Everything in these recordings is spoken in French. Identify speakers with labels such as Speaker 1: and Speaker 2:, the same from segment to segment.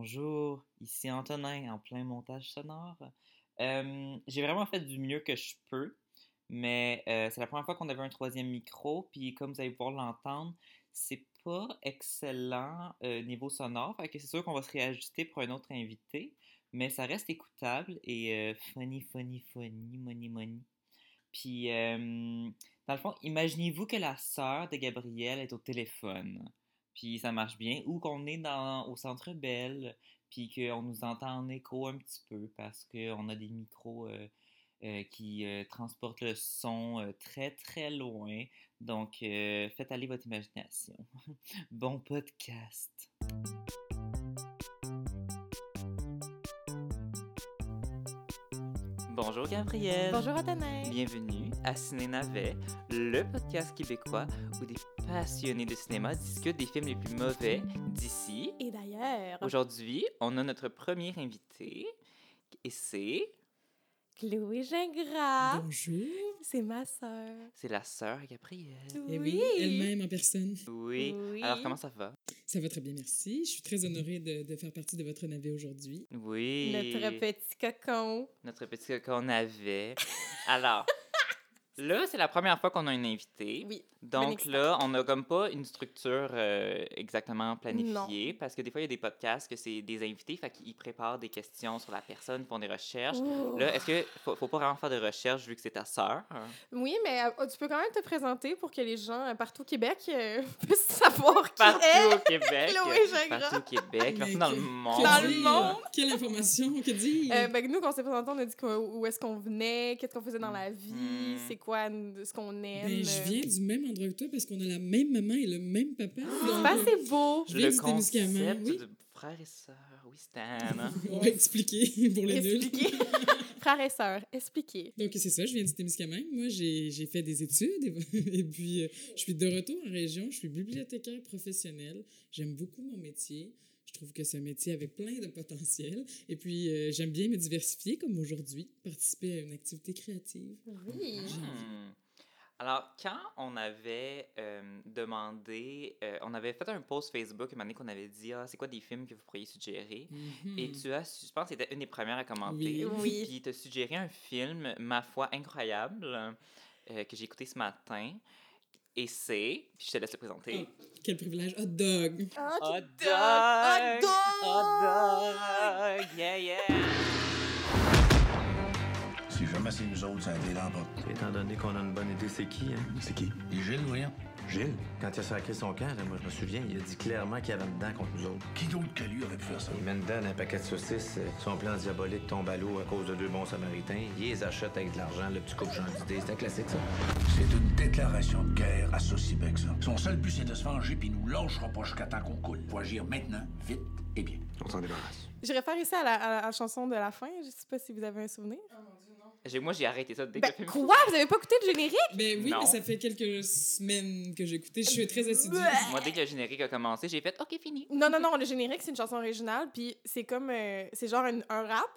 Speaker 1: Bonjour, ici Antonin en plein montage sonore. Euh, j'ai vraiment fait du mieux que je peux, mais euh, c'est la première fois qu'on avait un troisième micro, puis comme vous allez pouvoir l'entendre, c'est pas excellent euh, niveau sonore, fait que c'est sûr qu'on va se réajuster pour un autre invité, mais ça reste écoutable et euh, funny, funny, funny, money, money. Puis, euh, dans le fond, imaginez-vous que la sœur de Gabriel est au téléphone, puis ça marche bien, ou qu'on est dans, au Centre Belle, puis qu'on nous entend en écho un petit peu parce qu'on a des micros euh, euh, qui euh, transportent le son euh, très très loin. Donc, euh, faites aller votre imagination. bon podcast. Bonjour Gabriel.
Speaker 2: Bonjour Antonin.
Speaker 1: Bienvenue à Ciné Navet, le podcast québécois où des passionnés de cinéma discutent des films les plus mauvais d'ici.
Speaker 2: Et d'ailleurs,
Speaker 1: Aujourd'hui, on a notre premier invité et c'est
Speaker 2: Chloé Gingras,
Speaker 3: Bonjour.
Speaker 2: c'est ma sœur.
Speaker 1: c'est la sœur Gabrielle.
Speaker 3: Eh oui, elle-même en personne.
Speaker 1: Oui.
Speaker 2: Oui.
Speaker 1: Alors comment ça va
Speaker 3: Ça va très bien, merci. Je suis très honorée de, de faire partie de votre navet aujourd'hui.
Speaker 1: Oui.
Speaker 2: Notre petit cocon.
Speaker 1: notre petit qu'on avait. Alors là, c'est la première fois qu'on a une invitée.
Speaker 2: Oui.
Speaker 1: Donc
Speaker 2: Bonne
Speaker 1: là, on n'a comme pas une structure euh, exactement planifiée parce que des fois, il y a des podcasts que c'est des invités, fait qu'ils préparent des questions sur la personne, font des recherches.
Speaker 2: Ouh.
Speaker 1: Là, est-ce que faut, faut pas vraiment faire de recherches vu que c'est ta sœur?
Speaker 2: Oui, mais euh, tu peux quand même te présenter pour que les gens euh, partout au Québec euh, puissent savoir qui
Speaker 1: Partout
Speaker 2: est.
Speaker 1: au Québec.
Speaker 2: Chloé Gingras.
Speaker 1: Partout au Québec. Partout
Speaker 3: Mais
Speaker 1: dans
Speaker 3: que-
Speaker 1: le monde.
Speaker 3: que
Speaker 2: Dans le
Speaker 3: dire?
Speaker 2: monde.
Speaker 3: Quelle information, que dire?
Speaker 2: Euh, ben, nous, quand on s'est présenté, on a dit qu'on- où est-ce qu'on venait, qu'est-ce qu'on faisait dans la vie,
Speaker 1: Mm.
Speaker 2: c'est quoi nous, ce qu'on aime. Euh,
Speaker 3: Ben, je viens du même endroit que toi parce qu'on a la même maman et le même papa.
Speaker 2: Ah, C'est
Speaker 3: Donc, euh,
Speaker 2: pas assez beau.
Speaker 3: Je viens
Speaker 1: Le
Speaker 3: du
Speaker 1: concept
Speaker 3: Témiscamingue, oui.
Speaker 1: de frère et sœur. Oui, Stan.
Speaker 3: On va expliquer pour les nuls.
Speaker 2: Expliquer. Frères et sœurs, expliquer.
Speaker 3: Donc, c'est ça, je viens du Témiscamingue. Moi, j'ai j'ai fait des études et, et puis euh, je suis de retour en région. Je suis bibliothécaire professionnelle. J'aime beaucoup mon métier. Je trouve que c'est un métier avec plein de potentiel. Et puis, euh, j'aime bien me diversifier comme aujourd'hui, participer à une activité créative.
Speaker 2: Oui.
Speaker 1: Hmm. Alors, quand on avait euh, demandé, euh, on avait fait un post Facebook une année qu'on avait dit ah, c'est quoi des films que vous pourriez suggérer Et tu as, su- je pense que c'était une des premières à commenter.
Speaker 3: Oui.
Speaker 2: Mm. Oui.
Speaker 1: Puis tu as suggéré un film, ma foi, incroyable, euh, que j'ai écouté ce matin. Et c'est, puis je te laisse le présenter.
Speaker 3: Quel privilège. Hot dog.
Speaker 2: Hot
Speaker 1: Hot
Speaker 2: dog! Hot dog!
Speaker 1: Hot dog! Yeah, yeah!
Speaker 4: Si jamais c'est nous autres, ça a été l'emporte.
Speaker 5: Étant donné qu'on a une bonne idée, c'est qui, hein?
Speaker 4: C'est qui? Les Gilles ou rien?
Speaker 5: Gilles. Quand il a sacré son camp, là, moi, je me souviens, il a dit clairement qu'il y avait une dent contre nous autres.
Speaker 4: Qui d'autre que lui aurait pu faire ça?
Speaker 5: Il met une dent dans un paquet de saucisses. euh, Son plan diabolique tombe à l'eau à cause de deux bons samaritains. Il les achète avec de l'argent, le petit couple Jean d'idée. C'était classique, ça.
Speaker 4: C'est une déclaration de guerre à Saucibec, ça. Son seul but, c'est de se venger, puis il nous lâchera pas jusqu'à temps qu'on coule. Faut agir maintenant, vite et bien.
Speaker 5: On s'en débarrasse.
Speaker 2: Je réfère ici à la, à la- à la chanson de la fin. Je sais pas si vous avez un souvenir.
Speaker 1: J'ai- Moi, j'ai arrêté ça dès que
Speaker 2: Ben,
Speaker 1: le film
Speaker 2: quoi? Vous avez pas écouté le générique?
Speaker 3: Ben oui,
Speaker 1: Non.
Speaker 3: mais ça fait quelques semaines que j'ai écouté. Je suis très assidue.
Speaker 1: Moi, dès que le générique a commencé, j'ai fait OK, fini.
Speaker 2: Non, non, non, le générique, c'est une chanson originale, puis c'est comme. euh, c'est genre un, un rap.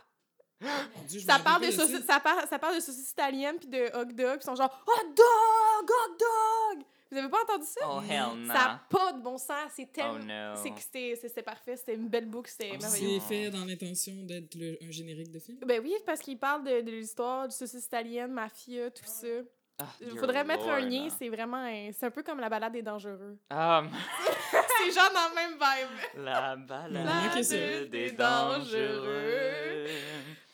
Speaker 3: Mon Dieu, je
Speaker 2: Ça
Speaker 3: me
Speaker 2: parle, de
Speaker 3: rappelle
Speaker 2: saucisses- ça, parle, ça parle de saucisses italiennes, puis de hot dog, puis ils sont genre hot dog, hot dog! Vous avez pas entendu ça?
Speaker 1: Oh, hell no.
Speaker 2: Ça n'a pas de bon sens, c'est
Speaker 1: Oh,
Speaker 2: tellement.
Speaker 1: no. Oh,
Speaker 2: c'est que c'était- c'est- c'était parfait, c'était une belle boucle, c'était
Speaker 3: ça.
Speaker 2: merveilleux.
Speaker 3: C'est fait dans l'intention d'être le- un générique de film.
Speaker 2: Ben oui, parce qu'il parle de, de l'histoire du saucisse italienne, mafia, tout ça.
Speaker 1: Ah,
Speaker 2: Il
Speaker 1: dear
Speaker 2: faudrait mettre un
Speaker 1: Lord.
Speaker 2: lien, c'est vraiment. un- C'est un peu comme la balade des dangereux.
Speaker 1: Ah,
Speaker 2: c'est genre dans le même vibe.
Speaker 1: La balade
Speaker 3: manquait ça.
Speaker 1: des dangereux.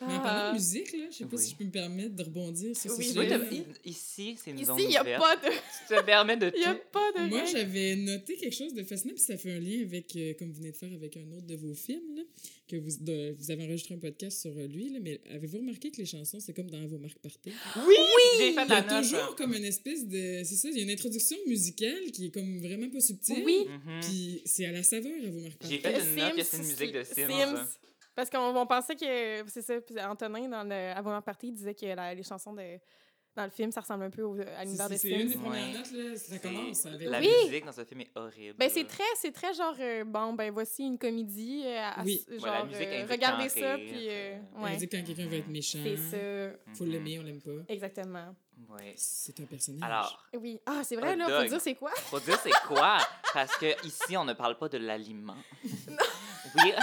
Speaker 3: Mais en parlant
Speaker 2: Ah.
Speaker 3: de musique, là, je sais pas
Speaker 1: Oui.
Speaker 3: si je peux me permettre de rebondir sur
Speaker 2: Oui,
Speaker 3: ce
Speaker 1: Toi,
Speaker 2: oui.
Speaker 3: sujet.
Speaker 1: t'as- i- Ici, c'est une
Speaker 2: Ici,
Speaker 1: zone
Speaker 2: il n'y a
Speaker 1: ouverte.
Speaker 2: pas de.
Speaker 1: Tu te permets de
Speaker 2: Il a
Speaker 1: tout.
Speaker 2: pas de.
Speaker 3: Moi,
Speaker 2: lien.
Speaker 3: j'avais noté quelque chose de fascinant, puis ça fait un lien avec, euh, comme vous venez de faire avec un autre de vos films, là, que vous, de- vous avez enregistré un podcast sur euh, lui, là, mais avez-vous remarqué que les chansons, c'est comme dans vos marques partées?
Speaker 1: Ah, J'ai fait
Speaker 3: Il y
Speaker 1: la
Speaker 3: a
Speaker 1: note.
Speaker 3: toujours comme une espèce de... C'est ça, il y a une introduction musicale qui est comme vraiment pas subtile.
Speaker 2: Oui.
Speaker 1: Mhm.
Speaker 3: Puis c'est à la saveur à vos marques
Speaker 1: J'ai
Speaker 3: partées.
Speaker 1: fait
Speaker 2: Le
Speaker 1: une note que c'est une
Speaker 2: Sims,
Speaker 1: musique de Sims. hein.
Speaker 2: Parce qu'on on pensait que. C'est ça, puis Antonin, dans le, avant la partie, il disait que la- les chansons de, dans le film, ça ressemble un peu aux- à l'univers de
Speaker 3: C'est- C'est une des
Speaker 2: Sims.
Speaker 3: premières
Speaker 1: Ouais.
Speaker 3: notes, là, ça
Speaker 1: C'est-
Speaker 3: commence avec...
Speaker 1: La
Speaker 2: euh, Oui.
Speaker 1: musique dans ce film est horrible.
Speaker 2: Ben, c'est très, c'est très genre, euh, bon, ben, voici une comédie. euh, à-
Speaker 3: Oui.
Speaker 2: genre,
Speaker 1: Ouais, la musique
Speaker 2: euh,
Speaker 1: invite à
Speaker 2: regardez ça,
Speaker 1: rire,
Speaker 2: puis. euh,
Speaker 1: euh,
Speaker 3: On
Speaker 2: ouais.
Speaker 3: dit quand quelqu'un veut être méchant,
Speaker 2: C'est ça.
Speaker 1: Mhm.
Speaker 3: faut l'aimer, on l'aime pas.
Speaker 2: Exactement.
Speaker 1: Ouais.
Speaker 3: C'est un personnage.
Speaker 1: Alors,
Speaker 2: Oui. Ah, c'est vrai,
Speaker 1: Hot
Speaker 2: là,
Speaker 1: dog.
Speaker 2: faut dire c'est quoi?
Speaker 1: faut dire c'est quoi? Parce que ici, on ne parle pas de l'aliment. We,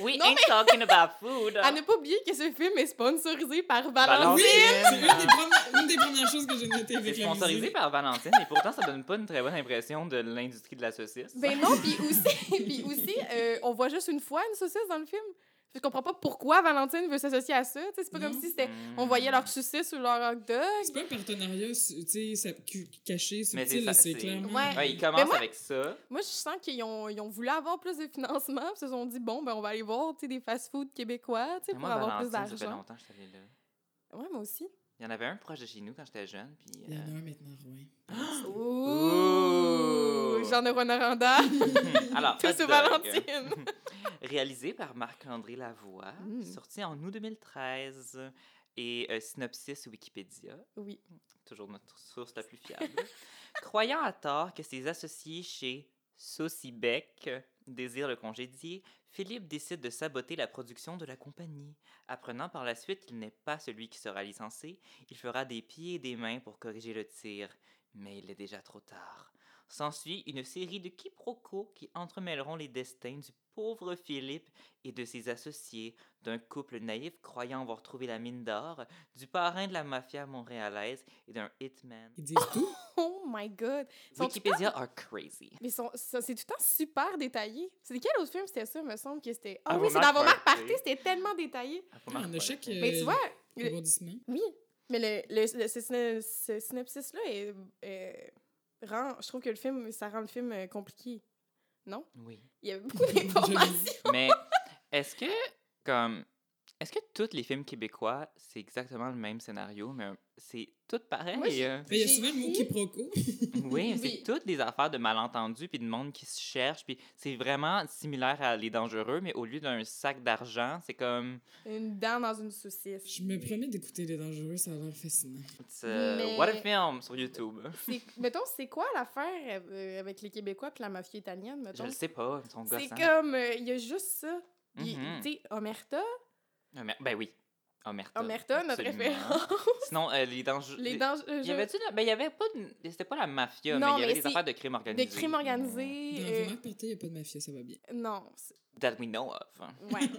Speaker 1: we
Speaker 2: Non,
Speaker 1: ain't talking about food.
Speaker 2: À ne pas oublier que ce film est sponsorisé par Valentine.
Speaker 1: Valentine.
Speaker 3: C'est une, des premières- une des premières choses que j'ai notées
Speaker 1: C'est
Speaker 3: avec la
Speaker 1: sponsorisé
Speaker 3: musique.
Speaker 1: par Valentine, et pourtant, ça donne pas une très bonne impression de l'industrie de la saucisse.
Speaker 2: Ben non, puis aussi, puis aussi euh, on voit juste une fois une saucisse dans le film. Je comprends pas pourquoi Valentine veut s'associer à ça. tu sais, C'est pas
Speaker 3: Non.
Speaker 2: comme si c'était
Speaker 1: Mm.
Speaker 2: on voyait leur saucisse ou leur hot dog.
Speaker 3: C'est pas un partenariat, su- tu sais, ça- cu- caché,
Speaker 1: Mais c'est
Speaker 3: subtil,
Speaker 1: ça,
Speaker 3: là, c'est
Speaker 1: c'est-
Speaker 3: clairement...
Speaker 2: Ouais.
Speaker 1: Ouais, ils commencent
Speaker 2: Mais Ben, moi-
Speaker 1: avec ça.
Speaker 2: Moi, je sens qu'ils ont, ils ont voulu avoir plus de financement. puis Ils se sont dit, bon, ben, on va aller voir tu sais, des fast-food québécois tu sais,
Speaker 1: Mais Ben,
Speaker 2: pour
Speaker 1: moi,
Speaker 2: avoir
Speaker 1: Valentine, ça
Speaker 2: plus
Speaker 1: fait
Speaker 2: d'argent.
Speaker 1: longtemps que je suis allée là.
Speaker 2: Ouais, moi aussi.
Speaker 1: Il y en avait un proche de chez nous quand j'étais jeune, puis...
Speaker 3: Il y en a
Speaker 1: euh,
Speaker 3: un maintenant, ouais.
Speaker 2: Ouh!
Speaker 1: Ouh!
Speaker 2: Jean de Rwanda,
Speaker 1: Alors,
Speaker 2: tout
Speaker 1: hot
Speaker 2: sur
Speaker 1: dog.
Speaker 2: Valentine.
Speaker 1: Réalisé par Marc-André Lavoie,
Speaker 2: Mm.
Speaker 1: sorti en août 2013, et euh, synopsis Wikipédia.
Speaker 2: Oui.
Speaker 1: toujours notre source la plus fiable, croyant à tort que ses associés chez Saucibec désirent le congédier, Philippe décide de saboter la production de la compagnie. Apprenant par la suite qu'il n'est pas celui qui sera licencié, il fera des pieds et des mains pour corriger le tir, mais il est déjà trop tard. S'ensuit une série de quiproquos qui entremêleront les destins du pauvre Philippe et de ses associés, d'un couple naïf croyant avoir trouvé la mine d'or, du parrain de la mafia montréalaise et d'un hitman.
Speaker 3: Ils disent tout.
Speaker 2: Oh my God! Ils sont tout le temps-
Speaker 1: Wikipédia are crazy.
Speaker 2: mais ils sont- ça- c'est tout le temps super détaillé. C'est quel autre film c'était ça, me semble que c'était. Ah
Speaker 1: Avant
Speaker 2: oui, c'est
Speaker 1: Marc
Speaker 2: dans Vos Marc
Speaker 1: Party.
Speaker 2: Party, c'était tellement détaillé.
Speaker 1: Ah, faut
Speaker 3: Ah, on
Speaker 1: marquer
Speaker 3: a
Speaker 1: pas
Speaker 3: chaque...
Speaker 1: le
Speaker 3: euh,
Speaker 1: point.
Speaker 2: Mais tu vois, le-
Speaker 3: rebondissement.
Speaker 2: oui, mais le, le- le- ce, syno- ce synopsis-là est- est- rend. Je trouve que le film, ça rend le film euh, compliqué.
Speaker 1: Oui.
Speaker 2: Il y avait beaucoup d'informations.
Speaker 1: Mais est-ce que, comme, est-ce que tous les films québécois, c'est exactement le même scénario, mais un- c'est tout pareil?
Speaker 2: Moi, je-
Speaker 1: hein?
Speaker 3: Mais Ben, Il y a
Speaker 2: J'ai
Speaker 3: souvent le mot
Speaker 2: écrit-
Speaker 3: quiproquo.
Speaker 1: Oui,
Speaker 2: Oui.
Speaker 1: c'est toutes des affaires de malentendus puis de monde qui se cherche puis c'est vraiment similaire à Les Dangereux mais au lieu d'un sac d'argent, c'est comme
Speaker 2: Une dent dans une saucisse.
Speaker 3: Je me promets d'écouter Les Dangereux, ça a l'air fascinant.
Speaker 1: it's, euh,
Speaker 2: Mais-
Speaker 1: what a film sur YouTube.
Speaker 2: C'est- mettons, c'est quoi l'affaire euh, avec les Québécois puis la mafia italienne,
Speaker 1: Je
Speaker 2: mettons?
Speaker 1: le sais pas, ils sont
Speaker 2: C'est
Speaker 1: gossants.
Speaker 2: comme. euh, Il y a juste ça. Il-
Speaker 1: Mhm.
Speaker 2: Tu sais, Omerta,
Speaker 1: Omer- Ben oui. Omerta.
Speaker 2: Omerta, notre
Speaker 1: absolument.
Speaker 2: référence.
Speaker 1: Sinon euh, les dangereux
Speaker 2: Les dangers. euh,
Speaker 1: Il y avait-tu la- ben, il y avait pas de- c'était pas la mafia
Speaker 2: Non,
Speaker 1: mais il y
Speaker 2: mais
Speaker 1: avait des
Speaker 2: c'est
Speaker 1: affaires de crime organisé. Hmm.
Speaker 2: Des crimes organisés.
Speaker 3: Dans
Speaker 2: euh,
Speaker 3: Vos Marc Party, il n'y a pas de mafia, ça va bien.
Speaker 2: non. c'est-
Speaker 1: that we know of.
Speaker 2: Ouais. Il y a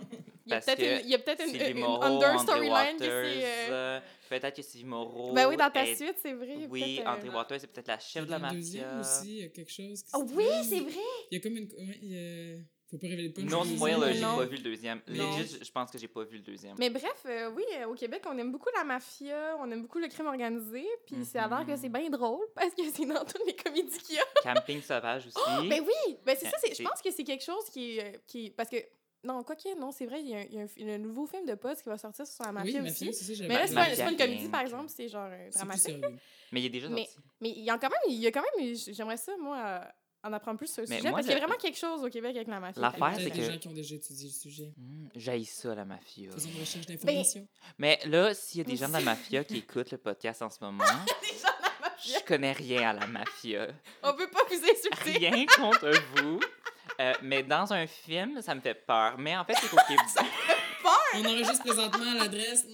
Speaker 1: Parce
Speaker 2: peut-être
Speaker 1: que
Speaker 2: une, il y a peut-être une,
Speaker 1: Sylvie
Speaker 2: une
Speaker 1: Moreau,
Speaker 2: under
Speaker 1: André
Speaker 2: storyline
Speaker 1: Waters,
Speaker 2: qui c'est. euh,
Speaker 1: euh, peut-être que Sylvie Moreau.
Speaker 2: Ben oui, dans ta
Speaker 1: est-
Speaker 2: suite, c'est vrai.
Speaker 1: Oui,
Speaker 2: peut-être, euh,
Speaker 1: André Waters, c'est peut-être la chef de la
Speaker 3: Dans le deuxième
Speaker 1: mafia.
Speaker 3: aussi, il y a quelque chose qui
Speaker 2: Ah
Speaker 3: se
Speaker 2: oui,
Speaker 3: trame.
Speaker 2: c'est vrai.
Speaker 3: Il y a comme une... Ouais, il y a- Faut pas révéler le punch.
Speaker 1: Non
Speaker 3: mais-
Speaker 1: spoiler, j'ai
Speaker 2: Non.
Speaker 1: pas vu le deuxième.
Speaker 3: Non.
Speaker 1: Legit, je- je pense que j'ai pas vu le deuxième.
Speaker 2: Mais bref, euh, oui, euh, au Québec, on aime beaucoup la mafia, on aime beaucoup le crime organisé, puis c'est à l'heure que
Speaker 1: Mhm.
Speaker 2: c'est bien drôle parce que c'est dans toutes les comédies qu'il y a.
Speaker 1: Camping sauvage aussi.
Speaker 2: Ben oui, ben c'est
Speaker 1: Ben,
Speaker 2: ça, c'est- je
Speaker 1: c'est-
Speaker 2: pense que c'est quelque chose qui est. euh, qui est- parce que, non, quoi que, non, c'est vrai, il y a un- il y, a un- il y a un nouveau film de Post qui va sortir sur la
Speaker 3: Oui,
Speaker 2: mafia
Speaker 3: mafia,
Speaker 2: aussi.
Speaker 3: c'est ça, j'avais
Speaker 2: Mais là,
Speaker 3: pas-
Speaker 2: c'est pas,
Speaker 1: Mafia
Speaker 2: c'est pas une comédie,
Speaker 1: Inc.
Speaker 2: par exemple, c'est genre euh,
Speaker 3: C'est plus
Speaker 2: dramatique.
Speaker 3: sérieux.
Speaker 1: Mais il est déjà
Speaker 2: Mais-
Speaker 1: sorti.
Speaker 2: Mais il y a quand même, il y a quand même, j'aimerais ça, moi, euh, en apprendre plus sur le
Speaker 1: Mais
Speaker 2: sujet,
Speaker 1: moi,
Speaker 2: parce qu'il y a
Speaker 1: le-
Speaker 2: vraiment quelque chose au Québec avec la mafia.
Speaker 1: L'affaire,
Speaker 3: Peut-être
Speaker 1: c'est
Speaker 3: des
Speaker 1: que-
Speaker 3: gens qui ont déjà étudié le sujet.
Speaker 1: Hmm, J'haïs ça, la mafia.
Speaker 3: Faisons une recherche d'informations.
Speaker 1: Mais là, s'il y a des gens de la mafia qui écoutent le podcast en ce moment, je connais rien à la mafia.
Speaker 2: On peut pas vous insulter.
Speaker 1: Rien contre vous. Euh, mais dans un film, ça me fait peur. Mais en fait, c'est qu'au Québec.
Speaker 3: On enregistre présentement à l'adresse.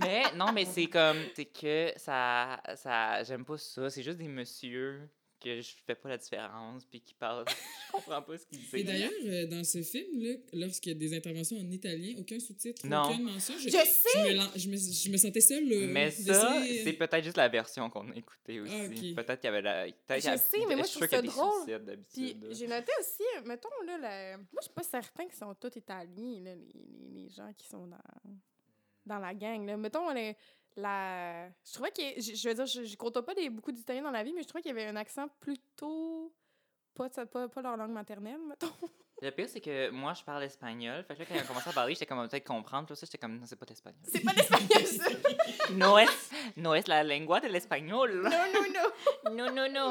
Speaker 1: Mais non, mais c'est comme. C'est que ça. ça J'aime pas ça. C'est juste des messieurs que je fais pas la différence puis qui parlent. Je comprends pas ce qu'ils disent.
Speaker 3: Et d'ailleurs, euh, dans ce film, là, lorsqu'il y a des interventions en italien, aucun sous-titre,
Speaker 1: Non.
Speaker 3: aucune mention.
Speaker 2: Je
Speaker 3: Je,
Speaker 2: sais!
Speaker 3: je me, lan- je, me, je me sentais seule. euh,
Speaker 1: Mais ça,
Speaker 3: d'essayer, euh,
Speaker 1: c'est peut-être juste la version qu'on a écoutée aussi.
Speaker 3: ok.
Speaker 1: Peut-être qu'il y avait la. peut-être
Speaker 2: Je
Speaker 1: qu'il y a-
Speaker 2: sais, mais moi, je
Speaker 1: suis sûre
Speaker 2: trouve ça
Speaker 1: qu'il y a des
Speaker 2: drôle.
Speaker 1: suicides
Speaker 2: Puis
Speaker 1: d'habitude.
Speaker 2: j'ai noté aussi, euh, mettons, là, la- moi, je suis pas certain qu'ils sont tous italiens, là, les, les- les gens qui sont dans, dans la gang. Là. Mettons, les- la... je trouvais que, je, je veux dire, je, je compte pas des, beaucoup d'Italiens dans la vie, mais je trouvais qu'il y avait un accent plutôt pas, de sa- pas, pas leur langue maternelle, mettons.
Speaker 1: Le pire, c'est que moi, je parle espagnol. Fait que là, quand ils ont commencé à parler, j'étais comme on va peut-être comprendre. Tout ça, j'étais comme non, c'est pas l'espagnol.
Speaker 2: C'est pas l'espagnol, ça!
Speaker 1: no es, no es la lengua de l'espagnol.
Speaker 2: Non, non, non!
Speaker 1: Non, non, non.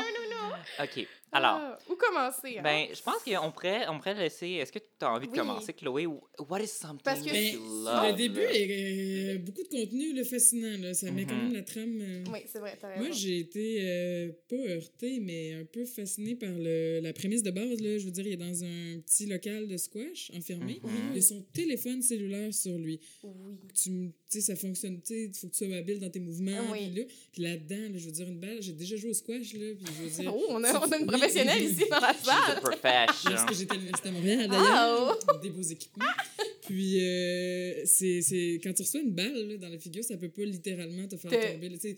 Speaker 1: OK. Alors.
Speaker 2: Ah, où commencer? hein?
Speaker 1: Ben, je pense qu'on pourrait, on pourrait laisser. Est-ce que tu as envie de
Speaker 2: Oui.
Speaker 1: commencer, Chloé? ou- What is something
Speaker 2: Parce que-
Speaker 1: that
Speaker 3: Ben,
Speaker 1: you love?
Speaker 3: le début est euh, beaucoup de contenu là, fascinant. Là. Ça met quand
Speaker 1: Mhm.
Speaker 3: même la trame. euh,
Speaker 2: Oui, c'est vrai, t'as raison.
Speaker 3: Moi, j'ai été euh, pas heurtée, mais un peu fascinée par le, la prémisse de base. Là. Je veux dire, il est dans un petit local de squash, enfermé.
Speaker 1: Mhm.
Speaker 3: Il a son téléphone cellulaire sur lui.
Speaker 2: Oui.
Speaker 3: Tu me- tu sais, ça fonctionne. Il faut que tu sois habile dans tes mouvements.
Speaker 2: Oui.
Speaker 3: Puis là, puis là-dedans, là, je veux dire, une balle, j'ai déjà joué au squash. Là, puis je veux dire,
Speaker 2: Oh, on a, on a une
Speaker 3: Oui,
Speaker 2: professionnelle ici dans la
Speaker 1: She's a
Speaker 2: salle.
Speaker 1: profession.
Speaker 3: Parce que j'étais à l'Université à
Speaker 2: Ah,
Speaker 3: Montréal, d'ailleurs. Des beaux équipements. Puis, euh, c'est, c'est- quand tu reçois une balle là, dans la figure, ça peut pas littéralement te faire
Speaker 2: Te-
Speaker 3: tomber. là, tu sais.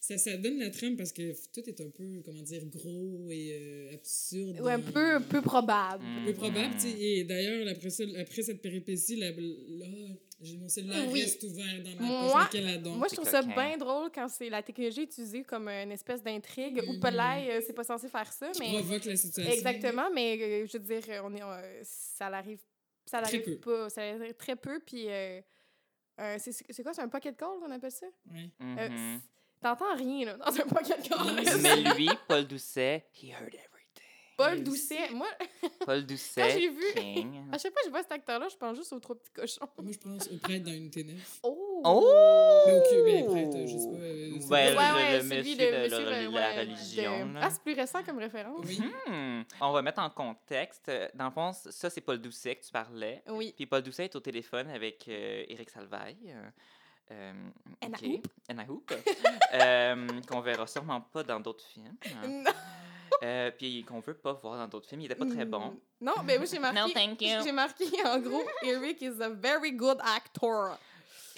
Speaker 3: ça, ça donne la trame parce que tout est un peu, comment dire, gros et euh, absurde.
Speaker 2: Ouais, un peu, peu probable.
Speaker 1: Mm.
Speaker 3: Peu
Speaker 1: Mm-hmm.
Speaker 3: probable. tu sais. Et d'ailleurs, après, ça- après cette péripétie, la, là, j'ai mon cellulaire
Speaker 2: Oui.
Speaker 3: reste ouvert dans ma
Speaker 2: Moi-
Speaker 3: poche. mais quel adon.
Speaker 2: Moi, je
Speaker 1: c'est
Speaker 2: trouve ça
Speaker 1: coquin.
Speaker 2: bien drôle quand c'est la technologie utilisée comme une espèce d'intrigue. Ou
Speaker 1: Mm-hmm.
Speaker 3: Mhm.
Speaker 2: peut-être, c'est pas censé faire ça,
Speaker 3: Tu
Speaker 2: mais.
Speaker 3: provoques la situation.
Speaker 2: Exactement, mais euh, je veux dire, on est, on- ça l'arrive. Ça
Speaker 3: Très
Speaker 2: l'arrive pas. Ça l'arrive très peu, puis. euh, euh, c'est c'est quoi, c'est un pocket call qu'on appelle ça?
Speaker 3: Ouais.
Speaker 1: Mhm.
Speaker 2: Euh, c'est- T'entends rien, là, dans un pocket call.
Speaker 3: Non,
Speaker 1: Mais lui, Paul Doucet, he heard everything.
Speaker 2: Paul Doucet. Moi,
Speaker 1: Paul Doucet,
Speaker 2: Quand j'ai vu-
Speaker 1: King.
Speaker 2: à chaque fois que je vois cet acteur-là, je pense juste aux trois petits cochons.
Speaker 3: Moi, je pense au prêtre dans une ténèbre.
Speaker 2: Oh!
Speaker 1: Oh!
Speaker 3: Ben, au cul, ben, prêtre, je sais pas, euh,
Speaker 1: Ben,
Speaker 3: c'est pas-
Speaker 2: Ouais,
Speaker 1: le-
Speaker 2: ouais,
Speaker 1: le
Speaker 2: celui
Speaker 1: monsieur de
Speaker 2: de- monsieur
Speaker 1: la-
Speaker 2: de-
Speaker 1: la
Speaker 2: ouais,
Speaker 1: religion,
Speaker 2: de-
Speaker 1: là.
Speaker 2: Ah, c'est plus récent comme référence.
Speaker 3: Oui.
Speaker 1: Hmm. On va mettre en contexte. euh, Dans le fond, ça, c'est Paul Doucet que tu parlais.
Speaker 2: Oui.
Speaker 1: Puis Paul Doucet est au téléphone avec euh, Éric Salvaille. Euh, euh,
Speaker 2: Anna
Speaker 1: ok.
Speaker 2: Hoop.
Speaker 1: Anna Hoop. Euh, qu'on verra sûrement pas dans d'autres films. hein.
Speaker 2: Non.
Speaker 1: Euh, puis qu'on veut pas voir dans d'autres films. Il était pas très bon.
Speaker 2: Mm. Non, mais moi j'ai marqué.
Speaker 1: No, thank you.
Speaker 2: J'ai marqué en gros, Eric is a very good actor.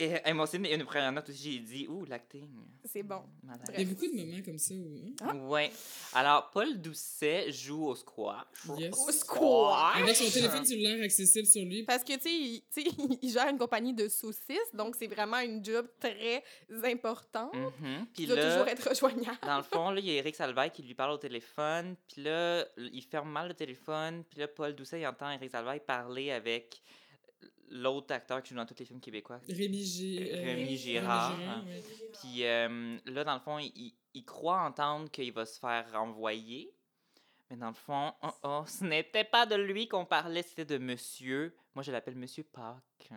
Speaker 1: Et, et euh, moi aussi, il y a une première note aussi, j'ai dit « Ouh, l'acting! »
Speaker 2: C'est bon.
Speaker 1: Malade.
Speaker 3: Il y a beaucoup de moments comme ça où. hein,
Speaker 2: Ah.
Speaker 1: Ouais. Alors, Paul Doucet joue au squash.
Speaker 3: Yes. Au
Speaker 2: squash.
Speaker 3: Avec son téléphone cellulaire accessible sur lui.
Speaker 2: Parce que, tu sais, il- tu sais, il gère une compagnie de saucisses, donc c'est vraiment une job très importante.
Speaker 1: Mhm. Puis
Speaker 2: Il doit
Speaker 1: là,
Speaker 2: toujours être rejoignable.
Speaker 1: dans le fond, là, il y a Eric Salvaille qui lui parle au téléphone. Puis là, il ferme mal le téléphone. Puis là, Paul Doucet, il entend Eric Salvaille parler avec l'autre acteur qui joue dans tous les films québécois.
Speaker 3: Rémi, G-
Speaker 1: Rémi
Speaker 3: euh,
Speaker 1: Girard,
Speaker 3: ouais.
Speaker 1: Puis euh, là, dans le fond, il, il- il croit entendre qu'il va se faire renvoyer. Mais dans le fond, oh, oh, ce n'était pas de lui qu'on parlait, c'était de monsieur. Moi, je l'appelle monsieur Pâques.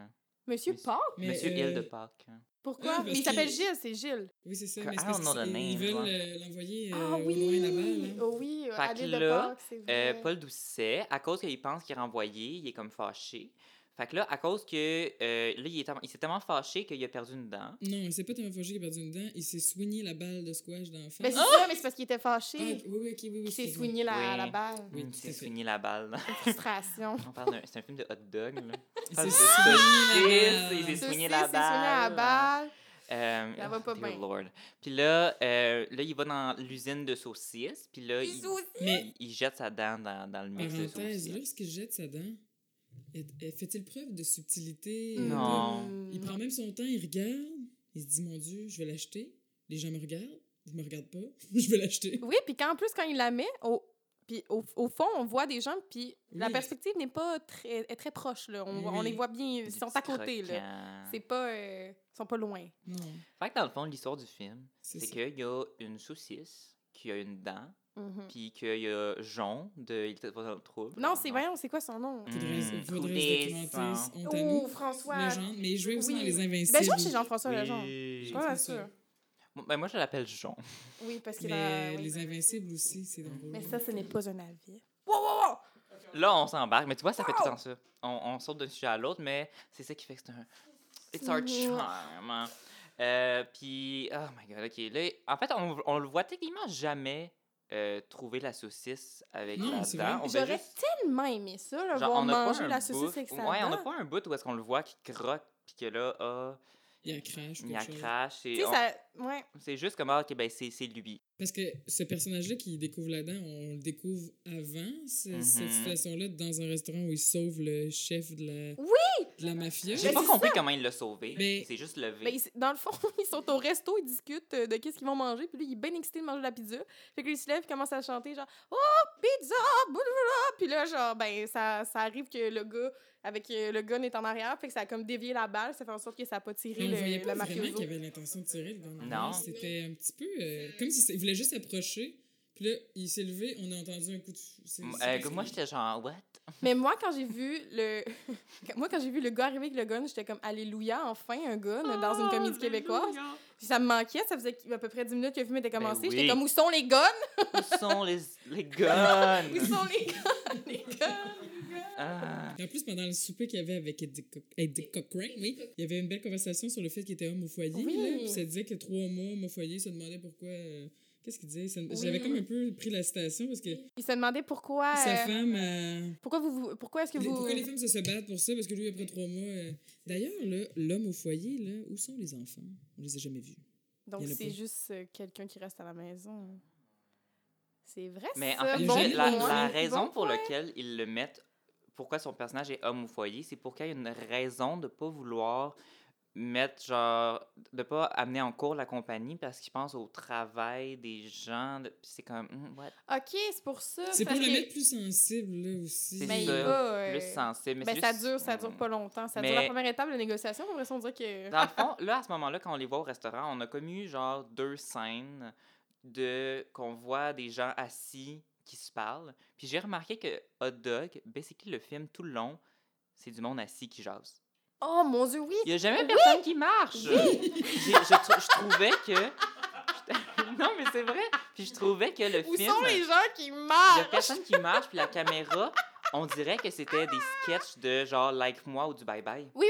Speaker 2: Monsieur
Speaker 1: Monsieur-
Speaker 2: Paul?
Speaker 3: Mais,
Speaker 1: monsieur
Speaker 3: euh,
Speaker 1: Hill de Pâques.
Speaker 2: Pourquoi?
Speaker 3: Ah, parce
Speaker 2: mais il s'appelle
Speaker 3: qu'il-
Speaker 2: Gilles, c'est Gilles.
Speaker 3: Oui, c'est ça.
Speaker 1: Que- ah,
Speaker 3: Mais c'est
Speaker 1: I
Speaker 3: parce
Speaker 1: don't know the
Speaker 3: qu'ils- ils
Speaker 1: name,
Speaker 3: veulent
Speaker 1: ouais.
Speaker 3: euh, l'envoyer euh,
Speaker 2: ah
Speaker 3: au loin là-bas.
Speaker 2: oui!
Speaker 3: là.
Speaker 2: Oh oui,
Speaker 1: Fait
Speaker 2: à
Speaker 1: que
Speaker 2: l'île de
Speaker 1: là,
Speaker 2: Pâques, c'est
Speaker 1: Euh,
Speaker 2: vrai.
Speaker 1: Paul Doucet, à cause qu'il pense qu'il est renvoyé, il est comme fâché. Fait que là, à cause que. euh, là, il, est tellement- il s'est tellement fâché qu'il a perdu une dent.
Speaker 3: Non, il s'est pas tellement fâché qu'il a perdu une dent. Il s'est soigné la balle de squash dans la face.
Speaker 2: Ben, c'est
Speaker 1: Oh!
Speaker 2: ça, mais c'est parce qu'il était
Speaker 3: Ah,
Speaker 2: fâché.
Speaker 3: oui, oui, ok, oui, oui.
Speaker 2: il s'est
Speaker 3: excuse-moi.
Speaker 2: soigné la,
Speaker 1: Oui.
Speaker 2: la balle.
Speaker 3: Oui,
Speaker 1: il
Speaker 3: tout
Speaker 1: s'est
Speaker 3: à fait.
Speaker 1: soigné la balle.
Speaker 2: Une frustration.
Speaker 1: On parle d'un- C'est un film de hot dog. là.
Speaker 3: Il
Speaker 1: Ah,
Speaker 3: s'est
Speaker 1: c'est
Speaker 3: soigné la
Speaker 1: ça.
Speaker 3: balle.
Speaker 1: Il s'est-
Speaker 2: Ceci,
Speaker 1: soigné
Speaker 2: c'est
Speaker 1: la
Speaker 2: soigné à la
Speaker 1: balle.
Speaker 2: balle.
Speaker 1: Euh,
Speaker 2: Ça va
Speaker 1: oh,
Speaker 2: pas
Speaker 1: dear
Speaker 2: bien.
Speaker 1: Lord. Puis là, euh, là, il va dans l'usine de saucisses. Puis là, Euh, il,
Speaker 2: Bisous.
Speaker 3: Mais
Speaker 1: il- il jette sa dent dans, dans le
Speaker 3: Ah,
Speaker 1: mix de
Speaker 3: Parenthèse,
Speaker 1: saucisses.
Speaker 3: lorsqu'il jette sa dent, est- est- fait-il preuve de subtilité?
Speaker 1: Mm. Non.
Speaker 3: Il prend même son temps, il regarde, il se dit, mon Dieu, je vais l'acheter. Les gens me regardent, je me regarde pas, je vais l'acheter.
Speaker 2: Oui, puis quand, en plus, quand il la met, au, puis au, au fond, on voit des gens, puis la
Speaker 3: Oui.
Speaker 2: perspective n'est pas très, est très proche. Là. On, voit- on
Speaker 3: Oui.
Speaker 2: les voit bien, ils
Speaker 1: Des
Speaker 2: sont à
Speaker 1: petits
Speaker 2: côté. Là.
Speaker 1: croquants.
Speaker 2: C'est pas, euh, ils sont pas loin.
Speaker 3: Non,
Speaker 1: Fait que dans le fond, l'histoire du film,
Speaker 3: c'est
Speaker 1: c'est
Speaker 3: ça.
Speaker 1: qu'il y a une saucisse qui a une dent,
Speaker 2: Mhm.
Speaker 1: puis qu'il y a Jon de Il était pas dans le trouble.
Speaker 2: Non, c'est voyons, c'est quoi son nom?
Speaker 3: Faudrait,
Speaker 1: Mm.
Speaker 3: faudrait se documenter,
Speaker 1: Coulissant.
Speaker 3: honte à nous.
Speaker 2: Oh, François!
Speaker 3: Legendre, mais il jouait aussi
Speaker 2: Oui.
Speaker 3: dans Les Invincibles.
Speaker 2: Ben, je vois que c'est Jean-François Lejeune. Je
Speaker 1: Oui.
Speaker 2: suis pas
Speaker 3: c'est
Speaker 2: sûre.
Speaker 3: ça.
Speaker 1: Moi- Ben, moi, je l'appelle Jon.
Speaker 2: Oui, parce qu'il a...
Speaker 3: Mais
Speaker 2: oui.
Speaker 3: Les Invincibles aussi, c'est drôle.
Speaker 2: Mais ça, ce n'est pas un avis. Wow, wow, wow!
Speaker 1: Là, on s'embarque, mais tu vois, ça fait tout le temps ça. On, on saute d'un sujet à l'autre, mais c'est ça qui fait que c'est un. It's our charm. Euh, Puis, oh my god, ok. Là, en fait, on, on le voit techniquement jamais euh, trouver la saucisse avec
Speaker 3: Non,
Speaker 1: la
Speaker 3: c'est
Speaker 1: dent.
Speaker 3: vrai.
Speaker 1: On va
Speaker 2: J'aurais tellement aimé ça, là,
Speaker 1: genre,
Speaker 2: voir
Speaker 1: on n'a pas
Speaker 2: manger
Speaker 1: un
Speaker 2: la saucisse
Speaker 1: bout-
Speaker 2: avec sa
Speaker 1: Ouais, on n'a
Speaker 2: dent.
Speaker 1: pas un bout où est-ce qu'on le voit qui croque, puis que là, ah,
Speaker 3: Il y a crash ou
Speaker 1: il y a
Speaker 3: quelque chose.
Speaker 1: crash.
Speaker 2: Tu
Speaker 1: et
Speaker 2: sais,
Speaker 1: on-
Speaker 2: ça... Ouais.
Speaker 1: C'est juste comme, ah, ok, ben, c'est c'est lui.
Speaker 3: Parce que ce personnage-là qui découvre la dent, on le découvre avant ce-
Speaker 1: Mhm.
Speaker 3: cette situation-là dans un restaurant où il sauve le chef de la, de la mafia.
Speaker 1: J'ai pas
Speaker 2: c'est
Speaker 1: compris comment il l'a sauvé.
Speaker 3: Mais-
Speaker 1: C'est juste levé.
Speaker 2: Ben, ils- dans le fond, ils sont au resto, ils discutent euh, de qu'est-ce qu'ils vont manger, puis lui, il est bien excité de manger de la pizza. Fait que lui, il se lève, il commence à chanter, genre « Oh, pizza! blablabla. Puis là, genre, ben, ça, ça arrive que le gars, avec euh, le gun est en arrière, fait que ça a comme dévié la balle, ça fait en sorte que ça n'a pas tiré
Speaker 3: Mais on voyait
Speaker 2: le,
Speaker 3: pas
Speaker 2: le
Speaker 3: vraiment
Speaker 2: mafioso.
Speaker 3: qu'il avait l'intention de tirer le gun. dans la
Speaker 1: Non.
Speaker 3: main. C'était un petit peu... euh, comme s'il voulait juste s'approcher. Puis là, il s'est levé, on a entendu un coup de... fou- c'est-
Speaker 1: M-
Speaker 3: c'est
Speaker 1: euh,
Speaker 3: parce
Speaker 1: moi,
Speaker 3: que-
Speaker 1: j'étais genre, what?
Speaker 2: Mais moi, quand j'ai vu le... moi, quand j'ai vu le gars arriver avec le gun, j'étais comme « Alléluia, enfin, un gun dans une comédie québécoise! » Puis ça me manquait, ça faisait à peu près 10 minutes que le film était commencé,
Speaker 1: oui.
Speaker 2: j'étais comme « Où sont les guns?
Speaker 1: Où sont les, les guns?
Speaker 2: Où sont les guns? Les guns?
Speaker 1: Ah.
Speaker 3: En plus, pendant le souper qu'il y avait avec Eddie, Co- Eddie Cochrane, oui, il y avait une belle conversation sur le fait qu'il était homme au foyer.
Speaker 2: Oui.
Speaker 3: là, puis ça disait que trois mois homme au foyer, se demandait pourquoi euh, Qu'est-ce qu'il disait? Il s'en-
Speaker 2: Oui.
Speaker 3: J'avais comme un peu pris la citation parce que
Speaker 2: Il se demandait pourquoi.
Speaker 3: sa
Speaker 2: euh,
Speaker 3: femme. euh,
Speaker 2: pourquoi vous, vous- Pourquoi est-ce que
Speaker 3: les-
Speaker 2: vous. euh,
Speaker 3: Pourquoi les femmes se, se battent pour ça? Parce que lui, après trois mois. euh, D'ailleurs, là, l'homme au foyer, là, où sont les enfants? On les a jamais vus.
Speaker 2: Donc
Speaker 3: Il y en a
Speaker 2: c'est
Speaker 3: pas.
Speaker 2: juste euh, quelqu'un qui reste à la maison. C'est vrai.
Speaker 1: Mais en
Speaker 2: ça.
Speaker 1: fait,
Speaker 3: bon
Speaker 1: j'ai- la,
Speaker 3: point,
Speaker 1: la
Speaker 2: bon
Speaker 1: raison pour
Speaker 2: point.
Speaker 1: laquelle ils le mettent, pourquoi son personnage est homme au foyer, c'est pour qu'il y ait une raison de pas vouloir mettre, genre, de pas amener en cours la compagnie parce qu'il pense au travail des gens. de- puis c'est comme, hmm, what?
Speaker 2: Ok, c'est pour ça.
Speaker 3: C'est pour
Speaker 2: parce
Speaker 3: le
Speaker 2: que-
Speaker 3: mettre plus sensible, là, aussi.
Speaker 1: C'est
Speaker 2: Mais il
Speaker 1: ça.
Speaker 2: va. euh,
Speaker 1: plus sensible. Mais
Speaker 2: ben,
Speaker 1: c'est
Speaker 2: ça
Speaker 1: juste-
Speaker 2: dure, ça dure
Speaker 1: Hmm.
Speaker 2: pas longtemps. Ça dure
Speaker 1: Mais-
Speaker 2: la première étape de négociation. Pour ça, on dirait que.
Speaker 1: Dans le fond, là, à ce moment-là, quand on les voit au restaurant, on a comme eu genre deux scènes de qu'on voit des gens assis qui se parlent. Puis j'ai remarqué que Hot Dog, basically, le film tout le long, c'est du monde assis qui jase.
Speaker 2: Oh mon dieu, oui!
Speaker 1: Il n'y a jamais personne qui marche. J'ai- Je, trou- je trouvais que. non, mais c'est vrai. Puis je trouvais que le
Speaker 2: Où
Speaker 1: film.
Speaker 2: sont les gens qui
Speaker 1: Il n'y a
Speaker 2: marchent?
Speaker 1: personne qui marche, puis la caméra, on dirait que c'était des sketchs de genre Like Moi ou du Bye Bye.
Speaker 2: Oui,
Speaker 1: oui.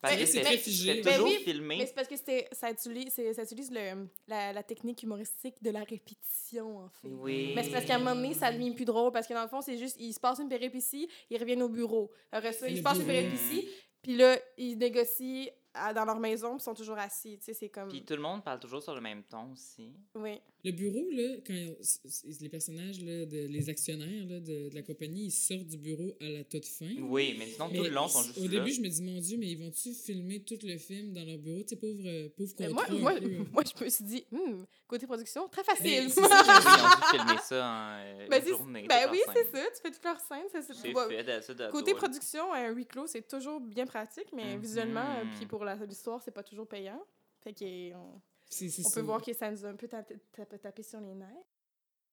Speaker 1: Parce
Speaker 2: Mais-
Speaker 1: que
Speaker 2: c'est
Speaker 1: c'était
Speaker 2: très
Speaker 3: figé.
Speaker 1: c'était
Speaker 2: Mais
Speaker 1: toujours
Speaker 2: oui,
Speaker 1: filmé.
Speaker 2: Mais c'est parce que c'était- ça utilise, c'est- ça utilise le, la, la technique humoristique de la répétition, en fait.
Speaker 1: Oui.
Speaker 2: Mais c'est parce qu'à un moment donné, ça devient plus drôle parce que dans le fond, c'est juste, ils se passent une péripétie, ils reviennent au bureau. Après ça,
Speaker 3: Le
Speaker 2: ils se passent une
Speaker 3: bureau.
Speaker 2: péripétie, puis là, ils négocient à- dans leur maison, puis ils sont toujours assis. Tu sais, c'est comme.
Speaker 1: Puis tout le monde parle toujours sur le même ton aussi.
Speaker 2: Oui.
Speaker 3: Le bureau, là, quand ils ont- c- c- les personnages, là, de- les actionnaires là, de, de la compagnie, ils sortent du bureau à la toute fin.
Speaker 1: Oui, mais sinon, tout
Speaker 3: Mais
Speaker 1: le long, ils sont juste
Speaker 3: au
Speaker 1: là.
Speaker 3: début, je me dis, mon Dieu, mais ils vont-tu filmer tout le film dans leur bureau? Tu sais, pauvre, euh, pauvre
Speaker 2: Mais
Speaker 3: contrat
Speaker 2: moi,
Speaker 3: un
Speaker 2: Ben, moi,
Speaker 3: peu, hein.
Speaker 2: moi, je me suis dit, Hmm, côté production, très
Speaker 3: Mais
Speaker 2: facile.
Speaker 3: c'est ça,
Speaker 1: Oui, Ils ont dû filmer ça en euh,
Speaker 2: Ben,
Speaker 1: une
Speaker 2: c'est-
Speaker 1: journée.
Speaker 2: ben
Speaker 1: toute
Speaker 2: oui,
Speaker 1: leur
Speaker 2: c'est
Speaker 1: scène.
Speaker 2: ça. Tu fais toute leur scène. Ça, c'est-
Speaker 1: J'ai
Speaker 2: ouais.
Speaker 1: fait de ça de
Speaker 2: Côté
Speaker 1: toi, là.
Speaker 2: production, un huis clos, c'est toujours bien pratique, mais
Speaker 1: Mhm.
Speaker 2: visuellement, euh, puis pour la- l'histoire, c'est pas toujours payant. Fait que, on,
Speaker 3: C'est- c'est
Speaker 2: on
Speaker 3: ça.
Speaker 2: peut voir que ça nous a un peu tapé, tapé- tapé sur les nerfs.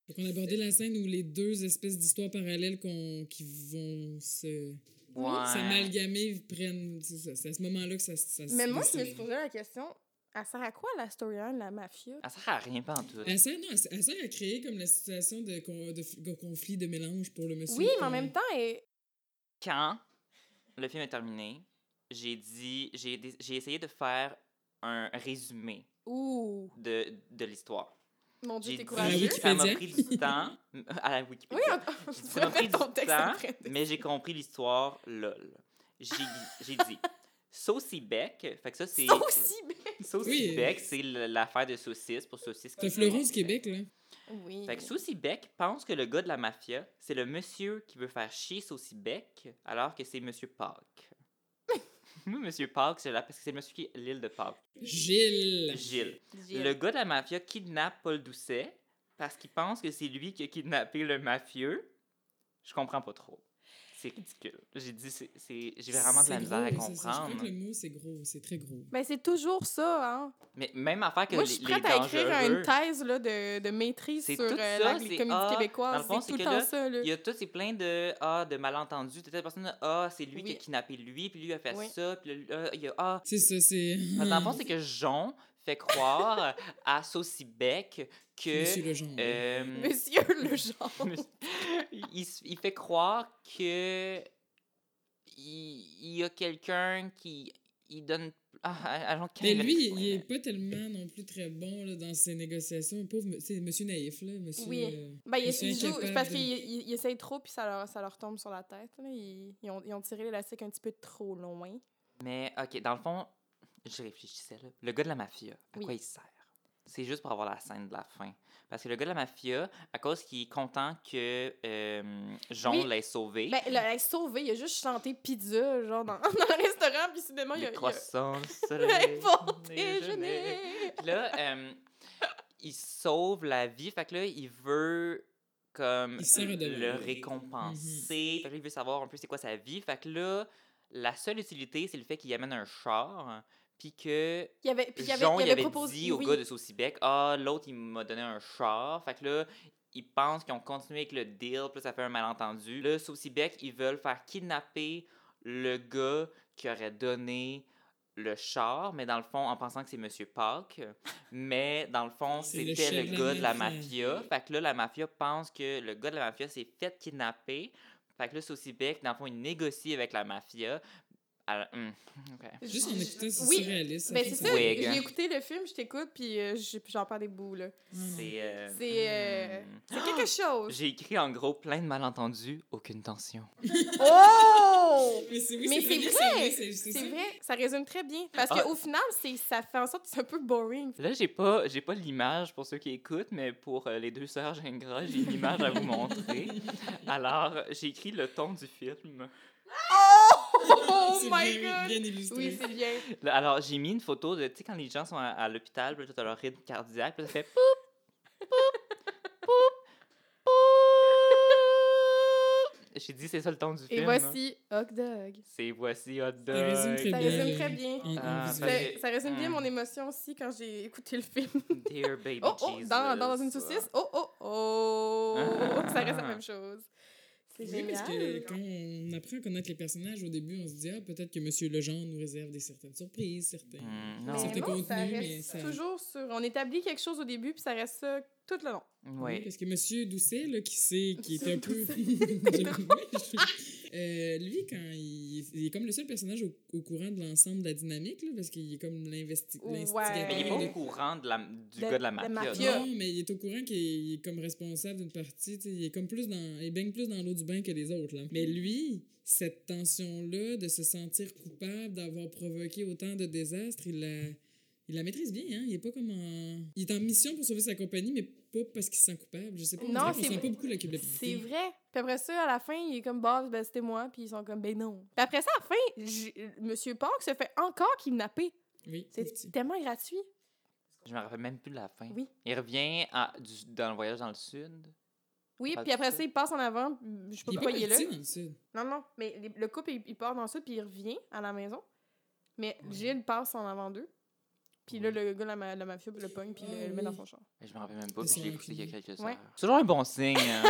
Speaker 3: Fait qu'on abordait la scène où les deux espèces d'histoires parallèles qu'on- qui vont se
Speaker 1: Ouais.
Speaker 3: s'amalgamer prennent. C'est ça, c'est à ce moment-là que ça, se- ça se.
Speaker 2: Mais moi, je me
Speaker 3: décide.
Speaker 2: suis posé la question, elle sert à quoi la storyline de la mafia?
Speaker 1: Elle sert à rien, pas en tout.
Speaker 3: Elle sert, non, elle sert- elle sert à créer comme la situation de, con- de f- de conflit, de mélange pour le monsieur.
Speaker 2: Oui, mais en
Speaker 3: qu'on-
Speaker 2: même temps, elle-
Speaker 1: Quand le film est terminé, j'ai dit, j'ai dé- j'ai essayé de faire un résumé
Speaker 2: Ouh,
Speaker 1: de, de l'histoire.
Speaker 2: mon Dieu,
Speaker 1: J'ai
Speaker 2: t'es
Speaker 1: dit-
Speaker 2: courageux.
Speaker 3: Wikipédia.
Speaker 1: ça m'a pris du temps à la
Speaker 2: Oui,
Speaker 1: Wikipédia.
Speaker 2: on, tu
Speaker 1: Ça
Speaker 2: pourrais
Speaker 1: m'a pris
Speaker 2: mettre ton
Speaker 1: du
Speaker 2: texte
Speaker 1: temps,
Speaker 2: après.
Speaker 1: Mais j'ai compris l'histoire, lol. J'ai j'ai dit saucy bec, fait que ça c'est
Speaker 2: Ça aussi, mais-
Speaker 1: saucy
Speaker 3: Oui.
Speaker 1: bec, c'est le- l'affaire de saucisse pour saucisse.
Speaker 3: C'est un fleuron du Québec, là.
Speaker 2: Oui.
Speaker 1: Fait que Saucy Beck pense que le gars de la mafia, c'est le monsieur qui veut faire chier Saucy Beck, alors que c'est monsieur Park. Moi, monsieur Park, c'est là parce que c'est le monsieur qui l'île de Park.
Speaker 3: Gilles.
Speaker 1: Gilles.
Speaker 2: Gilles.
Speaker 1: Le gars de la mafia kidnappe Paul Doucet parce qu'il pense que c'est lui qui a kidnappé le mafieux. Je comprends pas trop. C'est ridicule. J'ai dit, c'est- c'est- j'ai vraiment de la
Speaker 3: C'est
Speaker 1: misère à
Speaker 3: gros, c'est ça. Je
Speaker 1: comprendre.
Speaker 3: crois que le mot, c'est gros, c'est très gros.
Speaker 2: Ben, c'est toujours ça, hein.
Speaker 1: Mais même affaire que
Speaker 2: Moi,
Speaker 1: les,
Speaker 2: je suis
Speaker 1: les
Speaker 2: prête à écrire
Speaker 1: dangereux,
Speaker 2: une thèse là, de, de maîtrise
Speaker 1: C'est
Speaker 2: sur
Speaker 1: tout
Speaker 2: euh,
Speaker 1: ça,
Speaker 2: la
Speaker 1: c'est-
Speaker 2: comédie
Speaker 1: ah, dans le
Speaker 2: québécoise.
Speaker 1: fond,
Speaker 2: C'est
Speaker 1: c'est
Speaker 2: tout le
Speaker 1: que
Speaker 2: temps
Speaker 1: là,
Speaker 2: ça. Là.
Speaker 1: Il y a tout, c'est plein de ah, de malentendus. De telle personne, ah, c'est lui qui a
Speaker 2: Oui.
Speaker 1: kidnappé lui, puis lui a fait
Speaker 2: Oui.
Speaker 1: ça, puis là, il y a ah.
Speaker 3: C'est ça, c'est.
Speaker 1: Parce que Dans le fond, c'est que Jon fait croire à Saucy Beck
Speaker 3: Monsieur
Speaker 1: que.
Speaker 3: Legendre.
Speaker 1: euh,
Speaker 2: Monsieur le genre.
Speaker 1: il, s- il fait croire que. Il, il y a quelqu'un qui. Il donne. Ah, à- à Jon
Speaker 3: Mais
Speaker 1: Cain-
Speaker 3: lui, il est pas tellement non plus très bon là, dans ses négociations. Le Pauvre, c'est monsieur naïf, là. Monsieur,
Speaker 2: Oui.
Speaker 3: euh,
Speaker 2: Ben, il,
Speaker 3: je suis
Speaker 2: il joue,
Speaker 3: incapable
Speaker 2: c'est parce
Speaker 3: de-
Speaker 2: qu'ils ils- ils essayent trop, puis ça leur, ça leur tombe sur la tête. là. Ils, ils ont, ils ont tiré l'élastique un petit peu trop loin.
Speaker 1: Mais, ok, dans le fond, je réfléchissais là. Le gars de la mafia, à
Speaker 2: Oui.
Speaker 1: quoi il sert? C'est juste pour avoir la scène de la fin. Parce que le gars de la mafia, à cause qu'il est content que euh, John
Speaker 2: Oui.
Speaker 1: l'ait sauvé,
Speaker 2: Ben, il a sauvé, il a juste chanté pizza, genre, dans, dans le restaurant, puis soudainement, il
Speaker 1: les
Speaker 2: a. il a-
Speaker 1: croissants, le soleil,
Speaker 2: Hey, bon
Speaker 1: le déjeuner.
Speaker 2: déjeuner!
Speaker 1: Puis là, euh, il sauve la vie. Fait que là, il veut comme
Speaker 3: Il sert de
Speaker 1: le
Speaker 3: l'amour.
Speaker 1: récompenser. Fait que là, il veut savoir un peu c'est quoi sa vie. Fait que là, la seule utilité, c'est le fait qu'il amène un char. Puis que
Speaker 2: Il avait, puis il avait,
Speaker 1: Jean,
Speaker 2: il
Speaker 1: il avait
Speaker 2: proposé.
Speaker 1: dit au
Speaker 2: oui.
Speaker 1: gars de Saucibec, ah, l'autre, il m'a donné un char. Fait que là, ils pensent qu'ils ont continué avec le deal, puis là, ça fait un malentendu. Là, Saucibec, ils veulent faire kidnapper le gars qui aurait donné le char, mais dans le fond, en pensant que c'est Monsieur Park. Mais dans le fond,
Speaker 3: C'est le
Speaker 1: c'était le,
Speaker 3: chef de la
Speaker 1: gars de la
Speaker 3: mafia.
Speaker 1: mafia. Fait que là, la mafia pense que le gars de la mafia s'est fait kidnapper. Fait que là, Saucibec, dans le fond, il négocie avec la mafia Alors, hum, ok.
Speaker 2: Hmm.
Speaker 3: Juste en écoutant, c'est
Speaker 2: Oui,
Speaker 3: surréaliste.
Speaker 2: Ben,
Speaker 3: fait
Speaker 2: c'est
Speaker 3: son-
Speaker 2: ça,
Speaker 1: Wig.
Speaker 2: j'ai écouté le film, je t'écoute, puis euh, j'ai- j'en parle des bouts, là.
Speaker 1: C'est. euh,
Speaker 2: C'est, euh,
Speaker 1: hum.
Speaker 2: C'est
Speaker 3: Ah!
Speaker 2: quelque chose.
Speaker 1: J'ai écrit en gros plein de malentendus, aucune tension.
Speaker 2: Oh!
Speaker 3: Mais c'est oui,
Speaker 2: Mais
Speaker 3: c'est
Speaker 2: c'est
Speaker 3: vrai,
Speaker 2: vrai!
Speaker 3: c'est c'est ça.
Speaker 2: C'est vrai, ça résume très bien. Parce
Speaker 1: Ah.
Speaker 2: qu'au final, c'est- ça fait en sorte que c'est un peu boring.
Speaker 1: Là, j'ai pas, j'ai pas l'image pour ceux qui écoutent, mais pour euh, les deux sœurs Gingras, j'ai une image à vous montrer. Alors, j'ai écrit le ton du film.
Speaker 2: Oh
Speaker 3: C'est
Speaker 2: my
Speaker 3: bien,
Speaker 2: god!
Speaker 3: bien illustré.
Speaker 2: Oui, c'est bien.
Speaker 1: Là, Alors, j'ai mis une photo de, tu sais, quand les gens sont à, à l'hôpital, puis là, t'as leur rythme cardiaque, puis là, ça fait poup, poup, poup, poup. J'ai dit, c'est ça le ton du film.
Speaker 2: Et
Speaker 1: hein.
Speaker 2: voici Hot Dog.
Speaker 1: C'est voici hot dog.
Speaker 3: résume très
Speaker 2: Ça
Speaker 3: bien.
Speaker 2: résume très bien.
Speaker 3: En- en
Speaker 1: Ah,
Speaker 3: visuel.
Speaker 1: parce
Speaker 2: Ça, ça résume bien
Speaker 1: Hmm.
Speaker 2: mon émotion aussi quand j'ai écouté le film.
Speaker 1: Dear baby
Speaker 2: Oh, oh,
Speaker 1: Jesus.
Speaker 2: dans, dans une saucisse. Oh, oh, oh!
Speaker 1: Ah.
Speaker 2: Ça reste la même chose. C'est
Speaker 3: Oui, parce que
Speaker 2: génial.
Speaker 3: quand on apprend à connaître les personnages, au début, on se dit, ah, peut-être que Monsieur Legendre nous réserve des certaines surprises, certains.
Speaker 1: Hmm,
Speaker 2: Mais
Speaker 1: non.
Speaker 3: C'était
Speaker 2: non,
Speaker 3: contenu,
Speaker 2: ça reste
Speaker 3: mais ça-
Speaker 2: toujours sur... On établit quelque chose au début, puis ça reste ça tout le long.
Speaker 3: Oui,
Speaker 1: Oui.
Speaker 3: parce que Monsieur Doucet, là, qui sait, qui est un peu.
Speaker 2: Doucet.
Speaker 3: Euh, lui, quand il, il est comme le seul personnage au, au courant de l'ensemble de la dynamique, là, parce qu'il est comme l'investi-
Speaker 2: Ouais.
Speaker 3: l'instigateur.
Speaker 1: Mais il est pas
Speaker 2: Euh,
Speaker 1: au courant de la, du
Speaker 2: de-
Speaker 1: gars de la
Speaker 2: de
Speaker 1: mafia.
Speaker 2: mafia.
Speaker 1: non?
Speaker 3: Non, mais il est au courant qu'il est, il est comme responsable d'une partie. tu sais, Il est comme plus dans, il baigne plus dans l'eau du bain que les autres. Là. Mais lui, cette tension-là, de se sentir coupable d'avoir provoqué autant de désastres, il la, il la maîtrise bien. Hein? Il est pas comme en, il est en mission pour sauver sa compagnie, mais pas parce qu'il se sent coupable. Je sais pas. on
Speaker 2: Non,
Speaker 3: dirait qu'on
Speaker 2: c'est
Speaker 3: sent
Speaker 2: vrai.
Speaker 3: pas beaucoup la culpabilité.
Speaker 2: C'est vrai. Puis après ça, à la fin, il est comme, bah, ben, c'était moi. Puis ils sont comme, ben non. Puis après ça, à la fin, j- Monsieur Park se fait encore kidnapper.
Speaker 3: Oui,
Speaker 2: C'est
Speaker 3: petit.
Speaker 2: tellement gratuit.
Speaker 1: Je me rappelle même plus de la fin.
Speaker 2: Oui.
Speaker 1: Il revient à- du- dans le voyage dans le sud.
Speaker 2: Oui,
Speaker 1: Pas
Speaker 2: puis après
Speaker 1: du
Speaker 2: ça, il passe en avant. Je sais pas
Speaker 3: Il est
Speaker 2: pourquoi
Speaker 3: pas
Speaker 2: il est là.
Speaker 3: petit dans le sud.
Speaker 2: Non, non, mais les- le couple, il, il part dans ça, puis il revient à la maison. Mais Gilles passe en avant d'eux. Puis là, le gars, de la, ma- la mafia, le pogne, puis
Speaker 3: Ah
Speaker 2: le, le met dans
Speaker 3: oui.
Speaker 2: son char.
Speaker 1: Mais je me rappelle même pas,
Speaker 3: Ils
Speaker 1: puis je
Speaker 3: sont
Speaker 1: l'ai écouté il y a
Speaker 3: inclinés.
Speaker 1: quelques
Speaker 2: Ouais.
Speaker 1: heures. C'est toujours un bon signe. hein.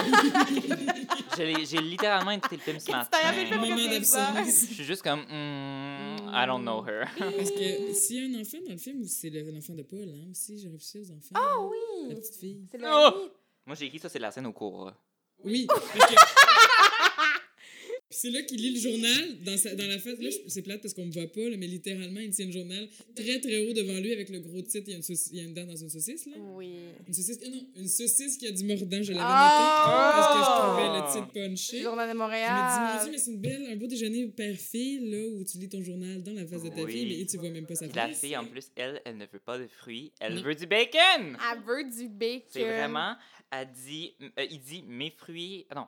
Speaker 1: Je l'ai- J'ai littéralement écouté le film ce
Speaker 2: Qu'est-ce que t'as rappelé
Speaker 3: Un
Speaker 2: Après,
Speaker 1: matin.
Speaker 3: moment
Speaker 2: c'est ça.
Speaker 3: d'absence.
Speaker 1: Je suis juste comme, Hmm, I don't know her.
Speaker 3: Parce que s'il y a un enfant dans le film, c'est le- l'enfant de Paul hein, aussi. J'ai réfléchi aux enfants.
Speaker 2: Ah
Speaker 3: là, La
Speaker 2: oui!
Speaker 3: petite fille.
Speaker 2: C'est le
Speaker 1: Oh!
Speaker 2: ami.
Speaker 1: Moi, j'ai écrit ça, c'est la scène au cours.
Speaker 3: Oui. parce que- C'est là qu'il lit le journal dans, sa- dans la face. Là, je- c'est plate parce qu'on me voit pas, là, mais littéralement, il tient le journal très très haut devant lui avec le gros titre. Il y a une, sauci- il y a une dent dans une saucisse, là.
Speaker 2: Oui.
Speaker 3: Une saucisse, ah non, une saucisse qui a du mordant, je l'avais
Speaker 2: Ah!
Speaker 3: noté. Parce que je trouvais
Speaker 1: Ah!
Speaker 3: le titre punché.
Speaker 2: Journal de
Speaker 3: Je me dis, mon
Speaker 2: Montréal.
Speaker 3: Dieu, mais c'est une belle, un beau déjeuner père-fille, là, où tu lis ton journal dans la face de ta
Speaker 1: Oui.
Speaker 3: fille, mais tu vois même pas sa
Speaker 1: Puis la
Speaker 3: face.
Speaker 1: fille, en plus, elle, elle ne veut pas de fruits, elle veut du bacon!
Speaker 2: Elle veut du bacon.
Speaker 1: C'est vraiment, elle dit, euh, il dit mes fruits, ah non,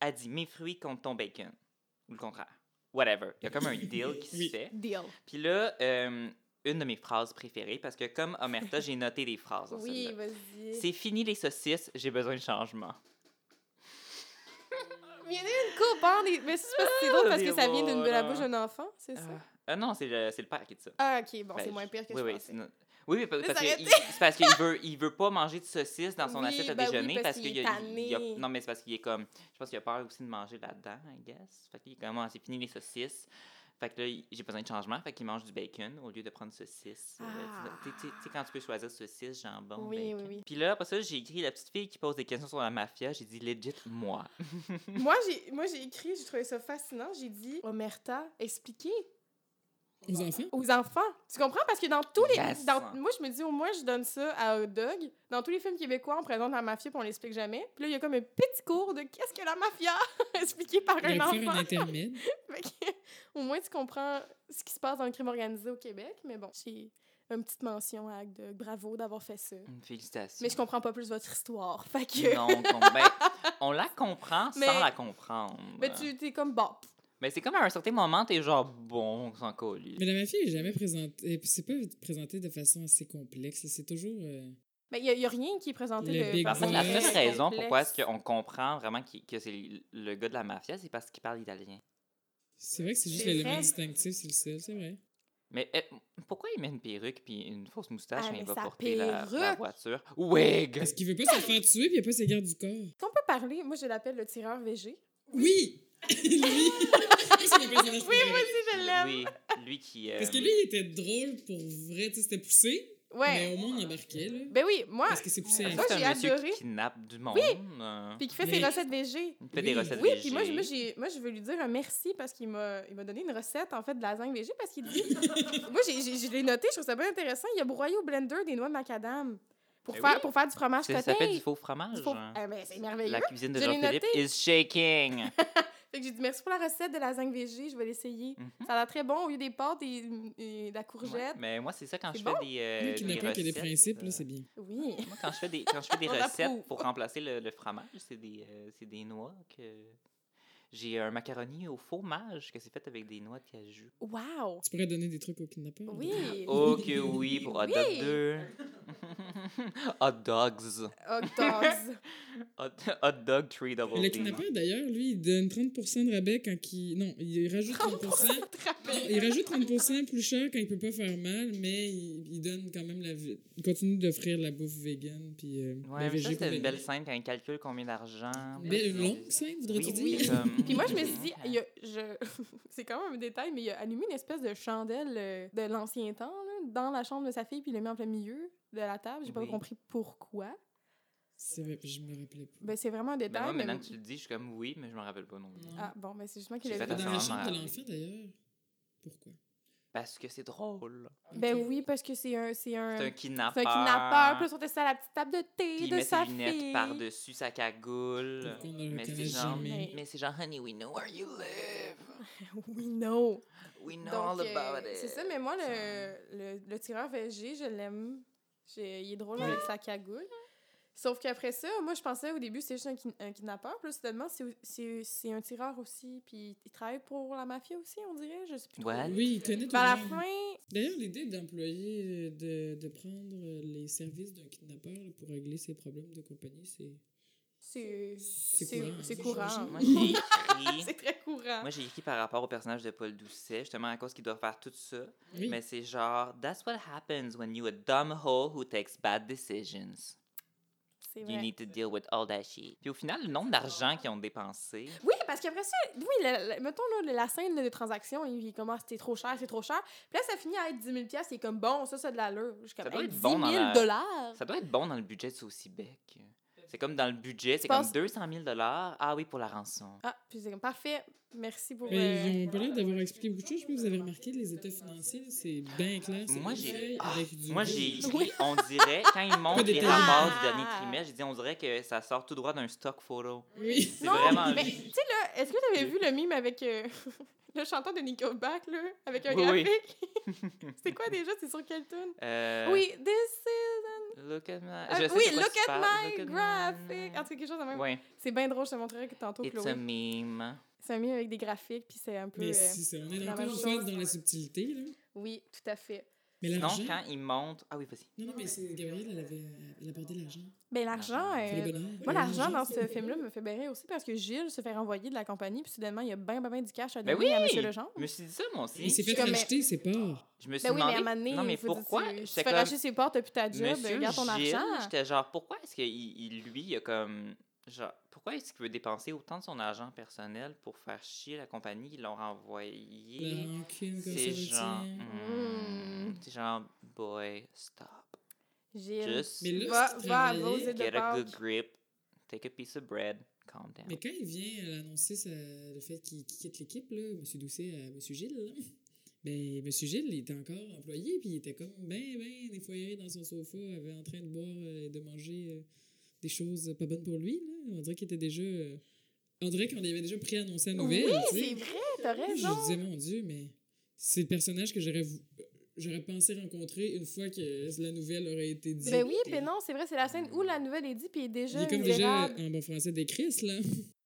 Speaker 1: elle dit mes fruits contre ton bacon. Ou le contraire. Whatever. Il y a comme un deal qui
Speaker 3: Oui.
Speaker 1: se fait.
Speaker 2: Deal.
Speaker 1: Puis là, euh, une de mes phrases préférées, parce que comme Omerta, j'ai noté des phrases. dans
Speaker 2: Oui,
Speaker 1: celle-là.
Speaker 2: vas-y.
Speaker 1: C'est fini les saucisses, j'ai besoin de changement.
Speaker 2: Mais Il y en a une coupe, hein? des- Mais c'est parce que c'est drôle parce que ça vient d'une de
Speaker 1: voilà.
Speaker 2: la bouche d'un enfant, c'est ça?
Speaker 1: Ah non, c'est le, c'est le père qui dit ça.
Speaker 2: Ah, ok, bon,
Speaker 1: Ben,
Speaker 2: c'est moins pire que
Speaker 1: oui,
Speaker 2: je
Speaker 1: oui,
Speaker 2: pensais.
Speaker 1: c'est no- Oui, oui, pa-
Speaker 2: Mais
Speaker 1: parce que
Speaker 2: s'arrêter.
Speaker 1: il- c'est parce qu'il veut, il veut pas manger de saucisses dans son
Speaker 2: Oui,
Speaker 1: assiette à
Speaker 2: ben oui,
Speaker 1: déjeuner
Speaker 2: parce
Speaker 1: parce,
Speaker 2: qu'il
Speaker 1: qu'il
Speaker 2: est
Speaker 1: y a, il y a-
Speaker 2: tanné.
Speaker 1: non mais c'est parce qu'il est comme je pense qu'il a peur aussi de manger là-dedans, I guess. Fait qu'il est comme Ah, c'est fini les saucisses. Fait que là, il- j'ai besoin de changement, fait qu'il mange du bacon au lieu de prendre saucisse. Euh,
Speaker 2: Ah.
Speaker 1: Tu sais- tu sais- tu sais quand tu peux choisir saucisse, jambon,
Speaker 2: Oui,
Speaker 1: bacon.
Speaker 2: oui, oui.
Speaker 1: Puis là, après ça, j'ai écrit la petite fille qui pose des questions sur la mafia, j'ai dit legit moi.
Speaker 2: Moi, j'ai, moi, j'ai écrit, j'ai trouvé ça fascinant. J'ai dit, Omerta, expliquez
Speaker 3: Aux enfants?
Speaker 2: aux enfants. Tu comprends? Parce que dans tous les.
Speaker 1: Yes.
Speaker 2: dans- moi, je me dis, au moins, je donne ça à Hot Dog. Dans tous les films québécois, on présente la mafia puis on l'explique jamais. Puis là, il y a comme un petit cours de qu'est-ce que la mafia expliqué par
Speaker 3: Il
Speaker 2: un
Speaker 3: va faire un
Speaker 2: enfant.
Speaker 3: intermède.
Speaker 2: Fait que, au moins, tu comprends ce qui se passe dans le crime organisé au Québec. Mais bon, j'ai une petite mention à Hot Dog. Bravo d'avoir fait ça.
Speaker 1: Une félicitation.
Speaker 2: Mais je comprends pas plus votre histoire. Fait que.
Speaker 1: Non, on, com- ben, on la comprend sans
Speaker 2: Mais-
Speaker 1: la comprendre.
Speaker 2: Mais tu t'es comme, bon, pff,
Speaker 1: Mais c'est comme à un certain moment, t'es genre bon, on s'en colle.
Speaker 3: Mais la mafia est jamais présentée. et puis C'est pas présenté de façon assez complexe. là, C'est toujours. euh,
Speaker 2: ben, il y, a rien qui est présenté
Speaker 3: Le
Speaker 2: de
Speaker 3: Big
Speaker 1: Parce que
Speaker 2: façon
Speaker 1: la
Speaker 3: Ouais.
Speaker 1: seule
Speaker 2: très
Speaker 1: raison
Speaker 2: complexe.
Speaker 1: pourquoi est-ce qu'on comprend vraiment qu'il- que c'est l- le gars de la mafia, c'est parce qu'il parle italien.
Speaker 3: C'est vrai que c'est juste
Speaker 2: C'est
Speaker 3: l'élément
Speaker 2: vrai.
Speaker 3: distinctif, c'est le seul, c'est vrai.
Speaker 1: Mais euh, pourquoi il met une perruque puis une fausse moustache
Speaker 2: Ah,
Speaker 1: quand
Speaker 2: mais
Speaker 1: il va
Speaker 2: sa
Speaker 1: porter la, la
Speaker 2: perruque!
Speaker 1: voiture? Wig!
Speaker 3: Parce qu'il veut pas se faire tuer, puis il a pas ses gardes du corps.
Speaker 2: Est-ce qu'on peut parler? Moi, je l'appelle le tireur VG.
Speaker 3: Oui! lui! Moi, c'est mon personnage
Speaker 2: Oui,
Speaker 3: préféré.
Speaker 2: moi aussi, je l'aime.
Speaker 1: Oui, lui qui... euh,
Speaker 3: Parce que lui, il était drôle pour vrai. tu sais, C'était poussé. Mais
Speaker 2: Ouais.
Speaker 3: au moins, on embarquait, là.
Speaker 2: Ben oui, moi,
Speaker 3: Parce que c'est poussé à...
Speaker 2: Moi,
Speaker 1: C'est
Speaker 2: j'ai
Speaker 1: un monsieur
Speaker 2: adoré.
Speaker 1: qui kidnappe du monde. euh,
Speaker 2: puis qui fait
Speaker 3: Mais-
Speaker 2: ses recettes végé.
Speaker 1: Il fait
Speaker 3: Oui.
Speaker 1: des recettes
Speaker 2: Oui,
Speaker 1: végé.
Speaker 2: puis moi, je- moi, j'ai- moi, je veux lui dire un merci parce qu'il m'a il m'a donné une recette, en fait, de lasagne végé parce qu'il dit... moi, j'ai- j'ai- je l'ai noté, je trouve ça bien intéressant. Il a broyé au blender des noix de macadam pour,
Speaker 1: Ben
Speaker 2: faire,
Speaker 1: oui.
Speaker 2: pour faire du fromage
Speaker 1: C'est-
Speaker 2: coté.
Speaker 1: Ça fait du faux fromage.
Speaker 2: Du faux-
Speaker 1: hein.
Speaker 2: Ah, ben, c'est merveilleux.
Speaker 1: La cuisine de
Speaker 2: Je l'ai
Speaker 1: Jean-Philippe is shaking.
Speaker 2: Fait que j'ai dit merci pour la recette de lasagne végé, je vais l'essayer.
Speaker 1: Mhm.
Speaker 2: Ça a l'air très bon au lieu des pâtes et, et de la courgette.
Speaker 1: Ouais, Mais moi, c'est ça quand
Speaker 2: C'est
Speaker 1: je
Speaker 2: bon.
Speaker 1: fais des, euh,
Speaker 3: Lui qui
Speaker 1: des
Speaker 3: n'apprend que
Speaker 1: recettes.
Speaker 3: des principes, là,
Speaker 1: euh,
Speaker 3: c'est bien.
Speaker 2: Oui.
Speaker 1: Moi, quand je fais des, quand je fais des
Speaker 2: On approuve.
Speaker 1: recettes pour remplacer le, le fromage, c'est des, euh, c'est des noix que... J'ai un macaroni au fromage que c'est fait avec des noix de cajou.
Speaker 2: Wow!
Speaker 3: Tu pourrais donner des trucs aux kidnappeurs. là.
Speaker 2: Oui!
Speaker 1: Oh que oui pour hot dog
Speaker 2: Oui.
Speaker 1: 2. hot dogs.
Speaker 2: Hot dogs.
Speaker 1: Hot, hot dog 3 double
Speaker 3: Mais Le
Speaker 1: D.
Speaker 3: kidnappeur, d'ailleurs, lui, il donne 30 de rabais quand il... Non, il rajoute 30 Non, il rajoute 30 plus cher quand il peut pas faire mal, mais il, il donne quand même la... vi- Il continue d'offrir la bouffe vegan, puis euh, la
Speaker 1: Ouais, mais ça,
Speaker 3: végé pour
Speaker 1: c'était une
Speaker 3: les-
Speaker 1: belle scène quand il calcule combien d'argent.
Speaker 3: Une belle longue scène, voudrais-tu
Speaker 1: Hein? Oui,
Speaker 3: dire?
Speaker 2: Oui.
Speaker 1: c'est comme-
Speaker 2: Puis moi, je me suis dit, il a- je... c'est quand même un détail, mais il a allumé une espèce de chandelle euh, de l'ancien temps là, dans la chambre de sa fille, puis il l'a mis en plein milieu de la table. J'ai pas
Speaker 1: Oui.
Speaker 2: compris pourquoi.
Speaker 3: C'est vrai, je me rappelais pas.
Speaker 2: Ben, c'est vraiment un
Speaker 1: Ben
Speaker 2: détail.
Speaker 1: moi,
Speaker 2: mais-
Speaker 1: maintenant que tu le dis, je suis comme oui, mais je me rappelle pas non plus.
Speaker 2: Ah, bon, mais c'est justement
Speaker 1: J'ai
Speaker 2: qu'il a
Speaker 1: fait
Speaker 2: vu.
Speaker 3: Dans la
Speaker 1: Ah,
Speaker 3: chambre de
Speaker 1: merde.
Speaker 3: l'enfant, d'ailleurs. Pourquoi?
Speaker 1: Parce que c'est drôle.
Speaker 2: Ben
Speaker 3: Ok.
Speaker 2: oui, parce que c'est un. C'est un...
Speaker 1: euh, C'est un kidnappeur.
Speaker 2: C'est un kidnappeur. Puis là, ils sont assis à la petite table de thé
Speaker 1: Puis il
Speaker 2: de
Speaker 1: met
Speaker 2: sa
Speaker 1: ses
Speaker 2: fille.
Speaker 1: lunettes par-dessus sa cagoule.
Speaker 3: Pourquoi on ne le
Speaker 1: Mais c'est
Speaker 3: reconnaît
Speaker 1: genre-
Speaker 3: jamais?
Speaker 2: Mais-
Speaker 1: Mais c'est genre, honey, we know where you live.
Speaker 2: Oui, non.
Speaker 1: We know all
Speaker 2: Donc,
Speaker 1: about
Speaker 2: euh,
Speaker 1: it.
Speaker 2: c'est ça, mais moi, le, le, le tireur VG, je l'aime. J'ai- Il est drôle avec sa cagoule. Sauf qu'après ça, moi, je pensais au début, c'était juste un, kin- un kidnappeur. Puis là, soudainement, c'est au- c'est c'est un tireur aussi. Puis il travaille pour la mafia aussi, on dirait. Je sais plus. trop.
Speaker 1: What?
Speaker 3: Oui, il connaît tout
Speaker 2: Puis à la
Speaker 3: le monde.
Speaker 2: fin,
Speaker 3: D'ailleurs, l'idée d'employer, euh, de, de prendre euh, les services d'un kidnappeur là, pour régler ses problèmes de compagnie, c'est.
Speaker 2: c'est
Speaker 3: C'est courant. hein,
Speaker 2: c'est courant.
Speaker 1: Moi, j'ai écrit...
Speaker 2: c'est très courant.
Speaker 1: Moi, j'ai écrit par rapport au personnage de Paul Doucet, justement à cause qu'il doit faire tout ça.
Speaker 3: Oui.
Speaker 1: Mais c'est genre, that's what happens when you a dumb hoe who takes bad decisions.
Speaker 2: C'est
Speaker 1: You
Speaker 2: vrai.
Speaker 1: need to deal with all that shit. Puis au final, le nombre d'argent qu'ils ont dépensé.
Speaker 2: Oui, parce qu'après ça, oui, la- la- mettons là, la scène là, de transaction, il commence, c'est trop cher, c'est trop cher. Puis là, ça finit à être 10 000 c'est comme bon, ça, ça a de l'allure. Je suis
Speaker 1: Ça
Speaker 2: comme,
Speaker 1: doit
Speaker 2: hey,
Speaker 1: être
Speaker 2: 10
Speaker 1: bon
Speaker 2: 000
Speaker 1: dans la-
Speaker 2: dollars.
Speaker 1: Ça doit être bon dans le budget de Saucibec. C'est comme dans le budget, c'est
Speaker 2: penses-
Speaker 1: comme 200 000 Ah oui, pour la rançon.
Speaker 2: Ah, puis c'est comme parfait. Merci pour.
Speaker 3: Mais
Speaker 2: euh,
Speaker 3: ils ont pas l'air d'avoir expliqué beaucoup de choses. Je sais pas si vous avez remarqué les états financiers, là, c'est bien clair. c'est
Speaker 1: Moi,
Speaker 3: une feuille
Speaker 1: j'ai. Ah,
Speaker 3: avec du
Speaker 1: moi,
Speaker 3: rouge.
Speaker 1: j'ai écrit,
Speaker 2: Oui.
Speaker 1: on dirait, quand ils montrent les
Speaker 3: détaillé.
Speaker 1: rapports
Speaker 2: Ah!
Speaker 1: du dernier trimestre, j'ai dit, on dirait que ça sort tout droit d'un stock photo.
Speaker 3: Oui.
Speaker 1: C'est vraiment.
Speaker 2: mais tu sais, là, est-ce que tu avais vu le mime avec euh, le chanteur de Nickelback, là, avec un
Speaker 1: Oui, oui.
Speaker 2: graphique C'était quoi déjà C'est sur quelle tune
Speaker 1: Euh,
Speaker 2: Oui, this is.
Speaker 1: Look at my.
Speaker 2: Ah,
Speaker 1: je sais
Speaker 2: oui,
Speaker 1: de quoi
Speaker 2: look
Speaker 1: tu
Speaker 2: at
Speaker 1: parles,
Speaker 2: my
Speaker 1: look at
Speaker 2: graphic. En tout cas, quelque chose de même.
Speaker 1: Oui,
Speaker 2: C'est bien drôle, je te montrerai que tantôt,
Speaker 1: it's
Speaker 2: Chloé.
Speaker 1: a meme.
Speaker 2: C'est un mime avec des graphiques, puis c'est un peu.
Speaker 3: Mais
Speaker 2: euh,
Speaker 3: si, c'est- on est
Speaker 2: la
Speaker 3: encore
Speaker 2: même
Speaker 3: une fois
Speaker 2: chose.
Speaker 3: dans la subtilité. Là.
Speaker 2: Oui, tout à fait.
Speaker 3: Mais
Speaker 1: Sinon,
Speaker 3: l'argent.
Speaker 1: quand ils montent. Ah oui, vas-y.
Speaker 3: Non, non, mais c'est Gabrielle, elle avait euh, elle abordait l'argent.
Speaker 2: Ben, l'argent.
Speaker 1: L'argent.
Speaker 2: euh,
Speaker 3: Ah, C'est le bonheur.
Speaker 2: Moi, l'argent dans ce
Speaker 3: c'est-
Speaker 2: film-là me fait bien rire aussi parce que Gilles se fait renvoyer de la compagnie, puis soudainement, il y a ben, ben, ben du cash à
Speaker 1: Ben
Speaker 2: donner à
Speaker 1: oui!
Speaker 2: Monsieur Legendre.
Speaker 1: Je me suis dit ça, moi
Speaker 3: Il s'est
Speaker 1: aussi.
Speaker 3: fait
Speaker 2: comme-
Speaker 3: racheter ses parts.
Speaker 1: Je me suis
Speaker 2: Ben oui, mais à un
Speaker 1: demandé.
Speaker 2: moment donné,
Speaker 1: non, mais
Speaker 2: faut dire,
Speaker 1: pourquoi?
Speaker 2: tu- Tu te
Speaker 1: J'étais
Speaker 2: fais
Speaker 1: comme,
Speaker 2: racheter ses portes, t'as plus ta job, euh, ben,
Speaker 1: Monsieur
Speaker 2: garde ton
Speaker 1: Gilles,
Speaker 2: argent.
Speaker 1: J'étais genre, pourquoi est-ce qu'il il, lui, il a comme. Genre, pourquoi est-ce qu'il veut dépenser autant de son argent personnel pour faire chier la compagnie? Ils l'ont
Speaker 3: La
Speaker 1: renvoyé.
Speaker 3: rancune comme
Speaker 1: C'est genre.
Speaker 3: ça.
Speaker 1: hmm,
Speaker 2: Mm.
Speaker 1: C'est genre, boy, stop.
Speaker 2: Gilles,
Speaker 1: Just
Speaker 3: Mais là,
Speaker 2: va,
Speaker 3: c'est
Speaker 2: va à
Speaker 3: travaillé.
Speaker 2: vos îles de
Speaker 1: get a good
Speaker 2: Pâques.
Speaker 1: grip. Take a piece of bread. Calm down.
Speaker 3: Mais quand il vient euh, annoncer sa- le fait qu'il qu'il quitte l'équipe, là, M. Doucet à M. Gilles, là, ben, M. Gilles, il était encore employé, puis il était comme ben, ben, défoyéré dans son sofa, avait- en train de boire euh, et de manger euh, des choses pas bonnes pour lui. Là. On dirait qu'il était déjà. euh, on dirait qu'on lui avait déjà préannoncé la nouvelle.
Speaker 2: Oui,
Speaker 3: tu sais.
Speaker 2: c'est vrai, t'as
Speaker 3: Je
Speaker 2: raison.
Speaker 3: me disais, mon Dieu, mais c'est le personnage que j'aurais vou- euh, j'aurais pensé rencontrer une fois que la nouvelle aurait été dite.
Speaker 2: Ben oui, mais non, c'est vrai, c'est la scène où la nouvelle est dit, puis il est
Speaker 3: Il
Speaker 2: déjà
Speaker 3: est comme déjà,
Speaker 2: misérable.
Speaker 3: en bon français, des crises, là.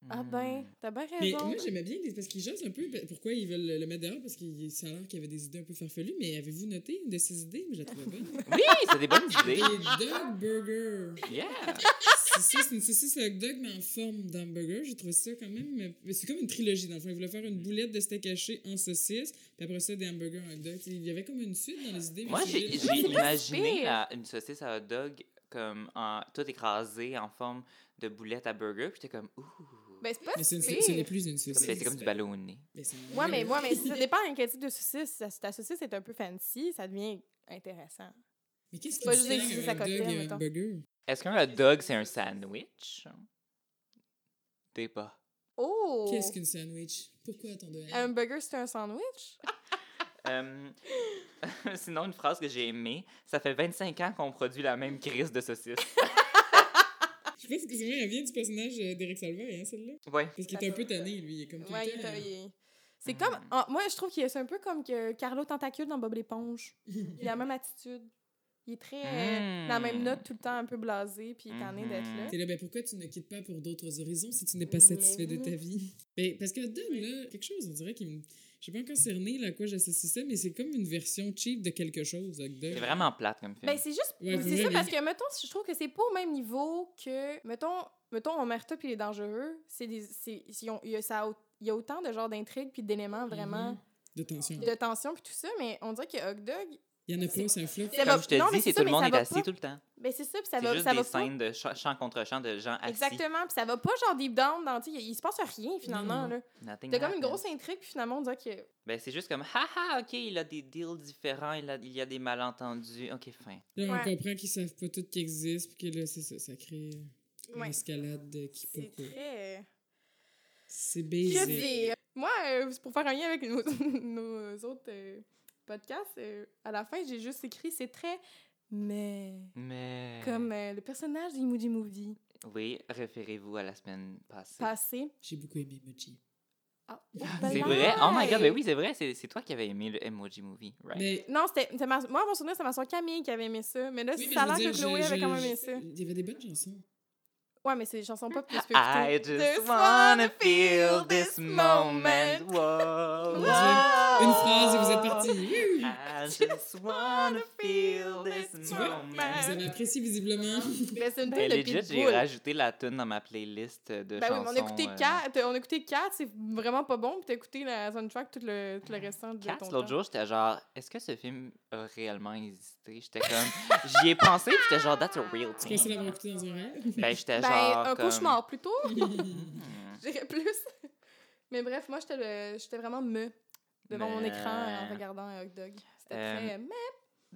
Speaker 2: Ah
Speaker 1: Hmm.
Speaker 2: ben, t'as bien
Speaker 3: Mais
Speaker 2: raison.
Speaker 3: moi, j'aimais bien les- parce qu'ils jasent un peu pe- pourquoi ils veulent le- le mettre dehors, parce que ça a l'air qu'il y avait des idées un peu farfelues, mais avez-vous noté une de ces idées? Moi, je la trouvais bonne.
Speaker 1: Oui, c'est des bonnes idées.
Speaker 3: Des dog burgers.
Speaker 1: Yeah!
Speaker 3: C'est ça, c'est une saucisse hot dog, mais en forme d'hamburger. J'ai trouvé ça quand même. euh, mais C'est comme une trilogie, dans le fond. Ils voulaient faire une boulette de steak haché en saucisse, puis après ça, des hamburgers hot dog. Il y avait comme une suite dans les idées.
Speaker 1: Moi,
Speaker 3: mais c'est
Speaker 1: j'ai
Speaker 3: juste-
Speaker 1: j'ai
Speaker 2: c'est pas si
Speaker 1: imaginé
Speaker 2: pire.
Speaker 1: la- une saucisse à hot dog comme en, tout écrasé en forme de boulette à burger. Puis j'étais comme, ouh,
Speaker 2: Ben, c'est pas
Speaker 3: Mais c'est
Speaker 2: si
Speaker 3: une- ce n'est
Speaker 2: pire.
Speaker 3: plus une
Speaker 1: Comme-
Speaker 3: saucisse.
Speaker 1: ben, c'est comme du ballonné.
Speaker 3: Mais c'est un
Speaker 2: Moi, mais,
Speaker 3: hamburger.
Speaker 2: moi, mais ça dépend d'un quel type de saucisse. Si ta saucisse est un peu fancy, ça devient intéressant.
Speaker 3: Mais qu'est-ce
Speaker 2: Pas
Speaker 3: qui
Speaker 2: juste
Speaker 3: distingue
Speaker 2: des
Speaker 3: un hot dog
Speaker 2: cocktails,
Speaker 3: et un
Speaker 2: mettons.
Speaker 3: burger?
Speaker 1: Est-ce qu'un hot dog, c'est un sandwich? Débat.
Speaker 2: Oh! Euh,
Speaker 3: Qu'est-ce qu'une sandwich? Pourquoi ton deuil?
Speaker 2: Un burger, c'est un sandwich?
Speaker 1: Euh, sinon, une phrase que j'ai aimée, ça fait 25 ans qu'on produit la même crise de saucisses.
Speaker 3: Je pense que souvent, elle vient du personnage euh, d'Éric Salvay, hein, celle-là.
Speaker 1: Ouais.
Speaker 3: Parce qu'il est un peu tanné, lui. Il est comme tout
Speaker 2: Ouais,
Speaker 3: le
Speaker 2: il est-
Speaker 3: temps.
Speaker 2: il est- C'est comme.
Speaker 1: Mm.
Speaker 2: ah, moi, je trouve que c'est un peu comme que Carlo Tentacule dans Bob l'éponge. Il a la même attitude. Il est très. euh, la même
Speaker 1: Mm.
Speaker 2: note, tout le temps un peu blasé, puis il est tanné
Speaker 1: Mhm.
Speaker 2: d'être là.
Speaker 3: T'es là, ben pourquoi tu ne quittes pas pour d'autres horizons si tu n'es pas satisfait de ta vie? Ben, parce que donne, là, quelque chose, on dirait qu'il me. Je sais pas encore cerné là, à quoi j'associe ça, mais c'est comme une version cheap de quelque chose, Hot Dog.
Speaker 1: C'est vraiment plate comme film.
Speaker 2: Ben, c'est juste.
Speaker 3: Ouais,
Speaker 2: c'est ça,
Speaker 3: vraiment.
Speaker 2: parce que, mettons, je trouve que c'est pas au même niveau que. Mettons, mettons Omerta puis Les Dangereux. C'est des. c'est- ils ont- Il y, a, ça a- il y a autant de genres d'intrigues puis d'éléments vraiment.
Speaker 3: De tension.
Speaker 2: de tension puis tout ça, mais on dirait que Hog Dog.
Speaker 3: Il y en a pas, c'est un flop.
Speaker 2: C'est
Speaker 1: Comme je te
Speaker 2: non, mais
Speaker 1: dis,
Speaker 2: c'est
Speaker 1: c'est
Speaker 2: ça,
Speaker 1: tout le
Speaker 2: mais
Speaker 1: monde
Speaker 2: ça
Speaker 1: est
Speaker 2: va
Speaker 1: assis
Speaker 2: pas.
Speaker 1: tout le temps.
Speaker 2: Ben, c'est ça, puis ça
Speaker 1: C'est
Speaker 2: va,
Speaker 1: juste
Speaker 2: ça
Speaker 1: des
Speaker 2: va pas.
Speaker 1: scènes de cha- chant contre chant de gens assis.
Speaker 2: Exactement, puis ça va pas genre deep down dans, tu sais, il il se passe rien finalement
Speaker 3: Non, non.
Speaker 2: là.
Speaker 1: Nothing
Speaker 2: T'as comme une
Speaker 1: happened.
Speaker 2: grosse intrigue puis finalement on dirait que
Speaker 1: Ben, c'est juste comme, haha, ok, il a des deals différents, il, a- il y a des malentendus, ok, fin.
Speaker 3: Là, on
Speaker 2: Ouais.
Speaker 3: comprend qu'ils savent pas tout qui existe, puis que là, c'est ça, ça crée une
Speaker 2: Ouais.
Speaker 3: escalade de qui peut
Speaker 2: c'est
Speaker 3: pas.
Speaker 2: très euh,
Speaker 3: C'est
Speaker 2: que
Speaker 3: baisé.
Speaker 2: dire. Moi euh, pour faire un lien avec nos, nos autres euh, podcasts, euh, à la fin, j'ai juste écrit c'est très mais
Speaker 1: Mais.
Speaker 2: comme euh, le personnage d'Emoji Movie
Speaker 1: Oui, référez-vous à la semaine passée.
Speaker 2: passé.
Speaker 3: J'ai beaucoup aimé Mochi.
Speaker 2: Ah,
Speaker 1: C'est
Speaker 2: ben
Speaker 1: vrai? Oh my god,
Speaker 2: ouais.
Speaker 1: ben oui, c'est vrai, c'est c'est toi qui avais aimé le Emoji Movie, right?
Speaker 3: Mais
Speaker 2: Non, c'était c'était ma- moi mon souvenir c'est ma soeur Camille qui avait aimé ça, mais là
Speaker 3: Oui, mais
Speaker 2: ça a
Speaker 3: je
Speaker 2: l'air
Speaker 3: veux
Speaker 2: que
Speaker 3: dire,
Speaker 2: Chloé
Speaker 3: je-
Speaker 2: avait
Speaker 3: je-
Speaker 2: quand même
Speaker 3: je-
Speaker 2: aimé ça.
Speaker 3: il y avait des bonnes chansons.
Speaker 2: Ouais, mais c'est des chansons pop que tu peux
Speaker 1: I
Speaker 2: écouter.
Speaker 1: just wanna feel this moment. Whoa,
Speaker 3: Mon Dieu. Une
Speaker 1: whoa.
Speaker 3: phrase et vous êtes parti. Wouh!
Speaker 2: Oh.
Speaker 1: I just wanna feel this
Speaker 2: Tu vois?
Speaker 1: moment.
Speaker 3: Vous avez apprécié visiblement.
Speaker 2: Mais c'est une
Speaker 1: Ben,
Speaker 2: tune de
Speaker 1: legit, j'ai
Speaker 2: Pitbull.
Speaker 1: rajouté la tune dans ma playlist de
Speaker 2: Ben oui,
Speaker 1: chansons.
Speaker 2: mais on a écouté
Speaker 1: euh,
Speaker 2: 4, on a écouté quatre, c'est vraiment pas bon, puis t'as écouté la soundtrack tout le, tout le restant de
Speaker 1: Cats,
Speaker 2: ton
Speaker 1: l'autre
Speaker 2: temps.
Speaker 1: jour, j'étais genre, est-ce que ce film a réellement existé? J'étais comme, j'y ai pensé, puis j'étais genre, that's a real
Speaker 3: Je pensais
Speaker 1: thing.
Speaker 3: l'avoir écouté dans un rêve.
Speaker 1: Ben, j'étais
Speaker 2: Ben,
Speaker 1: genre.
Speaker 2: un
Speaker 1: comme...
Speaker 2: cauchemar plutôt,
Speaker 1: Hmm.
Speaker 2: je dirais plus. mais bref, moi, j'étais le- j'étais vraiment me devant mon
Speaker 1: Mais-
Speaker 2: écran en regardant un hot dog. C'était
Speaker 1: Euh,
Speaker 2: très me.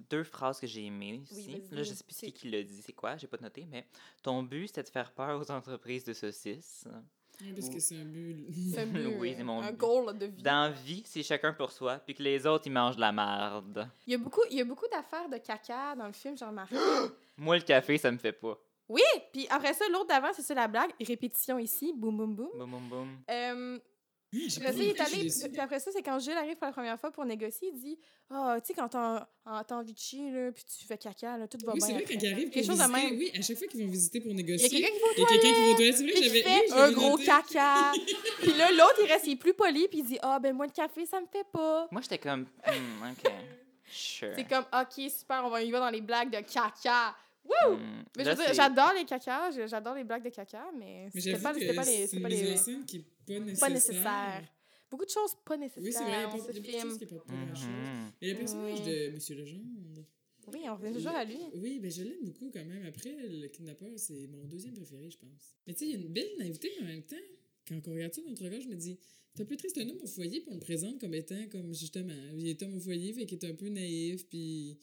Speaker 1: Deux phrases que j'ai aimées aussi.
Speaker 2: vas-y.
Speaker 1: Là, je sais plus
Speaker 2: C'est-
Speaker 1: qui, qui l'a dit, c'est quoi, j'ai pas noté, mais ton but, c'était de faire peur aux entreprises de saucisses.
Speaker 3: Ouais, Parce que c'est un but.
Speaker 2: C'est un but, euh,
Speaker 1: Oui, c'est mon
Speaker 2: un
Speaker 1: but.
Speaker 2: goal de vie.
Speaker 1: Dans vie, c'est chacun pour soi, puis que les autres, ils mangent de la merde.
Speaker 2: Il y a beaucoup, il y a beaucoup d'affaires de caca dans le film, j'ai remarqué.
Speaker 1: Moi, le café, ça me fait pas.
Speaker 2: oui, puis après ça, l'autre d'avant, c'est ça la blague, répétition ici, boum boum boum.
Speaker 1: Boum, boum, boum.
Speaker 2: Euh,
Speaker 3: J'ai
Speaker 2: Après ça, il est
Speaker 3: pas- je suis
Speaker 2: allé,
Speaker 3: déçue.
Speaker 2: puis après ça, c'est quand Gilles arrive pour la première fois pour négocier, il dit Ah, tu sais, quand t'as en- t'as envie de chier, là, puis tu fais caca, là, tout va
Speaker 3: Oui,
Speaker 2: bien.
Speaker 3: c'est vrai,
Speaker 2: après.
Speaker 3: quand ils arrivent,
Speaker 2: Quelque chose de même.
Speaker 3: Oui, à chaque fois qu'ils vont visiter pour
Speaker 2: Il y
Speaker 3: négocier,
Speaker 2: a quelqu'un qui va aux
Speaker 3: il y a quelqu'un qui va aux
Speaker 2: toilettes,
Speaker 3: toilettes. C'est vrai,
Speaker 2: puis
Speaker 3: j'avais
Speaker 2: qui
Speaker 3: oui,
Speaker 2: fait
Speaker 3: je
Speaker 2: un
Speaker 3: l'avais
Speaker 2: gros
Speaker 3: noté.
Speaker 2: caca. puis là, l'autre, il reste, il est plus poli, puis il dit Ah, ben moi, le café, ça me fait pas.
Speaker 1: Moi, j'étais comme, Hmm, ok, sure. Hmm.
Speaker 2: C'est comme Ok, super, on va y va dans les blagues de caca.
Speaker 3: Mm.
Speaker 2: Wouh!
Speaker 1: Hmm.
Speaker 2: Mais je
Speaker 1: Là,
Speaker 2: veux dire,
Speaker 1: c'est-
Speaker 2: j'adore les caca, je- j'adore les blagues de caca, mais
Speaker 3: Mais
Speaker 2: c'était
Speaker 3: j'avoue
Speaker 2: pas, c'était
Speaker 3: que
Speaker 2: pas les.
Speaker 3: c'est
Speaker 2: c'était
Speaker 3: une
Speaker 2: pas
Speaker 3: mise en
Speaker 2: les-
Speaker 3: scène qui n'est pas nécessaire.
Speaker 2: Pas nécessaire. Beaucoup de choses pas nécessaires
Speaker 3: Oui, c'est vrai, il y a pas-
Speaker 2: dans
Speaker 3: il y a
Speaker 2: ce
Speaker 3: beaucoup de choses
Speaker 2: film.
Speaker 3: qui apportent pas grand-chose.
Speaker 1: Mhm.
Speaker 3: Et le personnage
Speaker 2: Oui.
Speaker 3: de Monsieur Legendre...
Speaker 2: Oui, on revient toujours à lui.
Speaker 3: Oui, ben je l'aime beaucoup quand même. Après, le kidnappeur, c'est mon deuxième préféré, je pense. Mais tu sais, il y a une belle naïveté, mais en même temps, quand on regarde ça d'un autre regard, je me dis, c'est un peu triste, un homme au foyer, puis on le présente comme étant, comme justement, il est homme au foyer, fait qu'il est un peu naïf, puis,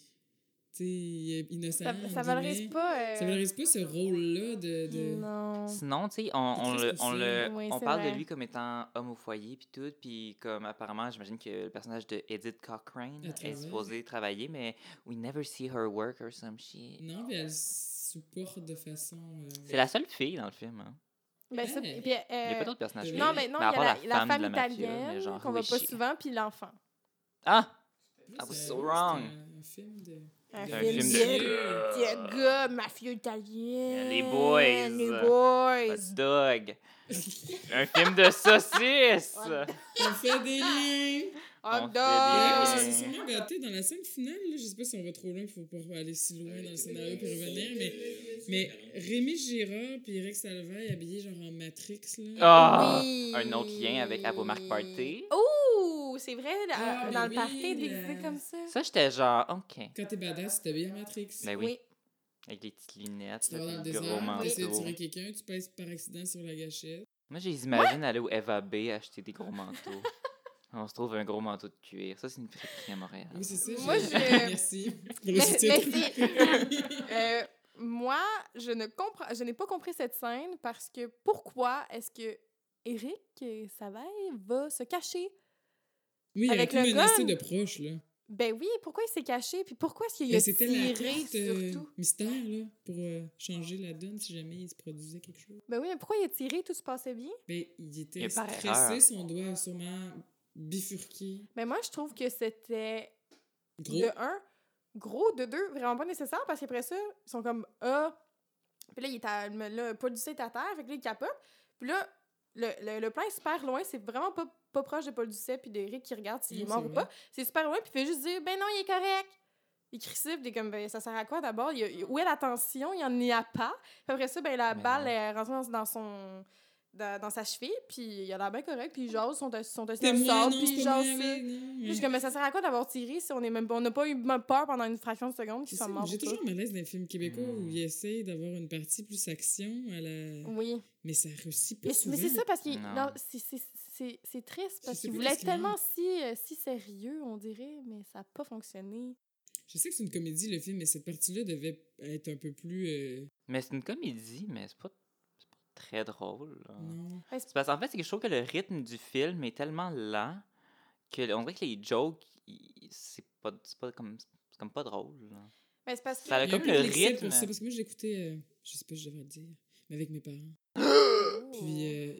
Speaker 3: tu sais, il est innocent.
Speaker 2: Ça,
Speaker 3: on
Speaker 2: ça
Speaker 3: dirait.
Speaker 2: valorise pas. euh,
Speaker 3: Ça valorise pas ce rôle-là de. de...
Speaker 2: Non.
Speaker 1: Sinon, tu sais, on,
Speaker 3: C'est
Speaker 1: on
Speaker 3: triste
Speaker 1: le, on,
Speaker 3: aussi.
Speaker 1: le,
Speaker 2: Oui,
Speaker 1: on
Speaker 2: c'est
Speaker 1: parle
Speaker 2: vrai.
Speaker 1: de lui comme étant homme au foyer, puis tout, puis comme apparemment, j'imagine que le personnage de Edith Cochrane
Speaker 3: Elle
Speaker 1: est
Speaker 3: travaille.
Speaker 1: supposé travailler, mais we never see her work or some shit.
Speaker 3: Non, puis elle supporte de façon. euh,
Speaker 1: C'est la seule fille dans le film. Hein.
Speaker 2: Ben, ça, puis,
Speaker 3: Ouais.
Speaker 1: Il n'y a
Speaker 2: euh,
Speaker 1: pas d'autres personnages.
Speaker 3: non,
Speaker 2: non,
Speaker 1: féminins,
Speaker 2: mais non,
Speaker 1: à
Speaker 2: il y
Speaker 1: part
Speaker 2: a la, la femme
Speaker 1: de la mafia,
Speaker 2: italienne
Speaker 1: mais genre,
Speaker 2: qu'on voit
Speaker 1: oui,
Speaker 2: pas
Speaker 1: shit.
Speaker 2: souvent, puis l'enfant.
Speaker 1: Ah!
Speaker 3: plus,
Speaker 1: I was
Speaker 3: euh,
Speaker 1: so
Speaker 3: oui,
Speaker 1: wrong.
Speaker 3: c'est Un, un film de.
Speaker 2: Un
Speaker 3: de-
Speaker 1: un
Speaker 2: film
Speaker 1: film de
Speaker 2: de-
Speaker 1: vieux.
Speaker 2: Tiens, gars, mafieux italien.
Speaker 1: Les boys.
Speaker 2: Les boys.
Speaker 1: Hot dog! Un film de saucisse!
Speaker 3: On fait des liens!
Speaker 1: On
Speaker 2: Hot
Speaker 1: fait
Speaker 3: Ah,
Speaker 1: Ah,
Speaker 3: c'est
Speaker 2: dog.
Speaker 1: des-
Speaker 3: sûrement gâté dans la scène finale. Là. Je sais pas si on va trop loin, il faut pas aller si loin dans le scénario pour revenir. Mais, mais Rémi Girard puis Rex Salvaille habillés genre en Matrix. Là.
Speaker 1: Ah!
Speaker 2: Oui.
Speaker 1: Un autre lien avec Avomark Party.
Speaker 2: Oh, c'est vrai, là,
Speaker 3: Ah,
Speaker 2: dans
Speaker 3: mais
Speaker 2: le
Speaker 3: oui,
Speaker 2: party,
Speaker 3: le-
Speaker 2: déguisé comme ça.
Speaker 1: Ça, j'étais genre, OK.
Speaker 3: Quand t'es badass, tu t'habilles en Matrix.
Speaker 1: Ben oui, avec les petites lunettes,
Speaker 3: Tu vas dans le
Speaker 1: le gros
Speaker 3: désert, tu essaies de
Speaker 1: manteau.
Speaker 3: tirer quelqu'un, tu pèses par accident sur la gâchette.
Speaker 1: Moi, j'imagine aller au Eva B acheter des gros manteaux. On se trouve un gros manteau de cuir. Ça, c'est une friperie à Montréal.
Speaker 3: Oui, c'est ça.
Speaker 2: Moi,
Speaker 3: j'ai-
Speaker 2: je-
Speaker 3: Merci.
Speaker 2: Mais,
Speaker 3: Pour le
Speaker 2: mais
Speaker 3: sous-titre.
Speaker 2: c'est- euh, moi, je ne comprends, je n'ai pas compris cette scène parce que pourquoi est-ce que Eric Savaille va se cacher?
Speaker 3: Oui, il a
Speaker 2: Avec
Speaker 3: comme
Speaker 2: le
Speaker 3: menacé
Speaker 2: gun.
Speaker 3: de proche, là.
Speaker 2: Ben oui, pourquoi il s'est caché? Puis pourquoi est-ce qu'il
Speaker 3: Mais
Speaker 2: a
Speaker 3: Ben, c'était la
Speaker 2: tiré
Speaker 3: carte euh,
Speaker 2: surtout?
Speaker 3: mystère, là, pour euh, changer la donne si jamais il se produisait quelque chose.
Speaker 2: Ben oui, mais pourquoi il a tiré? Tout se passait bien?
Speaker 3: Ben, il était
Speaker 1: Et par
Speaker 3: stressé,
Speaker 1: erreur.
Speaker 3: son doigt a sûrement bifurqué.
Speaker 2: Mais moi, je trouve que c'était
Speaker 3: Gros.
Speaker 2: de un, gros de deux, vraiment pas nécessaire parce qu'après ça, ils sont comme ah. Puis là, il est à, mais là, Paul Ducet est à terre, fait que là, il capote. Puis là, le, le, le plan est super loin, c'est vraiment pas, pas proche de Paul Ducet puis d'Eric qui regarde s'il est
Speaker 3: Non,
Speaker 2: mort
Speaker 3: c'est
Speaker 2: ou
Speaker 3: vrai.
Speaker 2: pas. C'est super loin, puis il fait juste dire ben non, il est correct. Il crie ça, puis il est comme ben ça sert à quoi d'abord Il y a- il- Où est la tension Il y en a pas. Puis après ça, ben la
Speaker 1: Mais
Speaker 2: balle
Speaker 1: non.
Speaker 2: est rentrée dans, dans son. Dans, dans sa cheville, puis il a l'air bien correct, puis ils jasent, sont assis sont assis dans
Speaker 3: C'était
Speaker 2: le
Speaker 3: moi,
Speaker 2: sable,
Speaker 3: non,
Speaker 2: puis
Speaker 3: c'est
Speaker 2: ils
Speaker 3: pas
Speaker 2: jasent ça.
Speaker 3: moi, mais non,
Speaker 2: Puis
Speaker 3: mais-
Speaker 2: Je suis comme, mais ça sert à quoi d'avoir tiré si on est même pas- on n'a pas eu même peur pendant une fraction de seconde qu'ils
Speaker 3: C'est
Speaker 2: sont
Speaker 3: ça,
Speaker 2: morts
Speaker 3: J'ai
Speaker 2: ou pas.
Speaker 3: toujours un malaise dans les films québécois
Speaker 1: Mm.
Speaker 3: où ils essayent d'avoir une partie plus action à la...
Speaker 2: Oui.
Speaker 3: Mais ça réussit pas
Speaker 2: Mais, mais c'est
Speaker 3: souvent.
Speaker 2: ça parce que
Speaker 1: Non.
Speaker 2: non, c'est- c'est- c'est c'est triste
Speaker 3: Je
Speaker 2: parce
Speaker 3: sais
Speaker 2: qu'ils
Speaker 3: plus
Speaker 2: voulaient
Speaker 3: qu'est-ce qu'il y a.
Speaker 2: tellement si, euh, si sérieux, on dirait, mais ça n'a pas fonctionné.
Speaker 3: Je sais que c'est une comédie, le film, mais cette partie-là devait être un peu plus... euh,
Speaker 1: Mais c'est une comédie, mais c'est pas, c'est pas très drôle. là.
Speaker 3: Non.
Speaker 1: C'est parce qu'en fait, c'est que je trouve que le rythme du film est tellement lent que on dirait que les jokes, ils- c'est pas, c'est pas comme, c'est comme pas drôle. là.
Speaker 2: Mais c'est parce que.
Speaker 1: Ça a
Speaker 3: Il y a un
Speaker 1: comme
Speaker 3: peu
Speaker 1: le
Speaker 3: de l'excès
Speaker 1: rythme.
Speaker 3: Pour ça, parce que moi, j'écoutais... euh, je sais pas si je devrais le dire, mais avec mes parents.
Speaker 1: Oh.
Speaker 3: Puis, euh,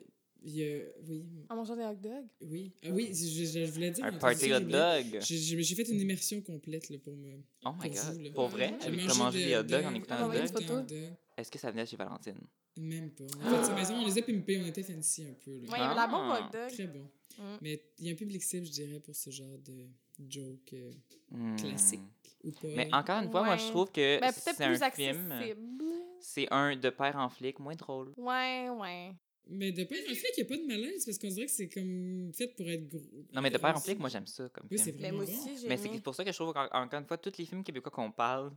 Speaker 3: il y a... Oui.
Speaker 2: Oh. En mangeant des hot dogs.
Speaker 3: oui. Ah oui, je, je- je voulais dire...
Speaker 1: Un
Speaker 3: mais
Speaker 1: party
Speaker 3: attends,
Speaker 1: hot
Speaker 3: j'ai oublié.
Speaker 1: dog.
Speaker 3: J'ai- J'ai j'ai fait une immersion complète là, pour me...
Speaker 1: Oh my
Speaker 3: pour vous,
Speaker 1: god.
Speaker 3: là.
Speaker 1: Pour vrai,
Speaker 2: Ah, J'ai
Speaker 1: avec
Speaker 3: J'ai
Speaker 1: toi manger des hot dogs en
Speaker 2: Ah,
Speaker 1: écoutant un
Speaker 2: ouais,
Speaker 1: hot
Speaker 2: une
Speaker 1: dog.
Speaker 2: photo.
Speaker 1: Est-ce que ça venait chez Valentine?
Speaker 3: Même pas. En fait, c'est maison, on les a pimpés, on était fancy un peu. Là.
Speaker 2: Ouais, il y avait la bombe
Speaker 1: Ah.
Speaker 2: hot dog.
Speaker 3: Très bon.
Speaker 2: Mm.
Speaker 3: Mais il y a un public cible, je dirais, pour ce genre de joke euh,
Speaker 1: Hmm.
Speaker 3: classique. Ou pas.
Speaker 1: Mais encore une fois, moi, je
Speaker 2: Ouais.
Speaker 1: trouve que
Speaker 2: Ben, peut-être
Speaker 1: c'est un
Speaker 2: plus accessible.
Speaker 1: film. C'est un de père en flic moins drôle.
Speaker 2: Ouais, ouais.
Speaker 3: Mais de père en flic, il n'y a pas de malaise parce qu'on dirait que c'est comme fait pour être gros.
Speaker 1: Non, mais de père en flic, moi, j'aime ça comme
Speaker 3: Oui, c'est
Speaker 1: film.
Speaker 3: vrai.
Speaker 2: Mais
Speaker 3: Vraiment
Speaker 2: moi
Speaker 3: bon.
Speaker 2: aussi, j'ai.
Speaker 1: Mais c'est
Speaker 2: aimé.
Speaker 1: pour ça que je trouve qu'encore une fois, tous les films québécois qu'on parle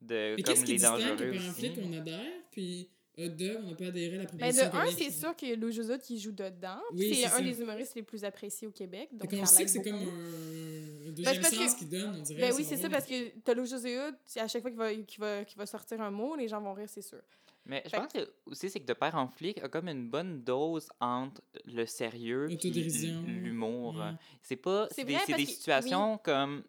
Speaker 1: de
Speaker 3: Mais
Speaker 1: comme
Speaker 3: qu'est-ce qui
Speaker 1: les
Speaker 3: distingue
Speaker 1: dangereux
Speaker 3: de père en
Speaker 1: aussi.
Speaker 3: flic, on adhère, puis hot dog, on n'a pas adhéré à la
Speaker 2: Mais Ben, de
Speaker 3: proposition.
Speaker 2: un,
Speaker 3: comique.
Speaker 2: c'est sûr qu'il y a Louis Josette qui joue dedans.
Speaker 3: Oui,
Speaker 2: c'est
Speaker 3: c'est
Speaker 2: un
Speaker 3: ça.
Speaker 2: des humoristes les plus appréciés au Québec.
Speaker 3: Fait
Speaker 2: Donc, ça
Speaker 3: qu'on sait
Speaker 2: l'aide
Speaker 3: que c'est comme
Speaker 2: beaucoup.
Speaker 3: un un
Speaker 2: Parce-
Speaker 3: deuxième
Speaker 2: parce
Speaker 3: sens
Speaker 2: Ben, que-
Speaker 3: qu'il donne, on dirait.
Speaker 2: Ben oui,
Speaker 3: va
Speaker 2: c'est ça,
Speaker 3: voir.
Speaker 2: parce que t'as Louis José Hood, à chaque fois qu'il va, qu'il va, qu'il va sortir un mot, les gens vont rire, c'est sûr.
Speaker 1: Mais je
Speaker 2: Fait que-
Speaker 1: pense que aussi, c'est que De Père en flic a comme une bonne dose entre le sérieux et
Speaker 3: Autodérision.
Speaker 1: l'humour. euh.
Speaker 3: Ouais.
Speaker 1: C'est pas.
Speaker 2: C'est
Speaker 1: C'est des,
Speaker 2: vrai,
Speaker 1: c'est
Speaker 2: parce
Speaker 1: des
Speaker 2: que- oui.
Speaker 1: situations comme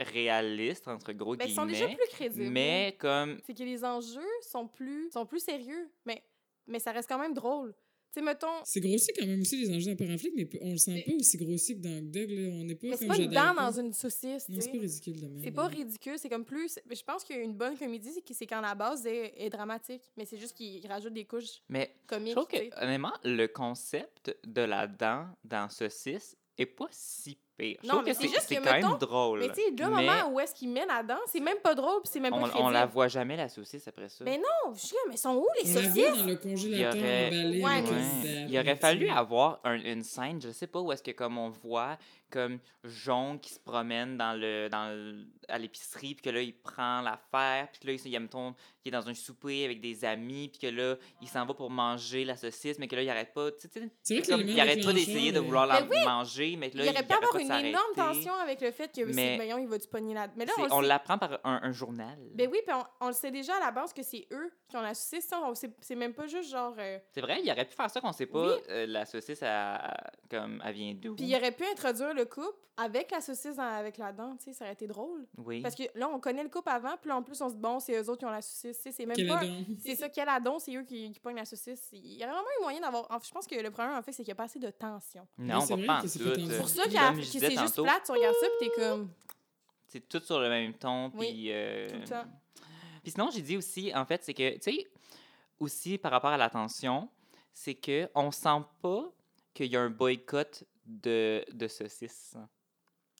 Speaker 1: réalistes, entre gros
Speaker 2: Ben, ils sont déjà
Speaker 1: guillemets.
Speaker 2: plus crédibles.
Speaker 1: Mais comme.
Speaker 2: C'est que les enjeux sont plus, sont plus sérieux, mais, mais ça reste quand même drôle. Tu sais, mettons...
Speaker 3: C'est grossier quand même aussi, les enjeux d'un père en flic, mais on le sent
Speaker 2: Mais-
Speaker 3: pas aussi grossier que dans hot dog. Là. On n'est pas
Speaker 2: Mais c'est
Speaker 3: comme
Speaker 2: pas une
Speaker 3: j'adhère
Speaker 2: dent
Speaker 3: pas.
Speaker 2: dans une saucisse,
Speaker 3: Non,
Speaker 2: tu
Speaker 3: c'est pas
Speaker 2: sais.
Speaker 3: ridicule de même.
Speaker 2: C'est pas
Speaker 3: là.
Speaker 2: ridicule, c'est comme plus... mais Je pense qu'il y a une bonne comédie, c'est que- c'est quand la base est, est dramatique, mais c'est juste qu'il rajoute des couches
Speaker 1: Mais je
Speaker 2: comiques,
Speaker 1: trouve
Speaker 2: tu sais.
Speaker 1: que, honnêtement, le concept de la dent dans Saucisse est pas si pire. Je
Speaker 2: Non,
Speaker 1: trouve
Speaker 2: mais
Speaker 1: que c'est
Speaker 2: c'est juste
Speaker 1: c'est
Speaker 2: que,
Speaker 1: quand même
Speaker 2: mettons,
Speaker 1: drôle.
Speaker 2: Mais tu sais, le
Speaker 1: Mais
Speaker 2: moment où est-ce qu'il met la dent, c'est même pas drôle, puis c'est même pas
Speaker 1: on,
Speaker 2: crédible. Ben,
Speaker 1: on la voit jamais, la saucisse, après ça.
Speaker 2: Mais non, je suis là, mais sont où les
Speaker 3: On la
Speaker 2: saucisses?
Speaker 3: voit dans le congélateur
Speaker 1: Il y aurait-
Speaker 3: emballé.
Speaker 2: Ouais,
Speaker 3: avec
Speaker 2: mais-
Speaker 3: une
Speaker 1: Ouais.
Speaker 3: date,
Speaker 1: Il aurait
Speaker 3: tu
Speaker 1: fallu
Speaker 3: sais.
Speaker 1: avoir un- une scène, je sais pas, où est-ce que comme on voit comme Jon qui se promène dans le, dans le- à l'épicerie, puis que là, il prend l'affaire, puis que là, il, se- il, y a, mettons, il est dans un souper avec des amis, puis que là, il s'en va pour manger la saucisse, mais que là, il arrête pas, tu sais, tu
Speaker 3: C'est vrai
Speaker 1: sais,
Speaker 3: que
Speaker 1: comme,
Speaker 3: l'élément
Speaker 1: il arrête pas
Speaker 3: déclencheur,
Speaker 1: d'essayer de
Speaker 3: euh,
Speaker 1: vouloir la
Speaker 2: Mais oui!
Speaker 1: manger, mais que là,
Speaker 2: il aurait pu avoir
Speaker 1: pas de
Speaker 2: une énorme
Speaker 1: s'arrêter.
Speaker 2: tension avec le fait que
Speaker 1: Mais-
Speaker 2: mais... Bayon, il va du pogner la... Mais là,
Speaker 1: C'est-
Speaker 2: on, le
Speaker 1: on
Speaker 2: sait-
Speaker 1: l'apprend par un, un journal.
Speaker 2: Ben oui, puis on, on le sait déjà à la base que c'est eux qui ont la saucisse. ça, on sait- C'est même pas juste genre... euh,
Speaker 1: C'est vrai, il aurait pu faire ça qu'on sait pas
Speaker 2: Oui.
Speaker 1: euh, la saucisse, à, comme, elle vient d'où.
Speaker 2: Puis il aurait pu introduire le couple avec la saucisse dans- avec la dent, tu sais, ça aurait été drôle.
Speaker 1: Oui.
Speaker 2: Parce que là, on connaît le couple avant, puis là, en plus, on se dit, bon, c'est eux autres qui ont la saucisse, tu sais, c'est même
Speaker 3: Quel
Speaker 2: pas...
Speaker 3: adon.
Speaker 2: C'est ça, quel adon, c'est eux qui, qui pognent la saucisse. Il y aurait vraiment eu moyen d'avoir... en fait, je pense que le problème, en fait, c'est qu'il n'y a pas assez de tension.
Speaker 1: Non,
Speaker 3: c'est
Speaker 1: pas,
Speaker 3: vrai
Speaker 1: pas en
Speaker 3: que c'est
Speaker 1: tout.
Speaker 3: fait en-
Speaker 1: euh,
Speaker 2: Pour ça,
Speaker 1: comme
Speaker 2: qu'il y a-
Speaker 1: je
Speaker 2: que
Speaker 1: disais
Speaker 2: c'est juste
Speaker 1: tantôt, euh,
Speaker 2: plate, tu regardes ça, puis t'es comme...
Speaker 1: c'est tout sur le même ton.
Speaker 2: Oui,
Speaker 1: puis, euh,
Speaker 2: tout le temps.
Speaker 1: Puis sinon, j'ai dit aussi, en fait, c'est que, tu sais, aussi par rapport à l'attention, c'est que on sent pas qu'il y a un boycott de, de saucisses.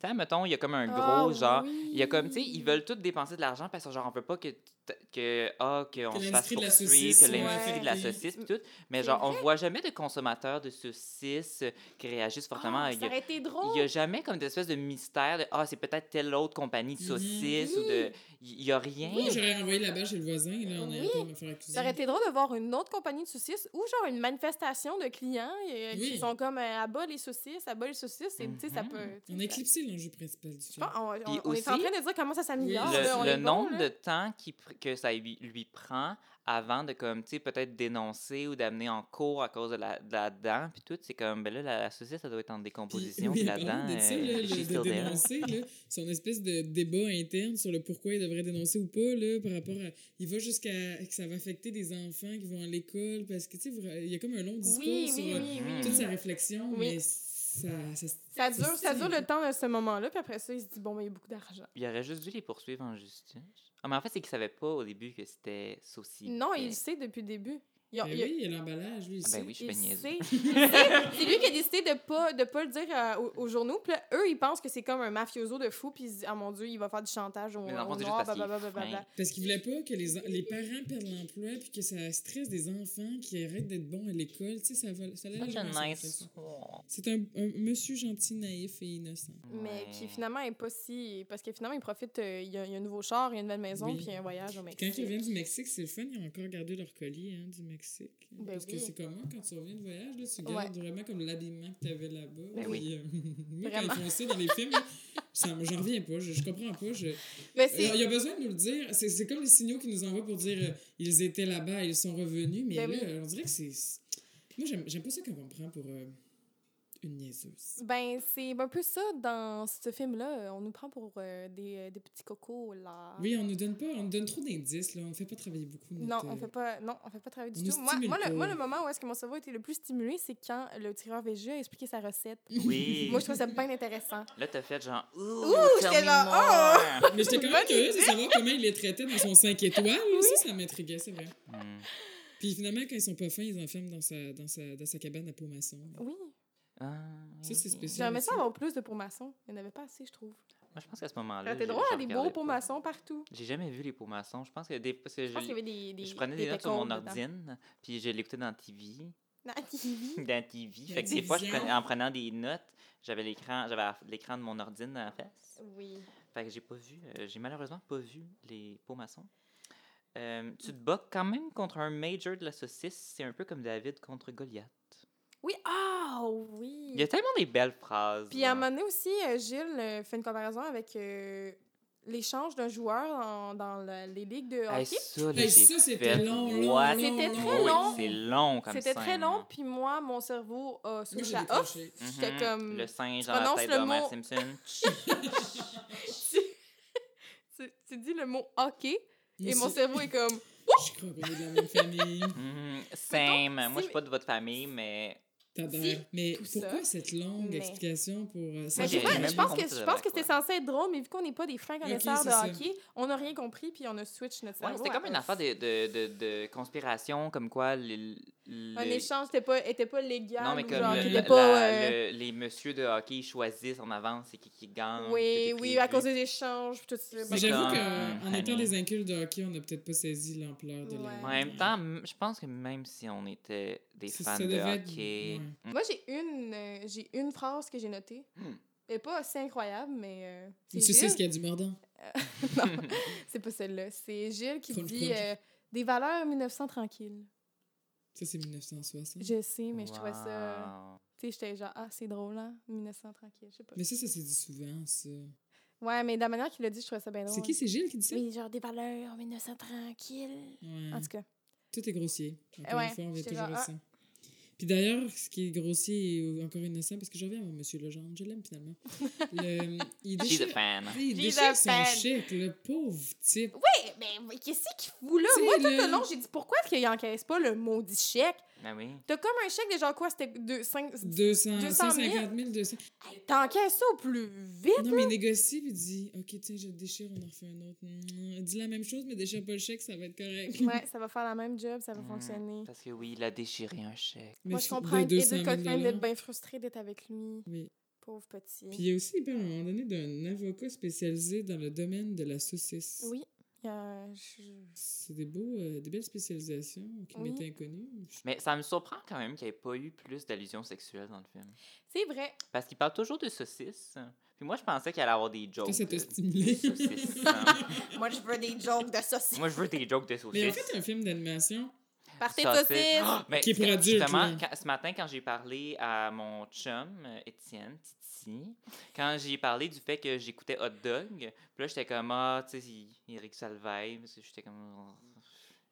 Speaker 1: Tu sais, mettons, il y a comme un
Speaker 2: Ah
Speaker 1: gros genre. Il y a comme, tu sais, ils veulent tous dépenser de l'argent parce que, genre, on veut pas que, t- que ah, qu'on
Speaker 3: Que
Speaker 1: se fasse
Speaker 3: l'industrie de la
Speaker 1: poursuivre,
Speaker 3: saucisse
Speaker 1: que
Speaker 3: soit
Speaker 1: l'industrie de la
Speaker 3: affectée.
Speaker 1: saucisse, pis tout. Mais,
Speaker 2: C'est
Speaker 1: genre, on voit jamais de consommateurs de saucisses qui réagissent fortement.
Speaker 2: Ah,
Speaker 1: Il y
Speaker 2: ça
Speaker 1: a-
Speaker 2: aurait été
Speaker 1: il
Speaker 2: drôle.
Speaker 1: n'y a jamais comme d'espèce de mystère de Ah, c'est peut-être telle autre compagnie de
Speaker 3: Mhm.
Speaker 1: saucisses ou de. Il n'y a rien.
Speaker 3: Moi, j'aurais renvoyé la balle chez le voisin, là, en
Speaker 2: Oui.
Speaker 3: ayant pas à me faire accuser.
Speaker 2: Ça aurait été drôle de voir une autre compagnie de saucisses ou genre une manifestation de clients euh, qui
Speaker 3: Oui.
Speaker 2: sont comme euh, abat les saucisses, abat les saucisses. Et, tu sais, ça
Speaker 1: Mhm.
Speaker 2: peut. tu
Speaker 3: On a
Speaker 2: sais, ça-
Speaker 3: éclipsé l'enjeu principal du
Speaker 2: Je
Speaker 3: film.
Speaker 2: pense- on, on-
Speaker 1: Puis
Speaker 2: on est en
Speaker 1: aussi,
Speaker 2: train de dire comment ça s'améliore.
Speaker 3: le-
Speaker 2: là, on
Speaker 1: le
Speaker 2: est bon, hein?
Speaker 1: nombre
Speaker 2: là.
Speaker 1: de temps qui, pr- que ça lui, lui prend avant de comme tu sais peut-être dénoncer ou d'amener en cours à cause de la, de la dent puis tout c'est comme ben là la, la saucisse ça doit être en décomposition puis,
Speaker 3: oui,
Speaker 1: la dent
Speaker 3: parlant de ça,
Speaker 1: euh,
Speaker 3: là,
Speaker 1: she's
Speaker 3: le- de
Speaker 1: still there.
Speaker 3: dénoncer, là, son espèce de débat interne sur le pourquoi il devrait dénoncer ou pas, là, par rapport à... Il va jusqu'à... que ça va affecter des enfants qui vont à l'école, parce que, tu sais, vous- il y a comme un long discours
Speaker 2: Oui,
Speaker 3: sur
Speaker 2: oui,
Speaker 3: euh,
Speaker 2: oui,
Speaker 1: Mm.
Speaker 2: oui.
Speaker 3: toute sa réflexion,
Speaker 2: Oui.
Speaker 3: mais ça... ça
Speaker 2: Ça
Speaker 3: Ben
Speaker 2: dure, ça dure le temps de ce moment-là, puis après ça, il se dit bon, mais il y a beaucoup d'argent.
Speaker 1: il aurait juste dû les poursuivre en justice ah, mais en fait c'est qu'il savait pas au début que c'était saucisse
Speaker 2: Non, il le sait depuis le début. Il, a-
Speaker 3: Ben
Speaker 2: il a-
Speaker 3: oui, il y a l'emballage, lui,
Speaker 1: Ah,
Speaker 3: ici.
Speaker 1: ben oui je suis
Speaker 2: il
Speaker 1: bien niaiseuse.
Speaker 2: sait. Il sait. C'est lui qui a décidé de pas, de pas le dire euh, aux, aux journaux. Puis là, eux, ils pensent que c'est comme un mafioso de fou, puis ils se disent ah mon Dieu, il va faire du chantage au,
Speaker 1: Mais dans le fond,
Speaker 2: au
Speaker 1: c'est juste
Speaker 2: noir,
Speaker 1: parce qu'il est
Speaker 2: blablabla,
Speaker 1: fin.
Speaker 2: blablabla.
Speaker 3: Parce qu'il voulait pas que les, en- les parents perdent l'emploi puis que ça stresse des enfants qui arrêtent d'être bons à l'école. Tu sais, ça, va, ça allait
Speaker 1: Such a
Speaker 3: jamais s'en
Speaker 1: nice
Speaker 3: faire ça. C'est un, un monsieur gentil, naïf et innocent.
Speaker 2: Mais
Speaker 1: Ouais.
Speaker 2: qui finalement est pas si. Parce que finalement, il profite, euh, il, y a, il y a un nouveau char, il y a une nouvelle maison,
Speaker 3: Oui.
Speaker 2: puis un voyage au Mexique.
Speaker 3: Quand ils reviennent du Mexique, c'est le fun, ils ont encore gardé leur collier hein, du Mexique.
Speaker 2: Ben
Speaker 3: Parce que
Speaker 2: oui.
Speaker 3: c'est commun, quand tu reviens de voyage, là, tu gardes vraiment comme l'habillement que tu avais là-bas.
Speaker 1: Ben oui.
Speaker 3: Puis, euh, moi,
Speaker 2: Vraiment.
Speaker 3: quand ils font ça dans les films, là, ça me- j'en reviens pas, je, je comprends pas. Je...
Speaker 2: Mais
Speaker 3: Il y
Speaker 2: c'est.
Speaker 3: a- il y a besoin de nous le dire. C'est c'est comme les signaux qu'ils nous envoient pour dire euh, ils étaient là-bas, ils sont revenus. Mais
Speaker 2: Ben
Speaker 3: là,
Speaker 2: oui.
Speaker 3: euh, on dirait que c'est. c'est- Moi, j'aime j'aime pas ça quand on me prend pour euh, une niaiseuse.
Speaker 2: Ben, c'est un peu ça dans ce film-là. On nous prend pour euh, des, euh, des petits cocos, là.
Speaker 3: Oui, on nous donne pas, on nous donne trop d'indices, là. On ne fait pas travailler beaucoup.
Speaker 2: Non,
Speaker 3: notre,
Speaker 2: on
Speaker 3: euh,
Speaker 2: fait pas, non, on fait pas travailler
Speaker 3: on
Speaker 2: du
Speaker 3: nous
Speaker 2: tout. Moi,
Speaker 3: stimule
Speaker 2: moi, le,
Speaker 3: pas.
Speaker 2: moi, le moment où est-ce que mon cerveau était le plus stimulé, c'est quand le tireur VG a expliqué sa recette.
Speaker 1: oui
Speaker 2: moi, je trouve ça bien intéressant.
Speaker 1: là t'as fait genre ouh,
Speaker 2: Ouh,
Speaker 1: tell
Speaker 2: j'étais
Speaker 1: me
Speaker 2: genre,
Speaker 1: more.
Speaker 3: Mais j'étais quand
Speaker 2: Bonne
Speaker 3: même curieuse de savoir comment il les traitait dans son 5 étoiles. là. Ça, ça m'intriguait, c'est vrai.
Speaker 1: Hmm.
Speaker 3: Puis finalement, quand ils sont pas fins, ils enferment dans sa, dans sa, dans sa cabane à peau maçon.
Speaker 2: Oui.
Speaker 1: Ah,
Speaker 3: Ça, c'est spécial.
Speaker 2: J'aimerais ça
Speaker 3: aussi.
Speaker 2: avoir plus de pots maçons. Il n'y en avait pas assez, je trouve.
Speaker 1: moi je pense qu'à ce moment-là Ah,
Speaker 2: T'es
Speaker 1: je-
Speaker 2: drôle
Speaker 1: je
Speaker 2: à des
Speaker 1: regardais
Speaker 2: beaux pots
Speaker 1: pas.
Speaker 2: maçons partout.
Speaker 1: J'ai jamais vu les pots maçons. Je pense que des. Parce que
Speaker 2: Je pense
Speaker 1: je,
Speaker 2: qu'il y avait des. des
Speaker 1: je prenais des notes sur
Speaker 2: pécones
Speaker 1: mon
Speaker 2: dedans.
Speaker 1: ordine, puis je l'écoutais dans TV.
Speaker 2: Non, TV.
Speaker 1: Dans TV. Fait que
Speaker 3: Dans
Speaker 1: des fois, je
Speaker 3: Vision.
Speaker 1: prenais- en prenant des notes, j'avais l'écran, j'avais l'écran de mon ordine en face.
Speaker 2: Oui.
Speaker 1: Fait que j'ai pas vu. euh, j'ai malheureusement pas vu les pots maçons. Euh, tu te bats quand même contre un major de la saucisse. C'est un peu comme David contre Goliath.
Speaker 2: Oui, ah oui.
Speaker 1: Il y a tellement des belles phrases.
Speaker 2: Puis à
Speaker 1: là.
Speaker 2: un moment donné aussi, euh, Gilles euh, fait une comparaison avec euh, l'échange d'un joueur en- dans la- les ligues de
Speaker 1: Hey,
Speaker 2: hockey.
Speaker 1: ça, là,
Speaker 3: Hey,
Speaker 1: j'ai
Speaker 3: ça, c'était
Speaker 1: fait
Speaker 3: long, long,
Speaker 1: what?
Speaker 3: long,
Speaker 2: C'était
Speaker 3: long,
Speaker 2: très
Speaker 1: Ah Oui,
Speaker 2: long.
Speaker 1: C'est long comme ça.
Speaker 2: C'était très long, puis moi, mon cerveau a
Speaker 3: Moi, j'ai
Speaker 2: switché à off.
Speaker 3: décroché.
Speaker 2: J'étais
Speaker 1: Mhm.
Speaker 2: comme-
Speaker 1: Le singe
Speaker 2: tu
Speaker 1: dans la
Speaker 2: prononces
Speaker 1: tête
Speaker 2: le
Speaker 1: d'Homer
Speaker 2: mot-
Speaker 1: Simpson.
Speaker 2: Tu, tu dis le mot hockey
Speaker 3: Moi
Speaker 2: et mon
Speaker 3: aussi,
Speaker 2: cerveau est comme.
Speaker 3: Je crois qu'on est de la même famille.
Speaker 1: Mhm. Same.
Speaker 2: Mettons,
Speaker 1: Moi, je
Speaker 2: si-
Speaker 1: suis pas de votre famille, mais.
Speaker 3: T'adores. Mais
Speaker 2: tout ça.
Speaker 3: pourquoi cette longue
Speaker 2: Mais-
Speaker 3: explication pour. euh,
Speaker 2: Mais
Speaker 1: Moi,
Speaker 3: ça
Speaker 2: je
Speaker 1: j'ai-
Speaker 2: sais pas,
Speaker 1: j'ai
Speaker 2: je
Speaker 1: même
Speaker 2: pense
Speaker 1: pas
Speaker 2: que,
Speaker 1: compris
Speaker 2: je
Speaker 1: le
Speaker 2: pense
Speaker 1: mec,
Speaker 2: que c'était
Speaker 1: ouais.
Speaker 2: censé être drôle, mais vu qu'on n'est pas des fans connaisseurs
Speaker 3: c'est ça.
Speaker 2: de hockey, on n'a rien compris, puis on a switch notre
Speaker 1: Ouais,
Speaker 2: cerveau.
Speaker 1: c'était
Speaker 2: à
Speaker 1: comme une
Speaker 2: off.
Speaker 1: affaire de, de, de, de conspiration, comme quoi. Les,
Speaker 2: Un échange n'était pas, était pas légal.
Speaker 1: Non, mais
Speaker 2: ou
Speaker 1: comme
Speaker 2: genre,
Speaker 1: le-
Speaker 2: qu'il
Speaker 3: la-
Speaker 2: était pas,
Speaker 1: la-
Speaker 2: euh,
Speaker 1: le- les messieurs de hockey ils choisissent en avance c'est qui qui gagne.
Speaker 2: Oui,
Speaker 1: tout est
Speaker 2: oui, à
Speaker 1: prévu.
Speaker 2: cause des échanges, puis tout ça.
Speaker 3: Mais
Speaker 2: Ben,
Speaker 1: C'est
Speaker 3: j'avoue
Speaker 1: comme-
Speaker 3: qu'en étant
Speaker 1: Honey.
Speaker 3: des incultes de hockey, on n'a peut-être pas saisi l'ampleur de
Speaker 2: Ouais.
Speaker 3: la.
Speaker 1: En même temps, m- je pense que même si on était des
Speaker 3: Ça-
Speaker 1: fans
Speaker 3: ça
Speaker 1: de
Speaker 3: devait être-
Speaker 1: hockey.
Speaker 2: Mm. Moi, j'ai une, euh, j'ai une phrase que j'ai notée.
Speaker 1: Hmm.
Speaker 2: Elle n'est pas assez incroyable, mais euh, c'est
Speaker 3: Tu sais
Speaker 2: Gilles.
Speaker 3: ce qu'il y a du mordant.
Speaker 2: Non, c'est pas celle-là. C'est Gilles qui
Speaker 3: Crunch,
Speaker 2: dit
Speaker 3: crunch.
Speaker 2: euh, des valeurs 1900 tranquilles.
Speaker 3: Ça, c'est 1960.
Speaker 2: Je sais, mais je trouvais ça.
Speaker 1: Wow.
Speaker 2: Tu sais, j'étais genre, ah, c'est drôle, hein, 1900 tranquilles. Je sais pas.
Speaker 3: Mais ça, ça s'est dit souvent, ça.
Speaker 2: Ouais, mais de la manière qu'il l'a dit, je trouvais ça bien drôle.
Speaker 3: C'est qui? C'est Gilles qui dit ça?
Speaker 2: Ben
Speaker 3: Hmm.
Speaker 2: Oui, Ah, genre des valeurs 1900 tranquilles.
Speaker 3: Ouais.
Speaker 2: En tout cas,
Speaker 3: Tout est grossier. Encore
Speaker 2: Ouais,
Speaker 3: une fois, on vient
Speaker 2: j'étais
Speaker 3: toujours à
Speaker 2: genre,
Speaker 3: ça. Puis d'ailleurs, ce qui est grossier et euh, encore innocent, parce que je reviens à mon monsieur Legendre, je l'aime finalement. Le-
Speaker 2: Ah,
Speaker 1: She's
Speaker 3: il
Speaker 1: a
Speaker 3: déchire,
Speaker 1: fan. hein.
Speaker 3: il
Speaker 2: She's a
Speaker 3: déchire son
Speaker 2: fan.
Speaker 3: chèque, le pauvre type.
Speaker 2: Eh, mais, mais qu'est-ce qu'il fout là?
Speaker 3: Tu sais,
Speaker 2: Moi, tout
Speaker 3: là-
Speaker 2: le long, j'ai dit pourquoi est-ce qu'il encaisse pas le maudit chèque?
Speaker 1: Ah oui.
Speaker 2: T'as comme un chèque de genre quoi? C'était 2, 5,
Speaker 3: 200,
Speaker 2: 200 000.
Speaker 3: 150 000, 200.
Speaker 2: T'encaisses ça au plus vite?
Speaker 3: Non, mais il négocie, puis il dit Ok, tiens, je le déchire, on en refait un autre. Mm, Dis la même chose, mais déchire pas le chèque, ça va être correct.
Speaker 2: Ouais, ça va faire la même job, ça va
Speaker 1: Mm.
Speaker 2: fonctionner.
Speaker 1: Parce que oui, il a déchiré un chèque.
Speaker 3: Mais
Speaker 2: Moi, je
Speaker 3: sur-
Speaker 2: comprends
Speaker 3: de
Speaker 2: Edith
Speaker 3: 200 000
Speaker 2: Cochran d'être bien frustrée d'être avec lui.
Speaker 3: Oui.
Speaker 2: Pauvre petit.
Speaker 3: Puis il y a aussi, il parle à un moment donné d'un avocat spécialisé dans le domaine de la saucisse.
Speaker 2: Oui. euh, je-
Speaker 3: C'est des, beaux, euh, des belles spécialisations qui
Speaker 2: Oui.
Speaker 3: m'étaient inconnues. Je-
Speaker 1: Mais ça me surprend quand même qu'il n'y ait pas eu plus d'allusions sexuelles dans le film.
Speaker 2: C'est vrai.
Speaker 1: Parce qu'il parle toujours de saucisses. Puis moi, je pensais qu'il allait avoir des jokes.
Speaker 3: Que ça t'a
Speaker 1: de-
Speaker 3: stimulé.
Speaker 1: de saucisses, hein.
Speaker 2: Moi, je veux des jokes de saucisses.
Speaker 1: moi, je veux des jokes de
Speaker 3: Mais en
Speaker 1: saucisses.
Speaker 3: fait, un film d'animation,
Speaker 2: Partez de
Speaker 1: Saucisses.
Speaker 2: saucisses.
Speaker 1: Ah! Mais
Speaker 3: Qui est pour
Speaker 1: quand-
Speaker 3: adultes,
Speaker 1: justement,
Speaker 3: là.
Speaker 1: quand- ce matin, quand j'ai parlé à mon chum, euh, Étienne, Titi, quand j'ai parlé du fait que j'écoutais Hot Dog, puis là, j'étais comme, ah, tu sais, il- Eric Salveille, parce que j'étais comme, Oh,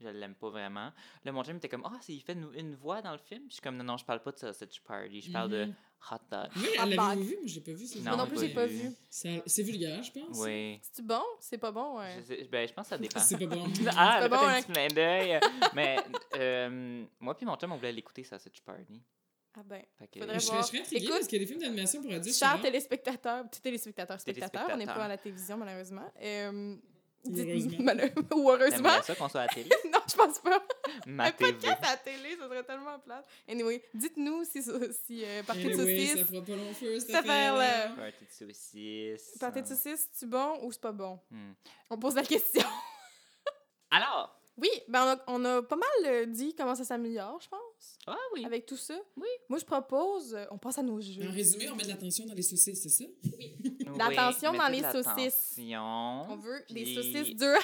Speaker 1: je l'aime pas vraiment. Là, mon chum était comme, ah, c'est- il fait une, une voix dans le film. Puis Je suis comme, non, non, je parle pas de Sausage Party, je parle
Speaker 3: Mhm.
Speaker 1: de Hot Dog.
Speaker 3: oui,
Speaker 2: Ah, bah.
Speaker 3: l'avez-vous vu? Moi, j'ai pas vu ça.
Speaker 2: Moi non plus, j'ai pas vu.
Speaker 3: Ça- C'est vulgaire, je pense.
Speaker 1: Oui.
Speaker 2: C'est-tu bon? C'est pas bon, ouais.
Speaker 1: Je, sais- ben, je pense que ça dépend.
Speaker 3: C'est pas bon.
Speaker 1: Ah, elle a
Speaker 2: C'est pas
Speaker 1: fait
Speaker 2: bon,
Speaker 1: un
Speaker 2: hein.
Speaker 1: petit clin d'œil. Mais euh, moi puis mon chum, on voulait l'écouter, Sausage Party.
Speaker 2: Ah ben.
Speaker 1: Fait que-
Speaker 2: Faudrait
Speaker 3: je, serais, je serais intriguée
Speaker 2: Écoute.
Speaker 3: parce qu'il y a des films d'animation pour adultes.
Speaker 2: Chers
Speaker 3: souvent,
Speaker 2: téléspectateurs, petits téléspectateurs, spectateurs, on n'est
Speaker 1: Téléspectateurs.
Speaker 2: pas à la télévision, malheureusement. Euh,
Speaker 3: Ou
Speaker 2: dites-
Speaker 3: heureusement.
Speaker 2: malheure- Ou heureusement.
Speaker 1: T'aimerais ça qu'on soit à la télé?
Speaker 2: non, je pense pas.
Speaker 1: Ma
Speaker 2: un
Speaker 1: TV.
Speaker 2: podcast à la télé, ça serait tellement plate. Anyway, dites-nous si, si euh, Partez de
Speaker 3: anyway, Eh ça
Speaker 2: saucisses,
Speaker 3: fera pas long feu, cette
Speaker 2: ça fait, euh,
Speaker 3: affaire-là.
Speaker 1: Party de saucisses.
Speaker 2: Partez de
Speaker 1: hein.
Speaker 2: saucisses, c'est-tu bon ou c'est pas bon?
Speaker 1: Hmm.
Speaker 2: On pose la question.
Speaker 1: Alors!
Speaker 2: Oui, ben on a, on a pas mal euh, dit comment ça s'améliore, je pense,
Speaker 1: Ah oui!
Speaker 2: avec tout ça.
Speaker 1: Oui.
Speaker 2: Moi, je propose, euh, on passe à nos jeux.
Speaker 3: En résumé, on met de l'attention dans les saucisses, c'est ça?
Speaker 1: Oui,
Speaker 2: l'attention
Speaker 1: mettez
Speaker 2: dans
Speaker 1: de
Speaker 2: les saucisses.
Speaker 1: l'attention.
Speaker 2: On veut
Speaker 1: Puis-
Speaker 2: des saucisses dures.